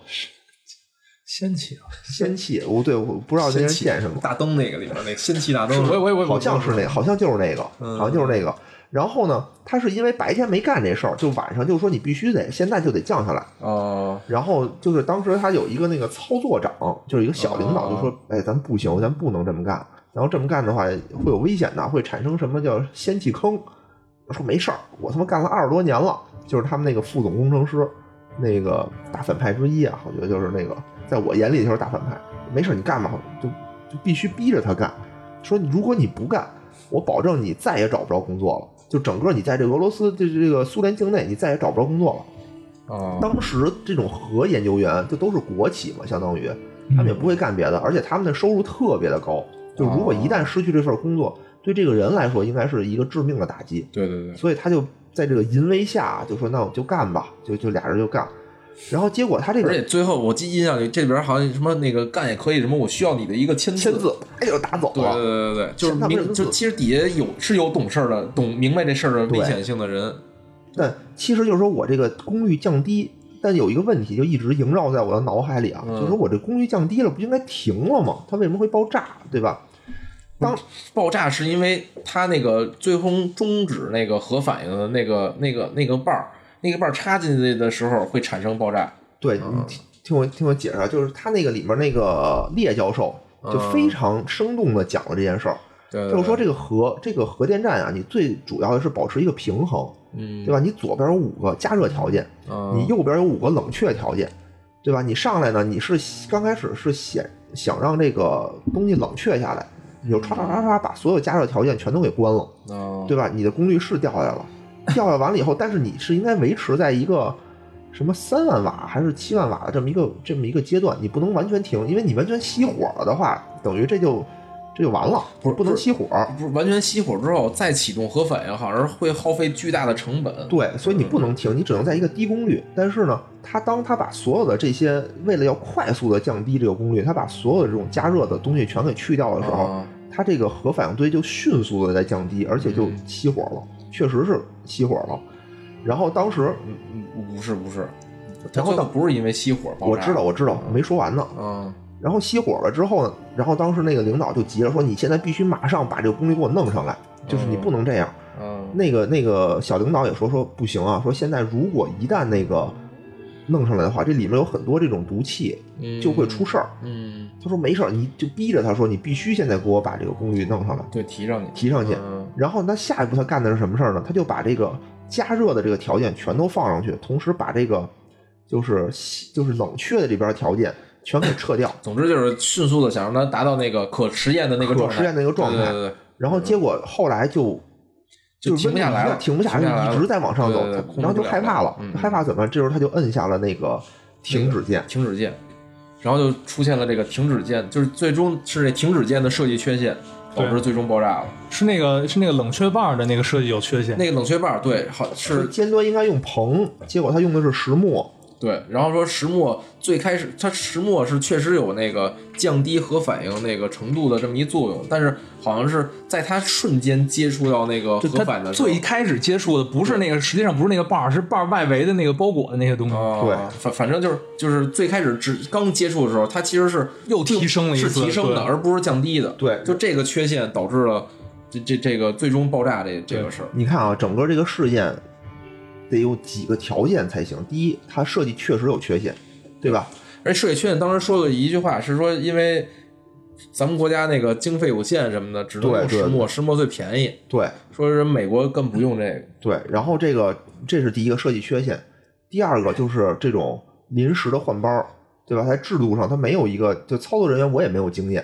[SPEAKER 3] 掀起了，
[SPEAKER 1] 仙气。我对我不知道那
[SPEAKER 2] 仙
[SPEAKER 1] 人
[SPEAKER 2] 气
[SPEAKER 1] 见什么。
[SPEAKER 2] 大灯那个里面那个仙气大
[SPEAKER 3] 我
[SPEAKER 2] 灯，
[SPEAKER 3] 我我
[SPEAKER 1] 好像是那，好像就是那个，好像就是那个。然后呢，他是因为白天没干这事儿，就晚上就说你必须得现在就得降下来。
[SPEAKER 2] 哦
[SPEAKER 1] 然后就是当时他有一个那个操作长，就是一个小领导，就说：“哎，咱不行，咱不能这么干。然后这么干的话会有危险的，会产生什么叫仙气坑。”我说：“没事儿，我他妈干了二十多年了。”就是他们那个副总工程师，那个大反派之一啊，我觉得就是那个，在我眼里就是大反派。没事儿，你干吧，就就必须逼着他干。说如果你不干，我保证你再也找不着工作了。就整个你在这俄罗斯，这这个苏联境内，你再也找不着工作了。
[SPEAKER 2] 哦，
[SPEAKER 1] 当时这种核研究员就都是国企嘛，相当于他
[SPEAKER 2] 嗯
[SPEAKER 1] 们也不会干别的，而且他们的收入特别的高。就如果
[SPEAKER 2] 哦
[SPEAKER 1] 一旦失去这份工作，对这个人来说应该是一个致命的打击。
[SPEAKER 2] 对对对，
[SPEAKER 1] 所以他就在这个淫威下，就说那我就干吧，就就俩人就干。然后结果他这
[SPEAKER 2] 而
[SPEAKER 1] 个
[SPEAKER 2] 且最后我记印象里这里边好像什么那个干也可以，什么我需要你的一个签字，
[SPEAKER 1] 签字，哎就打走
[SPEAKER 2] 对对
[SPEAKER 1] 了。
[SPEAKER 2] 对对对，就是
[SPEAKER 1] 签他不是
[SPEAKER 2] 明
[SPEAKER 1] 签
[SPEAKER 2] 就
[SPEAKER 1] 字
[SPEAKER 2] 其实底下有是有懂事儿的，懂明白这事儿的危险性的人，
[SPEAKER 1] 但其实就是说我这个功率降低，但有一个问题就一直萦绕在我的脑海里啊，
[SPEAKER 2] 嗯
[SPEAKER 1] 就是说我这功率降低了，不应该停了吗？它为什么会爆炸，对吧？当
[SPEAKER 2] 爆炸是因为它那个最终终止那个核反应的那个那个那个瓣儿，那个瓣儿插进去的时候会产生爆炸。
[SPEAKER 1] 对，
[SPEAKER 2] 嗯
[SPEAKER 1] 你听听我听我解释啊，就是他那个里面那个列教授就非常生动的讲了这件事儿，
[SPEAKER 2] 嗯对对对
[SPEAKER 1] 就是说这个核这个核电站啊，你最主要的是保持一个平衡，
[SPEAKER 2] 嗯
[SPEAKER 1] 对，吧？你左边有五个加热条件，
[SPEAKER 2] 嗯
[SPEAKER 1] 你右边有五个冷却条件，对吧？你上来呢，你是刚开始是想想让这个东西冷却下来，你就唰唰唰唰把所有加热条件全都给关了。
[SPEAKER 2] 嗯
[SPEAKER 1] 对吧？你的功率是掉下来了，掉下来完了以后，但是你是应该维持在一个什么三万瓦还是七万瓦的这么一个这么一个阶段，你不能完全停，因为你完全熄火了的话，等于这就这就完了，
[SPEAKER 2] 不是
[SPEAKER 1] 不能
[SPEAKER 2] 不是
[SPEAKER 1] 熄火。
[SPEAKER 2] 不是完全熄火之后再启动核反应，好像是会耗费巨大的成本。
[SPEAKER 1] 对，所以你不能停，你只能在一个低功率。但是呢，它当它把所有的这些为了要快速的降低这个功率，它把所有的这种加热的东西全给去掉的时候，
[SPEAKER 2] 啊
[SPEAKER 1] 它这个核反应堆就迅速的在降低，而且就
[SPEAKER 2] 嗯
[SPEAKER 1] 熄火了，确实是熄火了。然后当时
[SPEAKER 2] 嗯嗯，不是不是，
[SPEAKER 1] 然后
[SPEAKER 2] 它最
[SPEAKER 1] 到
[SPEAKER 2] 不是因为熄火爆炸，
[SPEAKER 1] 我知道，我知道，没说完呢。
[SPEAKER 2] 嗯，
[SPEAKER 1] 然后熄火了之后呢，然后当时那个领导就急了，说：“你现在必须马上把这个功率给我弄上来，就是你不能这样。
[SPEAKER 2] 嗯
[SPEAKER 1] 那个那个小领导也说：“说不行啊，说现在如果一旦那个弄上来的话，这里面有很多这种毒气，
[SPEAKER 2] 嗯
[SPEAKER 1] 就会出事儿。
[SPEAKER 2] 嗯，
[SPEAKER 1] 他说：“没事儿，你就逼着他说，你必须现在给我把这个功率弄上来，
[SPEAKER 2] 对，提上去，
[SPEAKER 1] 提上去。
[SPEAKER 2] 嗯
[SPEAKER 1] 然后他下一步他干的是什么事儿呢？他就把这个加热的这个条件全都放上去，同时把这个就是就是冷却的这边条件全给撤 掉。
[SPEAKER 2] 总之就是迅速的想让它达到那个可实验的那个
[SPEAKER 1] 可
[SPEAKER 2] 状态，
[SPEAKER 1] 实验的一个状态
[SPEAKER 2] 对对对对，
[SPEAKER 1] 然后结果后来就
[SPEAKER 2] 嗯就
[SPEAKER 1] 就是
[SPEAKER 2] 停不下来了
[SPEAKER 1] 温度一停不下
[SPEAKER 2] 停不下来了
[SPEAKER 1] 来，一直在往上走
[SPEAKER 2] 对对对，控制
[SPEAKER 1] 然后就
[SPEAKER 2] 不了
[SPEAKER 1] 害怕了
[SPEAKER 2] 嗯，嗯
[SPEAKER 1] 害怕怎么办？这时候他就摁下了那个停止键，
[SPEAKER 2] 停止键，然后就出现了这个停止键，就是最终是这停止键的设计缺陷导致
[SPEAKER 3] 对
[SPEAKER 2] 最终爆炸了。
[SPEAKER 3] 是那个是那个冷却棒的那个设计有缺陷，
[SPEAKER 2] 那个冷却棒儿，对，好
[SPEAKER 1] 就是尖端应该用硼，结果他用的是石墨，
[SPEAKER 2] 对，然后说石墨最开始，它石墨是确实有那个降低核反应那个程度的这么一作用，但是好像是在它瞬间接触到那个
[SPEAKER 3] 就
[SPEAKER 2] 核反
[SPEAKER 3] 它
[SPEAKER 2] 的时候，
[SPEAKER 3] 最开始接触的不是那个，实际上不是那个棒儿，是棒儿外围的那个包裹的那些东西。
[SPEAKER 2] 哦
[SPEAKER 1] 对
[SPEAKER 2] 反反正就是就是最开始只刚接触的时候，它其实是
[SPEAKER 3] 又提升了一
[SPEAKER 2] 是
[SPEAKER 3] 次
[SPEAKER 2] 提升的，
[SPEAKER 3] 对
[SPEAKER 2] 而不是降低的。
[SPEAKER 1] 对
[SPEAKER 2] 就这个缺陷导致了这这这个最终爆炸这这个事儿。
[SPEAKER 1] 你看啊，整个这个事件得有几个条件才行。第一，它设计确实有缺陷，对吧？
[SPEAKER 2] 而设计缺陷当时说了一句话，是说因为咱们国家那个经费有限什么的，只能
[SPEAKER 1] 对
[SPEAKER 2] 用
[SPEAKER 1] 对
[SPEAKER 2] 石墨，石墨最便宜。
[SPEAKER 1] 对
[SPEAKER 2] 说是美国更不用这个，
[SPEAKER 1] 对。然后这个这是第一个设计缺陷，第二个就是这种临时的换包，对吧？在制度上它没有一个，就操作人员我也没有经验，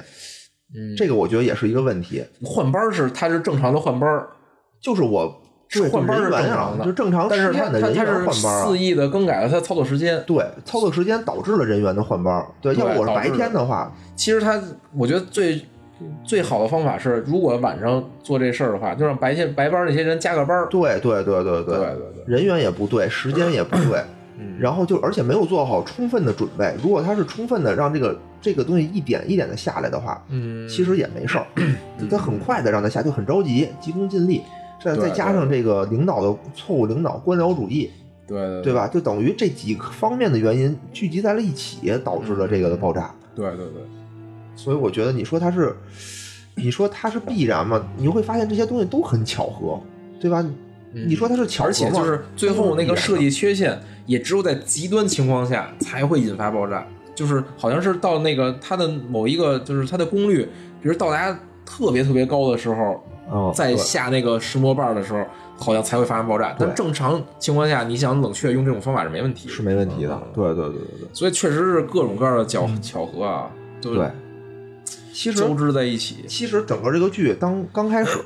[SPEAKER 2] 嗯，
[SPEAKER 1] 这个我觉得也是一个问题。
[SPEAKER 2] 换班儿是它是正常的换班儿，
[SPEAKER 1] 就是我对
[SPEAKER 2] 换班
[SPEAKER 1] 就
[SPEAKER 2] 儿是
[SPEAKER 1] 人
[SPEAKER 2] 正
[SPEAKER 1] 员
[SPEAKER 2] 常
[SPEAKER 1] 啊，
[SPEAKER 2] 的，
[SPEAKER 1] 就正常
[SPEAKER 2] 但是
[SPEAKER 1] 实
[SPEAKER 2] 它
[SPEAKER 1] 验的
[SPEAKER 2] 它
[SPEAKER 1] 人
[SPEAKER 2] 它
[SPEAKER 1] 员
[SPEAKER 2] 是
[SPEAKER 1] 换班儿啊
[SPEAKER 2] 肆。意的更改了它操作时间。
[SPEAKER 1] 对，操作时间导致了人员的换班儿。对，
[SPEAKER 2] 对
[SPEAKER 1] 要不我是
[SPEAKER 2] 导致
[SPEAKER 1] 白天的话，
[SPEAKER 2] 其实它，我觉得最最好的方法是，如果晚上做这事儿的话，就让白天白班儿那些人加个班儿。
[SPEAKER 1] 对对对对
[SPEAKER 2] 对嗯
[SPEAKER 1] 对
[SPEAKER 2] 对对，
[SPEAKER 1] 人员也不对，时间也不对，然后就而且没有做好充分的准备。如果他是充分的让这个这个东西一点一点的下来的话，
[SPEAKER 2] 嗯，
[SPEAKER 1] 其实也没 事儿，就他很快的让他下，就很着急，急功近利。再再
[SPEAKER 2] 对
[SPEAKER 1] 加上这个领导的错误领导官僚主义，
[SPEAKER 2] 对对
[SPEAKER 1] 对吧？就等于这几个方面的原因聚集在了一起，导致了这个的
[SPEAKER 2] 嗯
[SPEAKER 1] 爆炸。
[SPEAKER 2] 对对对，
[SPEAKER 1] 所以我觉得你说它是，你说它是必然吗？你会发现这些东西都很巧合，对吧？你说它是巧合
[SPEAKER 2] 嗯而
[SPEAKER 1] 吗？
[SPEAKER 2] 且就是最后那个设计缺陷，也只有在极端情况下才会引发爆炸。就是好像是到那个它的某一个，就是它的功率，比如到达特别特别高的时候，
[SPEAKER 1] 哦，
[SPEAKER 2] 在
[SPEAKER 1] 对
[SPEAKER 2] 下那个石磨棒的时候，好像才会发生爆炸。
[SPEAKER 1] 对
[SPEAKER 2] 但正常情况下，你想冷却用这种方法是没问题，
[SPEAKER 1] 是没问题的。
[SPEAKER 2] 嗯
[SPEAKER 1] 对对对对对
[SPEAKER 2] 所以确实是各种各样的巧巧合啊，都
[SPEAKER 1] 对。其实
[SPEAKER 2] 交织在一起。
[SPEAKER 1] 其实整个这个剧当刚开始，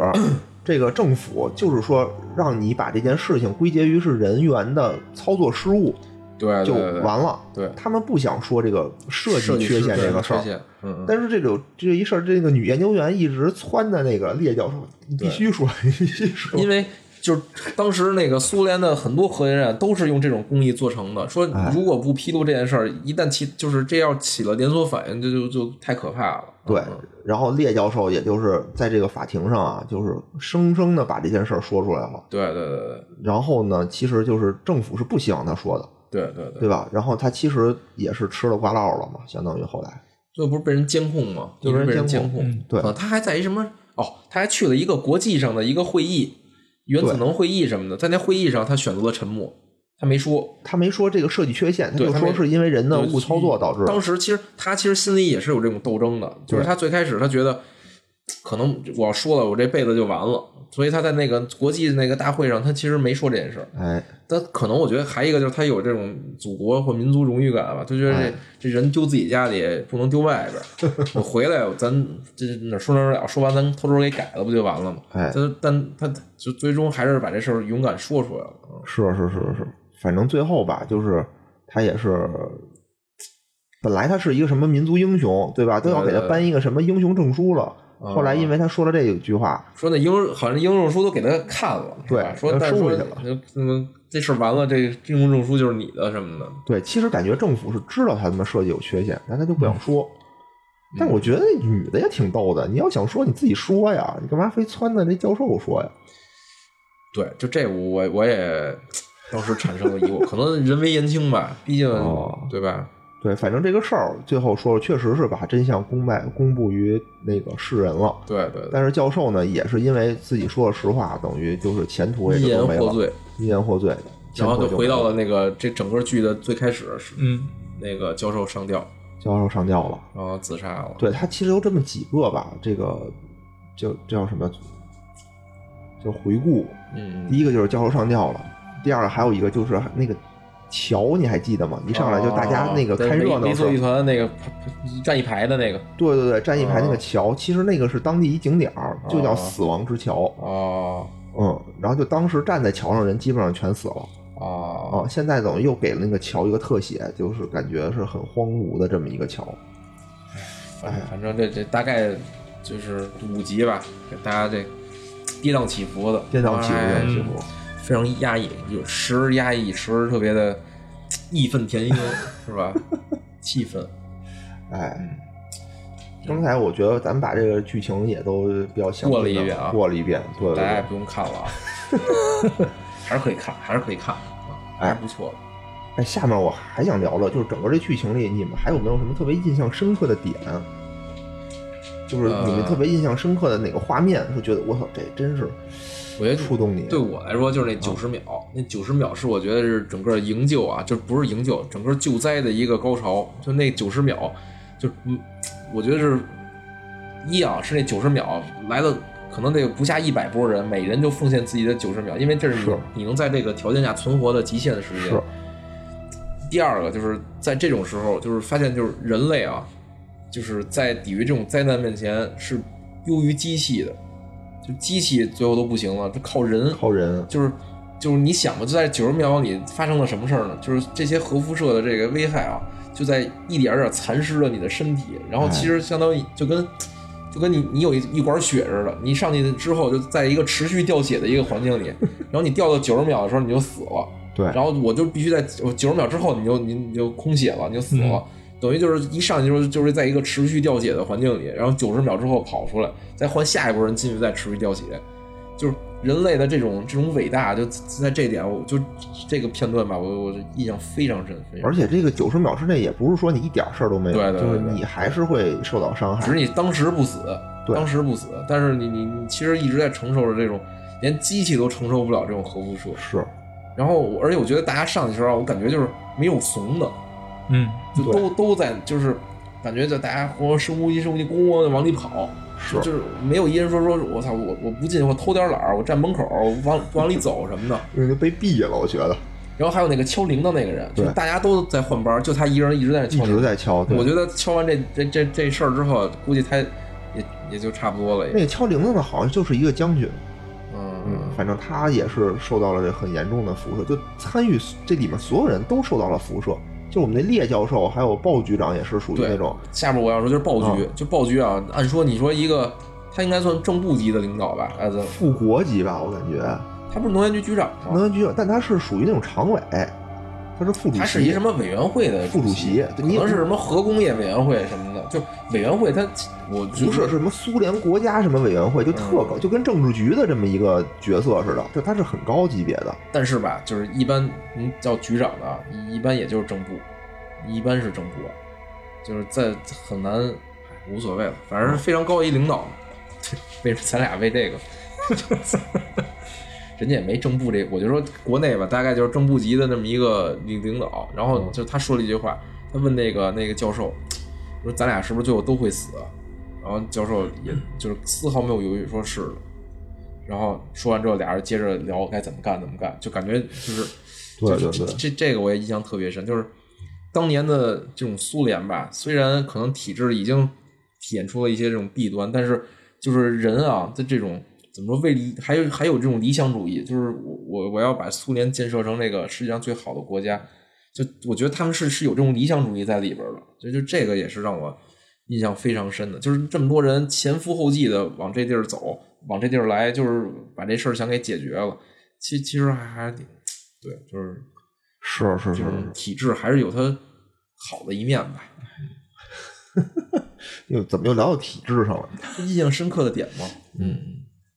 [SPEAKER 1] 这个政府就是说让你把这件事情归结于是人员的操作失误
[SPEAKER 2] 对
[SPEAKER 1] 就
[SPEAKER 2] 对对，
[SPEAKER 1] 完了。
[SPEAKER 2] 对
[SPEAKER 1] 他们不想说这个设
[SPEAKER 2] 设
[SPEAKER 1] 计缺陷这个事儿
[SPEAKER 2] 缺。陷嗯，嗯
[SPEAKER 1] 但是这种这一事儿，这个女研究员一直撺掇那个列教授，你必须说，你必须说，
[SPEAKER 2] 因为就是当时那个苏联的很多核电站都是用这种工艺做成的，说
[SPEAKER 1] 哎
[SPEAKER 2] 如果不披露这件事儿，一旦起就是这要起了连锁反应，这就就太可怕了。
[SPEAKER 1] 对
[SPEAKER 2] 嗯，
[SPEAKER 1] 然后列教授也就是在这个法庭上啊，就是生生的把这件事儿说出来了。
[SPEAKER 2] 对对对
[SPEAKER 1] 然后呢，其实就是政府是不希望他说的，
[SPEAKER 2] 对对对对，
[SPEAKER 1] 对吧？然后他其实也是吃了瓜烙了嘛，相当于后来
[SPEAKER 2] 就不是被人监控吗？
[SPEAKER 1] 就被人
[SPEAKER 2] 一直被人
[SPEAKER 1] 监
[SPEAKER 2] 监
[SPEAKER 1] 控
[SPEAKER 2] 控。
[SPEAKER 3] 嗯
[SPEAKER 1] 对
[SPEAKER 2] 啊，他还在一什么？哦，他还去了一个国际上的一个会议，原子能会议什么的，在那会议上他选择了沉默，他没说。
[SPEAKER 1] 他没说这个设计缺陷，他
[SPEAKER 2] 对
[SPEAKER 1] 就
[SPEAKER 2] 他
[SPEAKER 1] 说
[SPEAKER 2] 没
[SPEAKER 1] 是因为人的
[SPEAKER 2] 对
[SPEAKER 1] 误操作导致的。
[SPEAKER 2] 当时其实他其实心里也是有这种斗争的，就是他最开始他觉得可能我要说了我这辈子就完了，所以他在那个国际那个大会上他其实没说这件事儿。
[SPEAKER 1] 哎，
[SPEAKER 2] 但可能我觉得还有一个就是他有这种祖国或民族荣誉感吧，就觉得
[SPEAKER 1] 哎
[SPEAKER 2] 这这人丢自己家里不能丢外 边儿，我回来咱这哪说哪儿了，说完咱偷偷给改了不就完了吗？
[SPEAKER 1] 哎
[SPEAKER 2] 他但他就最终还是把这事儿勇敢说出来了。嗯
[SPEAKER 1] 是啊是是是，反正最后吧，就是他也是，本来他是一个什么民族英雄，对吧？都要给他
[SPEAKER 2] 对对
[SPEAKER 1] 颁一个什么英雄证书了。
[SPEAKER 2] 嗯
[SPEAKER 1] 后来因为他说了这一句话，
[SPEAKER 2] 说那英好像英证书都给他看了，是吧
[SPEAKER 1] 对
[SPEAKER 2] 说
[SPEAKER 1] 都
[SPEAKER 2] 但是
[SPEAKER 1] 收
[SPEAKER 2] 说
[SPEAKER 1] 回去了
[SPEAKER 2] 就嗯，这事儿完了，这个英证书就是你的什么的，
[SPEAKER 1] 对，其实感觉政府是知道他们设计有缺陷，但他就不
[SPEAKER 2] 嗯
[SPEAKER 1] 想说。但我觉得那女的也挺逗的，你要想说你自己说呀，你干嘛非撺掇那教授说呀？
[SPEAKER 2] 对，就这我我也 当时产生了疑惑，可能人微言轻吧，毕竟、
[SPEAKER 1] 哦
[SPEAKER 2] 对吧？
[SPEAKER 1] 对，反正这个事儿最后说，确实是把真相公开公布于那个世人了。
[SPEAKER 2] 对对对，
[SPEAKER 1] 但是教授呢，也是因为自己说了实话，等于就是前途也
[SPEAKER 2] 一
[SPEAKER 1] 就
[SPEAKER 2] 言
[SPEAKER 1] 都没了
[SPEAKER 2] 获，罪，
[SPEAKER 1] 一言获罪，
[SPEAKER 2] 然后
[SPEAKER 1] 前途
[SPEAKER 2] 就
[SPEAKER 1] 没
[SPEAKER 2] 回到
[SPEAKER 1] 了
[SPEAKER 2] 了那个这整个剧的最开始，是
[SPEAKER 3] 嗯，
[SPEAKER 2] 那个教授上吊，
[SPEAKER 1] 教授上吊了。
[SPEAKER 2] 然后自杀了。
[SPEAKER 1] 对他其实有这么几个吧，这个就这叫什么？就回顾，
[SPEAKER 2] 嗯，
[SPEAKER 1] 第一个就是教授上吊了，第二个还有一个就是那个桥，你还记得吗？一上来就大家那个看热闹
[SPEAKER 2] 哦没
[SPEAKER 1] 的时候
[SPEAKER 2] 坐一，团那个站一排的那个
[SPEAKER 1] 对对对，站一排
[SPEAKER 2] 哦
[SPEAKER 1] 那个桥，其实那个是当地一景点儿，就叫死亡之桥。
[SPEAKER 2] 哦
[SPEAKER 1] 嗯，然后就当时站在桥上人基本上全死了。
[SPEAKER 2] 哦
[SPEAKER 1] 啊，现在等于又给了那个桥一个特写，就是感觉是很荒芜的这么一个桥。
[SPEAKER 2] 反正反正这这大概就是五集吧，给大家这跌宕起伏的，
[SPEAKER 1] 电荡起伏，电
[SPEAKER 2] 哎
[SPEAKER 1] 荡起伏，
[SPEAKER 2] 非常压抑，有时而压抑，时而特别的义愤填膺，是吧？气氛，
[SPEAKER 1] 哎。刚才我觉得咱们把这个剧情也都比较详细地
[SPEAKER 2] 过了一遍啊
[SPEAKER 1] 过了一遍，对对
[SPEAKER 2] 大家也
[SPEAKER 1] 对，
[SPEAKER 2] 不用看了啊， 还是可以看，还是可以看，啊还是不错的。
[SPEAKER 1] 哎，下面我还想聊聊，就是整个这剧情里，你们还有没有什么特别印象深刻的点？就是你们
[SPEAKER 2] 呃
[SPEAKER 1] 特别印象深刻的哪个画面，是觉得我操，这真是
[SPEAKER 2] 我觉得
[SPEAKER 1] 触动你？
[SPEAKER 2] 哎对我来说就是
[SPEAKER 1] 啊
[SPEAKER 2] 那九十秒，那九十秒是我觉得是整个营救啊，就不是营救，整个救灾的一个高潮。就那九十秒，就嗯，我觉得是一啊，是那九十秒来了，可能得有不下一百波人，每人就奉献自己的九十秒，因为这是你
[SPEAKER 1] 是
[SPEAKER 2] 你能在这个条件下存活的极限的时间
[SPEAKER 1] 是。
[SPEAKER 2] 第二个就是在这种时候，就是发现就是人类啊，就是在抵御这种灾难面前是优于机器的，就机器最后都不行了，就靠人，
[SPEAKER 1] 靠人，
[SPEAKER 2] 就是就是你想吧，就在九十秒里发生了什么事儿呢？就是这些核辐射的这个危害啊，就在一点儿点儿蚕食着你的身体，然后其实相当于就跟。就跟你你有一一管血似的，你上去之后就在一个持续掉血的一个环境里，然后你掉到九十秒的时候你就死了，
[SPEAKER 1] 对，
[SPEAKER 2] 然后我就必须在九十秒之后，你就你你就空血了，你就死了。
[SPEAKER 1] 嗯
[SPEAKER 2] 等于就是一上去就是就是在一个持续掉血的环境里，然后九十秒之后跑出来，再换下一波人进去再持续掉血，就是人类的这种这种伟大，就在这点，我就这个片段吧，我我印象非常深，非常深
[SPEAKER 1] 而且这个九十秒之内也不是说你一点事儿都没有，
[SPEAKER 2] 对对对
[SPEAKER 1] 就是
[SPEAKER 2] 对
[SPEAKER 1] 你还是会受到伤害。
[SPEAKER 2] 只是你当时不死，
[SPEAKER 1] 对
[SPEAKER 2] 当时不死，但是你你你其实一直在承受着这种，连机器都承受不了这种核辐射。
[SPEAKER 1] 是，
[SPEAKER 2] 然后我，而且我觉得大家上去的时候，我感觉就是没有怂的，
[SPEAKER 3] 嗯，
[SPEAKER 2] 就
[SPEAKER 1] 对
[SPEAKER 2] 都都在就是感觉就大家活深呼吸深呼吸，咣咣地往里跑，
[SPEAKER 1] 是
[SPEAKER 2] 就是没有一人说说我操我我不进，我偷点懒儿，我站门口我往往里走什么的。
[SPEAKER 1] 因为就被毙了，我觉得
[SPEAKER 2] 然后还有那个敲铃铛那个人，就
[SPEAKER 1] 对
[SPEAKER 2] 是大家都在换班，就他一人一直在那
[SPEAKER 1] 一
[SPEAKER 2] 敲铃
[SPEAKER 1] 直
[SPEAKER 2] 铛。
[SPEAKER 1] 在敲。对
[SPEAKER 2] 我觉得敲完这这这这事儿之后，估计他也也就差不多了也。
[SPEAKER 1] 那个敲铃铛的好像就是一个将军，
[SPEAKER 2] 嗯
[SPEAKER 1] 嗯，反正他也是受到了这很严重的辐射，就参与这里面所有人都受到了辐射。就我们那列教授还有鲍局长也是属于
[SPEAKER 2] 对
[SPEAKER 1] 那种，
[SPEAKER 2] 下面我要说就是
[SPEAKER 1] 嗯
[SPEAKER 2] 暴局，就暴局啊！按说你说一个，他应该算正部级的领导吧？啊，这
[SPEAKER 1] 副国级吧，我感觉
[SPEAKER 2] 他不是能源局局长吗？
[SPEAKER 1] 能源局，但他是属于那种常委，他是副主席，
[SPEAKER 2] 他是一什么委员会的
[SPEAKER 1] 副主席
[SPEAKER 2] 可
[SPEAKER 1] 你也
[SPEAKER 2] 能是什么核工业委员会什么的，就委员会他我
[SPEAKER 1] 不是是什么苏联国家什么委员会，就特高，就跟政治局的这么一个角色似的，就他是很高级别的。
[SPEAKER 2] 但是吧，就是一般嗯叫局长的啊，一般也就是正部，一般是正部，就是在很难，哎无所谓了，反正是非常高一领导。为咱俩为这个， 人家也没正部这，我就说国内吧，大概就是正部级的那么一个领领导。然
[SPEAKER 1] 嗯
[SPEAKER 2] 后就他说了一句话，他问那个那个教授，说咱俩是不是最后都会死啊？然后教授也
[SPEAKER 1] 嗯
[SPEAKER 2] 就是丝毫没有犹豫，说是的。然后说完之后，俩人接着聊该怎么干怎么干，就感觉就是，
[SPEAKER 1] 对
[SPEAKER 2] 就
[SPEAKER 1] 对
[SPEAKER 2] 这
[SPEAKER 1] 对
[SPEAKER 2] 这这个我也印象特别深，就是当年的这种苏联吧，虽然可能体制已经体现出了一些这种弊端，但是就是人啊，在这种怎么说为理，还有还有这种理想主义，就是我我我要把苏联建设成这个世界上最好的国家，就我觉得他们是是有这种理想主义在里边儿的，所以就这个也是让我印象非常深的，就是这么多人前赴后继的往这地儿走，往这地儿来，就是把这事儿想给解决了。其其实还还挺，对，就是
[SPEAKER 1] 是是，
[SPEAKER 2] 就是是体制还是有它好的一面吧。
[SPEAKER 1] 又怎么又聊到体制上了？
[SPEAKER 2] 印象深刻的点嘛，嗯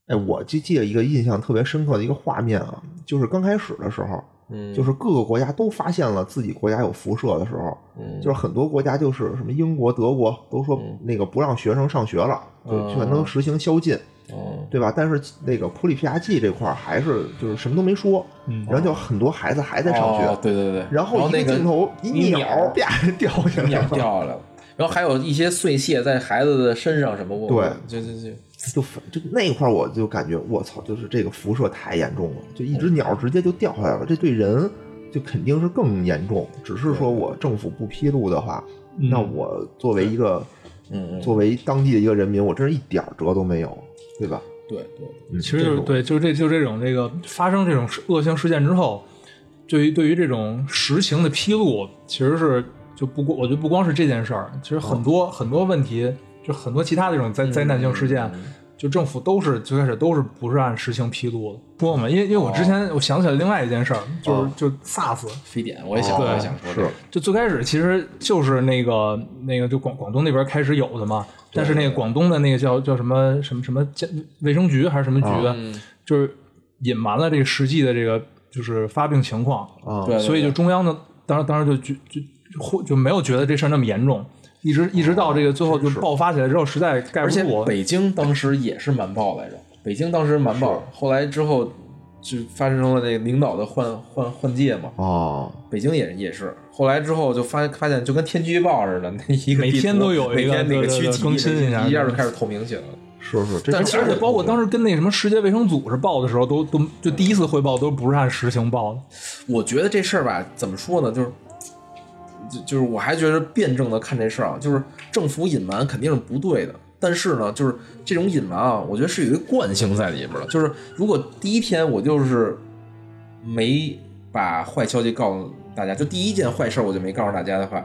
[SPEAKER 1] 哎，我就记得一个印象特别深刻的一个画面啊，就是刚开始的时候，
[SPEAKER 2] 嗯，
[SPEAKER 1] 就是各个国家都发现了自己国家有辐射的时候，
[SPEAKER 2] 嗯
[SPEAKER 1] 就是很多国家就是什么英国、德国都说那个不让学生上学了，
[SPEAKER 2] 嗯
[SPEAKER 1] 就全都实行宵禁，
[SPEAKER 2] 哦
[SPEAKER 1] 对吧？但是那个普里皮亚季这块儿还是就是什么都没说，
[SPEAKER 3] 嗯
[SPEAKER 1] 然后就很多孩子还在上
[SPEAKER 2] 哦
[SPEAKER 1] 学，
[SPEAKER 2] 对对对，
[SPEAKER 1] 然后一
[SPEAKER 2] 那
[SPEAKER 1] 个
[SPEAKER 2] 个
[SPEAKER 1] 镜头一
[SPEAKER 2] 一
[SPEAKER 1] 鸟
[SPEAKER 2] 秒
[SPEAKER 1] 啪掉下来
[SPEAKER 2] 鸟
[SPEAKER 1] 了，
[SPEAKER 2] 掉下来了。然后还有一些碎屑在孩子的身上什么，我
[SPEAKER 1] 对
[SPEAKER 2] 就就就
[SPEAKER 1] 就反就那块儿我就感觉我操，就是这个辐射太严重了，就一只鸟直接就掉下来了，这对人就肯定是更严重。只是说我政府不披露的话，
[SPEAKER 3] 嗯
[SPEAKER 1] 那我作为一个
[SPEAKER 2] 嗯嗯，
[SPEAKER 1] 作为当地的一个人民，我真是一点儿辙都没有，对吧？
[SPEAKER 2] 对对
[SPEAKER 1] 嗯
[SPEAKER 3] 其实就是，对，就是这就这种这个发生这种恶性事件之后，对于对于这种实情的披露，其实是就不光我觉得不光是这件事儿，其实很多、
[SPEAKER 1] 哦
[SPEAKER 3] 很多问题，就很多其他的这种
[SPEAKER 1] 嗯
[SPEAKER 3] 灾灾难性
[SPEAKER 2] 嗯
[SPEAKER 3] 事件，就政府都是最开始都是不是按实情披露的。不过我们因为因为我之前我想起来另外一件事儿，就是、
[SPEAKER 1] 哦
[SPEAKER 3] 就 SARS，
[SPEAKER 2] 非典，我也
[SPEAKER 3] 哦
[SPEAKER 2] 想，我也想说这个
[SPEAKER 1] 是，
[SPEAKER 3] 就最开始其实就是那个那个就广广东那边开始有的嘛，但是那个广东的那个叫叫什么什么什么健卫生局还是什么
[SPEAKER 1] 哦
[SPEAKER 2] 嗯
[SPEAKER 3] 局的，就是隐瞒了这个实际的这个就是发病情况，
[SPEAKER 1] 啊，
[SPEAKER 2] 对，对
[SPEAKER 3] 所以就中央呢当时当时就就就就就没有觉得这事儿那么严重，一直一直到这个最后就爆发起来之后，实在盖
[SPEAKER 2] 而
[SPEAKER 3] 不
[SPEAKER 2] 且
[SPEAKER 3] 住。啊
[SPEAKER 2] 北京当时也是瞒报来着，北京当时瞒报，后来之后就发生了那个领导的换换换届嘛，
[SPEAKER 1] 哦，
[SPEAKER 2] 北京也也是，后来之后就发发现就跟天气预报似的，那一个
[SPEAKER 3] 每
[SPEAKER 2] 地图
[SPEAKER 3] 天都有
[SPEAKER 2] 每
[SPEAKER 3] 一个
[SPEAKER 2] 天那个
[SPEAKER 3] 对对
[SPEAKER 2] 区
[SPEAKER 3] 对
[SPEAKER 2] 级
[SPEAKER 3] 更新一下
[SPEAKER 2] 下就开始透明起来了。
[SPEAKER 1] 是是，这
[SPEAKER 2] 但
[SPEAKER 1] 真是
[SPEAKER 2] 其实
[SPEAKER 3] 而且包括当时跟那什么世界卫生组织报的时候，都都就第一次汇报都不是按实情报的，
[SPEAKER 2] 我觉得这事儿吧，怎么说呢，就是。就就是我还觉得辩证的看这事儿啊，就是政府隐瞒肯定是不对的，但是呢，就是这种隐瞒啊，我觉得是有一个惯性在里边儿的。就是如果第一天我就是没把坏消息告诉大家，就第一件坏事儿我就没告诉大家的话，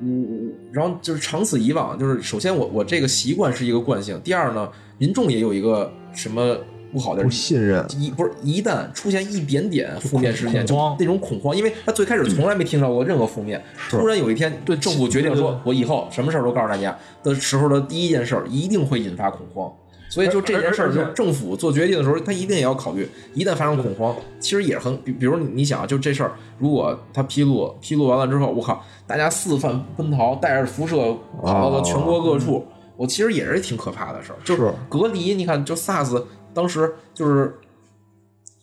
[SPEAKER 2] 我我然后就是长此以往，就是首先我我这个习惯是一个惯性，第二呢，民众也有一个什么不好的
[SPEAKER 1] 不信任，
[SPEAKER 2] 一不是一旦出现一点点负面事件，
[SPEAKER 3] 恐慌
[SPEAKER 2] 就那种恐慌，因为他最开始从来没听到过任何负面，突然有一天对政府决定
[SPEAKER 3] 对对
[SPEAKER 2] 说，我以后什么事儿都告诉大家的时候的第一件事儿，一定会引发恐慌。所以就这件事
[SPEAKER 3] 而
[SPEAKER 2] 儿，
[SPEAKER 3] 而且
[SPEAKER 2] 就政府做决定的时候，他一定也要考虑，一旦发生恐慌，其实也很，比比如你你想啊，就这事儿，如果他披露披露完了之后，我靠，大家四散奔逃，带着辐射跑到了全国各处，我其实也是挺可怕的事儿，就是隔离，你看，就 SARS 当时就是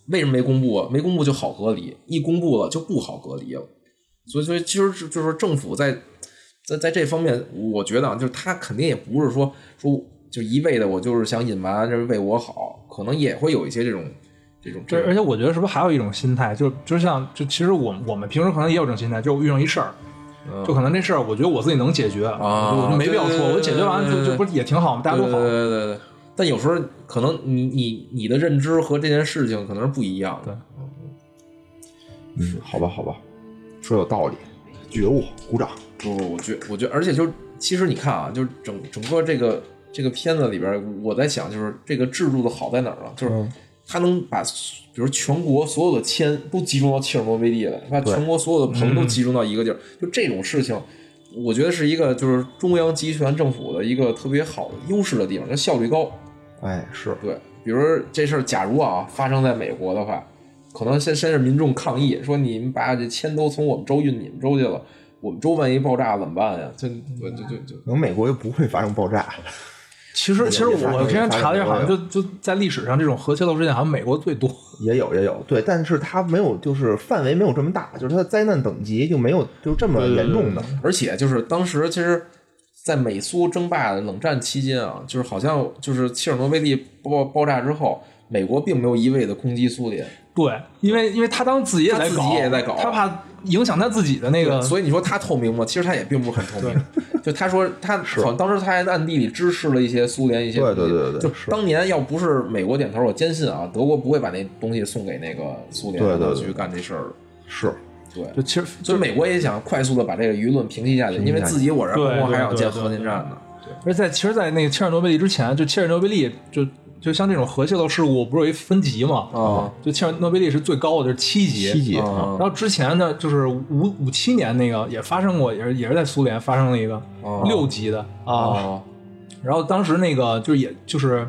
[SPEAKER 2] 为什么没公布啊？没公布就好隔离，一公布了就不好隔离了。所以，所以其实就就是说政府在在在这方面，我觉得啊，就是他肯定也不是说说就一味的我就是想隐瞒，就是为我好，可能也会有一些这种这种这
[SPEAKER 3] 对，而
[SPEAKER 2] 种
[SPEAKER 3] 且我觉得是不是还有一种心态，就就像就其实我我们平时可能也有这种心态，就遇上一事儿，就可能这事儿我觉得我自己能解决，
[SPEAKER 2] 嗯啊
[SPEAKER 3] 我就没必要
[SPEAKER 2] 对
[SPEAKER 3] 说，
[SPEAKER 2] 对
[SPEAKER 3] 我解决完
[SPEAKER 2] 对对
[SPEAKER 3] 就
[SPEAKER 2] 对
[SPEAKER 3] 就不是也挺好吗？大家都好
[SPEAKER 2] 对。对对对对。但有时候可能你你你的认知和这件事情可能是不一样的。
[SPEAKER 1] 嗯，好吧，好吧，说有道理，觉悟，鼓掌。
[SPEAKER 2] 不不，我觉我觉，而且就是其实你看啊，就是整整个这个这个片子里边儿，我在想就是这个制度的好在哪儿啊？就是
[SPEAKER 1] 嗯
[SPEAKER 2] 它能把所比如全国所有的铅都集中到切尔诺贝利来，把
[SPEAKER 1] 对嗯
[SPEAKER 2] 全国所有的棚都集中到一个地儿，就这种事情。我觉得是一个就是中央集权政府的一个特别好的优势的地方，就效率高。
[SPEAKER 1] 哎，是，
[SPEAKER 2] 对，比如这事儿，假如啊发生在美国的话，可能先先是民众抗议说你们把这铅都从我们州运你们州去了，我们州万一爆炸怎么办呀？就就就就就
[SPEAKER 1] 可能美国就不会发生爆炸。
[SPEAKER 3] 其实其实
[SPEAKER 1] 也发
[SPEAKER 3] 我我之前查了一下，
[SPEAKER 1] 也发
[SPEAKER 3] 好
[SPEAKER 1] 生
[SPEAKER 3] 像
[SPEAKER 1] 过
[SPEAKER 3] 就就在历史上这种核泄漏事件，好像美国最多。
[SPEAKER 1] 也有也有，对，但是它没有，就是范围没有这么大，就是它的灾难等级就没有就这么严重的。
[SPEAKER 2] 而且就是当时其实，在美苏争霸冷战期间啊，就是好像就是切尔诺贝利爆爆炸之后，美国并没有一味的攻击苏联，
[SPEAKER 3] 对，因为因为他当时自己也
[SPEAKER 2] 他
[SPEAKER 3] 在
[SPEAKER 2] 自己
[SPEAKER 3] 搞，
[SPEAKER 2] 也在搞
[SPEAKER 3] 他怕影响他自己的那个，
[SPEAKER 2] 所以你说他透明吗？其实他也并不是很透明。就他说他好像当时他还暗地里支持了一些苏联一些
[SPEAKER 1] 对
[SPEAKER 2] 东西
[SPEAKER 1] 对对对
[SPEAKER 2] 就是当年要不是美国点头，我坚信啊，德国不会把那东西送给那个苏联
[SPEAKER 1] 对对
[SPEAKER 2] 让他
[SPEAKER 1] 对
[SPEAKER 2] 去干这事儿的。
[SPEAKER 1] 是，
[SPEAKER 2] 对，
[SPEAKER 3] 就其实
[SPEAKER 2] 所以美国也想快速的把这个舆论平息下去，因为自己我这
[SPEAKER 3] 对
[SPEAKER 2] 我还
[SPEAKER 3] 对
[SPEAKER 2] 想
[SPEAKER 3] 对
[SPEAKER 2] 建
[SPEAKER 3] 对
[SPEAKER 2] 核电
[SPEAKER 3] 对
[SPEAKER 2] 站呢。
[SPEAKER 3] 而在其实，在那个切尔诺贝利之前，就切尔诺贝利就就像这种核泄漏事故，不是有一分级嘛？
[SPEAKER 2] 啊
[SPEAKER 3] 就切尔诺贝利是最高的，就是七级。
[SPEAKER 1] 七级
[SPEAKER 2] 啊
[SPEAKER 3] 然后之前呢，就是五五七年那个也发生过，也是也是在苏联发生了一个
[SPEAKER 2] 哦
[SPEAKER 3] 六级的。
[SPEAKER 2] 啊
[SPEAKER 3] 然后当时那个就是也就是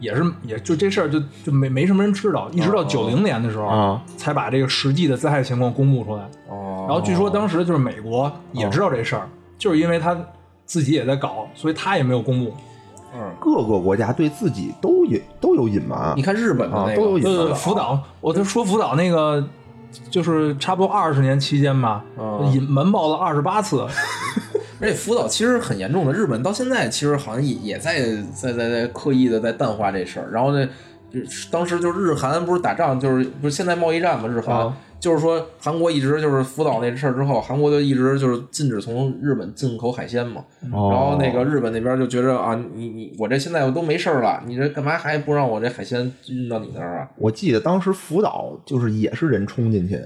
[SPEAKER 3] 也是也就这事儿就就没没什么人知道，一直到
[SPEAKER 2] 哦
[SPEAKER 3] 九零年的时候、
[SPEAKER 1] 啊
[SPEAKER 3] 才把这个实际的灾害情况公布出来。
[SPEAKER 2] 哦！
[SPEAKER 3] 然后据说当时就是美国也知道这事儿，就是因为他自己也在搞，所以他也没有公布。
[SPEAKER 2] 嗯，
[SPEAKER 1] 各个国家对自己都隐都有隐瞒
[SPEAKER 2] 你。看日本的
[SPEAKER 1] 啊
[SPEAKER 2] 那
[SPEAKER 1] 都有
[SPEAKER 2] 个
[SPEAKER 1] 隐
[SPEAKER 3] 呃，福岛，我就说福岛那个，就是差不多二十年期间吧，
[SPEAKER 2] 嗯
[SPEAKER 3] 引瞒报了二十八次，
[SPEAKER 2] 而且福岛其实很严重的，日本到现在其实好像也也在在在在刻意的在淡化这事儿。然后呢，就是当时就是日韩不是打仗，就是不是现在贸易战嘛，日韩、
[SPEAKER 3] 啊
[SPEAKER 2] 就是说韩国一直就是福岛那事儿之后，韩国就一直就是禁止从日本进口海鲜嘛。
[SPEAKER 1] 哦
[SPEAKER 2] 然后那个日本那边就觉着啊，你你我这现在我都没事儿了，你这干嘛还不让我这海鲜运到你那儿啊？
[SPEAKER 1] 我记得当时福岛就是也是人冲进去，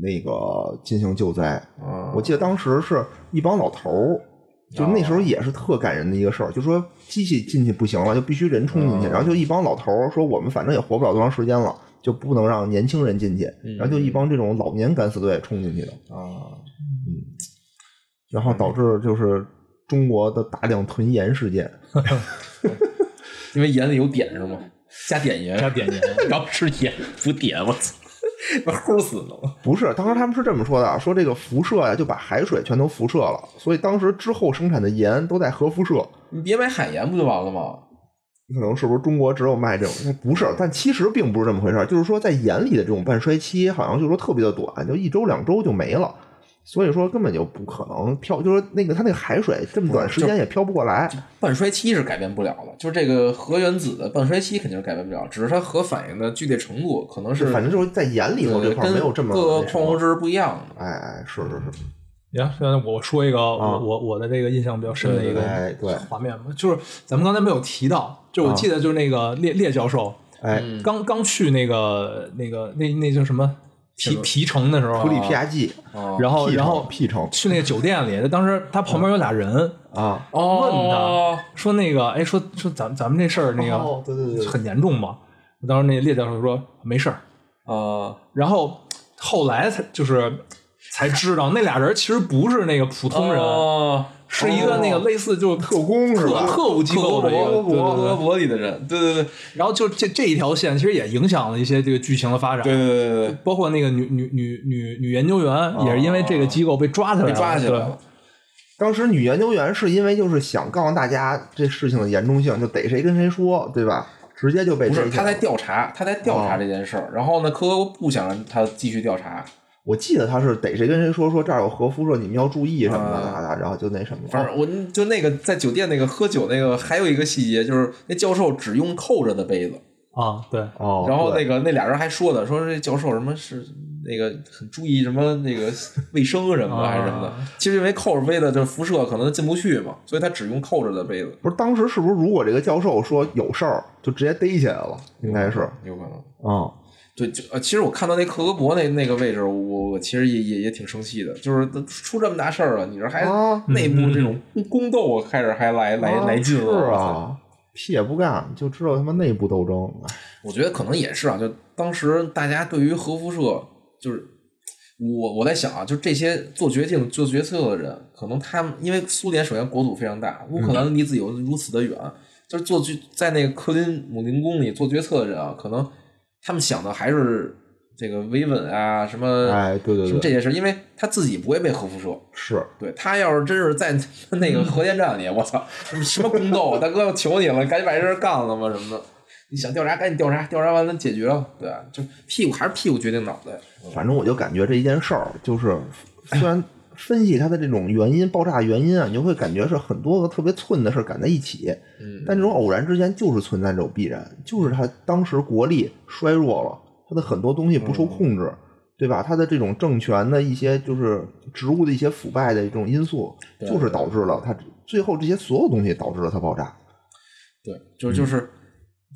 [SPEAKER 1] 那个进行救灾。
[SPEAKER 2] 啊，
[SPEAKER 1] 我记得当时是一帮老头儿，就那时候也是特感人的一个事儿，就说机器进去不行了，就必须人冲进去，
[SPEAKER 2] 哦
[SPEAKER 1] 然后就一帮老头儿说我们反正也活不了多长时间了，就不能让年轻人进去，然后就一帮这种老年敢死队冲进去的，嗯
[SPEAKER 2] 啊，
[SPEAKER 1] 然后导致就是中国的大量囤盐事件，
[SPEAKER 2] 因为盐里有碘是吗？ 加碘盐，
[SPEAKER 3] 加点盐。
[SPEAKER 2] 然后吃盐补碘，我 操，那齁死了。
[SPEAKER 1] 不是当时他们是这么说的，说这个辐射呀就把海水全都辐射了，所以当时之后生产的盐都带核辐射。
[SPEAKER 2] 你别买海盐不就完了吗？
[SPEAKER 1] 可能是不是中国只有卖这种？不是，但其实并不是这么回事儿。就是说，在眼里的这种半衰期，好像就是说特别的短，就一周两周就没了。所以说根本就不可能飘，就是那个它那个海水这么短时间也飘不过来。
[SPEAKER 2] 半衰期是改变不了的，就是这个核原子的半衰期肯定是改变不了，只是它核反应的剧烈程度可能是
[SPEAKER 1] 反正就是在眼里头
[SPEAKER 2] 呃
[SPEAKER 1] 这块儿
[SPEAKER 2] 跟
[SPEAKER 1] 没有这么
[SPEAKER 2] 各个
[SPEAKER 1] 那什
[SPEAKER 2] 矿
[SPEAKER 1] 么
[SPEAKER 2] 物质不一样的。
[SPEAKER 1] 哎哎，是是是，
[SPEAKER 3] 行，现在我说一个我我我的这个印象比较深的一个
[SPEAKER 1] 哎啊对，啊
[SPEAKER 3] 画面吧，就是咱们刚才没有提到，就我记得就是那个列列教授
[SPEAKER 1] 哎，
[SPEAKER 3] 刚刚去那个那个那那叫什么皮皮城的时候
[SPEAKER 1] 普里
[SPEAKER 3] 啊，
[SPEAKER 1] 皮亚季，
[SPEAKER 2] 啊
[SPEAKER 3] 哦然后
[SPEAKER 1] 屁
[SPEAKER 3] 然
[SPEAKER 1] 城
[SPEAKER 3] 后
[SPEAKER 1] 屁城
[SPEAKER 3] 去那个酒店里，当时他旁边有俩人
[SPEAKER 1] 啊，
[SPEAKER 3] 问
[SPEAKER 2] 哦
[SPEAKER 3] 他，说那个哎说说咱咱们这事儿那个
[SPEAKER 1] 哦对对对对
[SPEAKER 3] 很严重嘛，当时那列教授说没事儿，
[SPEAKER 2] 啊
[SPEAKER 3] 然后后来才就是才知道那俩人其实不是那个
[SPEAKER 1] 啊
[SPEAKER 3] 普通人，
[SPEAKER 2] 哦
[SPEAKER 3] 是一个那个类似就
[SPEAKER 1] 特工是
[SPEAKER 3] 特
[SPEAKER 1] 吧？
[SPEAKER 3] 特务机
[SPEAKER 2] 克罗
[SPEAKER 3] 构
[SPEAKER 2] 伯
[SPEAKER 3] 的一个，对对
[SPEAKER 2] 克罗
[SPEAKER 3] 对。
[SPEAKER 2] 伯里的人，对对对
[SPEAKER 3] 然后就这这一条线其实也影响了一些这个剧情的发展，
[SPEAKER 2] 对对对对对，
[SPEAKER 3] 包括那个女女女女女研究员也是因为这个机构被抓起来了，
[SPEAKER 2] 哦被抓起来
[SPEAKER 3] 对
[SPEAKER 2] 了。
[SPEAKER 1] 当时女研究员是因为就是想告诉大家这事情的严重性，就逮谁跟谁说，对吧？直接就被
[SPEAKER 2] 不是
[SPEAKER 1] 逮起
[SPEAKER 2] 他
[SPEAKER 1] 来
[SPEAKER 2] 在
[SPEAKER 1] 了
[SPEAKER 2] 调查，他在调查这件事儿。然后呢，科格不想让他继续调查，
[SPEAKER 1] 我记得他是逮谁跟谁说说这儿有核辐射，你们要注意什么的，
[SPEAKER 2] 啊
[SPEAKER 1] 咋的，然后就那什么，
[SPEAKER 2] 反正我就那个在酒店那个喝酒那个，还有一个细节就是那教授只用扣着的杯子，
[SPEAKER 3] 啊，对，
[SPEAKER 1] 哦，
[SPEAKER 2] 然后
[SPEAKER 1] 对
[SPEAKER 2] 那个那俩人还说呢，说这教授什么是那个很注意什么 那个卫生什么的
[SPEAKER 3] 啊
[SPEAKER 2] 还是什么的，其实因为扣着杯子这辐射可能进不去嘛，所以他只用扣着的杯子，
[SPEAKER 1] 不是当时是不是如果这个教授说有事儿，就直接逮起来了，应该是，
[SPEAKER 2] 有可能。
[SPEAKER 1] 嗯，
[SPEAKER 2] 对，就呃，其实我看到那克格勃那那个位置，我我其实也也也挺生气的，就是都出这么大事儿了，你这还
[SPEAKER 1] 啊
[SPEAKER 2] 内部这种宫斗开始还哎来来来劲了，
[SPEAKER 1] 是
[SPEAKER 2] 我操
[SPEAKER 1] 啊，屁也不干，就知道他妈内部斗争，哎
[SPEAKER 2] 我觉得可能也是啊，就当时大家对于核辐射，就是我我在想啊，就这些做决定、做决策的人，可能他们因为苏联首先国土非常大，乌克
[SPEAKER 1] 嗯
[SPEAKER 2] 兰离自由如此的远，就是做决在那个克林姆林宫里做决策的人啊，可能他们想的还是这个维稳啊，什么
[SPEAKER 1] 哎，对对
[SPEAKER 2] 什么这
[SPEAKER 1] 对，
[SPEAKER 2] 些事，因为他自己不会被核辐射，
[SPEAKER 1] 是，
[SPEAKER 2] 对他要是真是在 那个核电站里，我操，什么什么宫斗啊，大哥，我求你了，赶紧把这事儿干了吧，什么的。你想调查，赶紧调查，调查完了解决了，对啊，就屁股还是屁股决定脑袋。
[SPEAKER 1] 反正我就感觉这一件事儿，就是虽然分析它的这种原因、爆炸原因啊，你就会感觉是很多个特别寸的事儿赶在一起，
[SPEAKER 2] 嗯，
[SPEAKER 1] 但这种偶然之间就是存在这种必然，就是它当时国力衰弱了，它的很多东西不受控制，对吧？它的这种政权的一些就是职务的一些腐败的一种因素，
[SPEAKER 2] 对
[SPEAKER 1] 就是导致了它最后这些所有东西导致了它爆炸。
[SPEAKER 2] 对，就就是，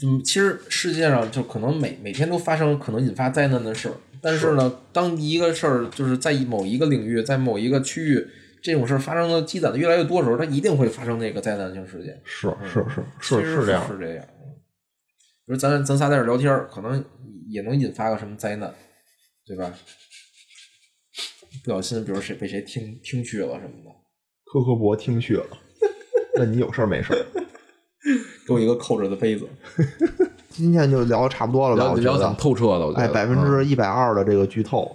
[SPEAKER 2] 嗯，其实世界上就可能每每天都发生可能引发灾难的事儿，但是呢，当一个事儿就是在某一个领域，在某一个区域，这种事儿发生的积攒的越来越多的时候，它一定会发生那个灾难性事件。
[SPEAKER 1] 是是是
[SPEAKER 2] 其实
[SPEAKER 1] 是这样，
[SPEAKER 2] 是这样。嗯比如咱咱仨在这儿聊天儿，可能也能引发个什么灾难，对吧？不小心，比如谁被谁听听去了什么的，
[SPEAKER 1] 科科博听去了。 那你有事儿没事儿？
[SPEAKER 2] 给我一个扣着的杯子。
[SPEAKER 1] 今天就聊的差不多了吧？
[SPEAKER 4] 聊
[SPEAKER 1] 我觉
[SPEAKER 4] 聊
[SPEAKER 1] 得
[SPEAKER 4] 挺，透彻的，我觉得。
[SPEAKER 1] 哎，百分
[SPEAKER 4] 嗯
[SPEAKER 1] 之一百二的这个剧透，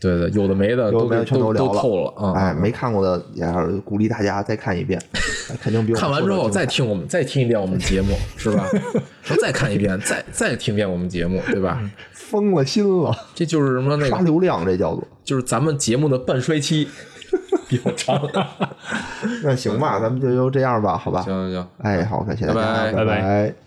[SPEAKER 4] 对对，有的没的
[SPEAKER 1] 有的
[SPEAKER 4] 都
[SPEAKER 1] 没的
[SPEAKER 4] 给
[SPEAKER 1] 全
[SPEAKER 4] 都
[SPEAKER 1] 都聊了
[SPEAKER 4] 透了啊。
[SPEAKER 1] 哎，没看过的也是鼓励大家再看一 遍，哎肯定比我们
[SPEAKER 4] 看完之
[SPEAKER 1] 说
[SPEAKER 4] 后
[SPEAKER 1] 的精彩
[SPEAKER 4] 再听我们再听一遍我们节目是吧？然后再看一遍，再再听一遍我们节目对吧？
[SPEAKER 1] 疯了心了，
[SPEAKER 4] 这就是什
[SPEAKER 2] 哎
[SPEAKER 4] 么那
[SPEAKER 1] 嗯刷
[SPEAKER 4] 个，
[SPEAKER 1] 流量这叫做。
[SPEAKER 4] 就是咱们节目的半衰期 比较长。
[SPEAKER 1] 那行吧，咱们就就这样吧，好吧。
[SPEAKER 2] 嗯行行行。
[SPEAKER 1] 哎，好，感谢大家，
[SPEAKER 2] 拜拜
[SPEAKER 1] 拜
[SPEAKER 3] 拜
[SPEAKER 1] 拜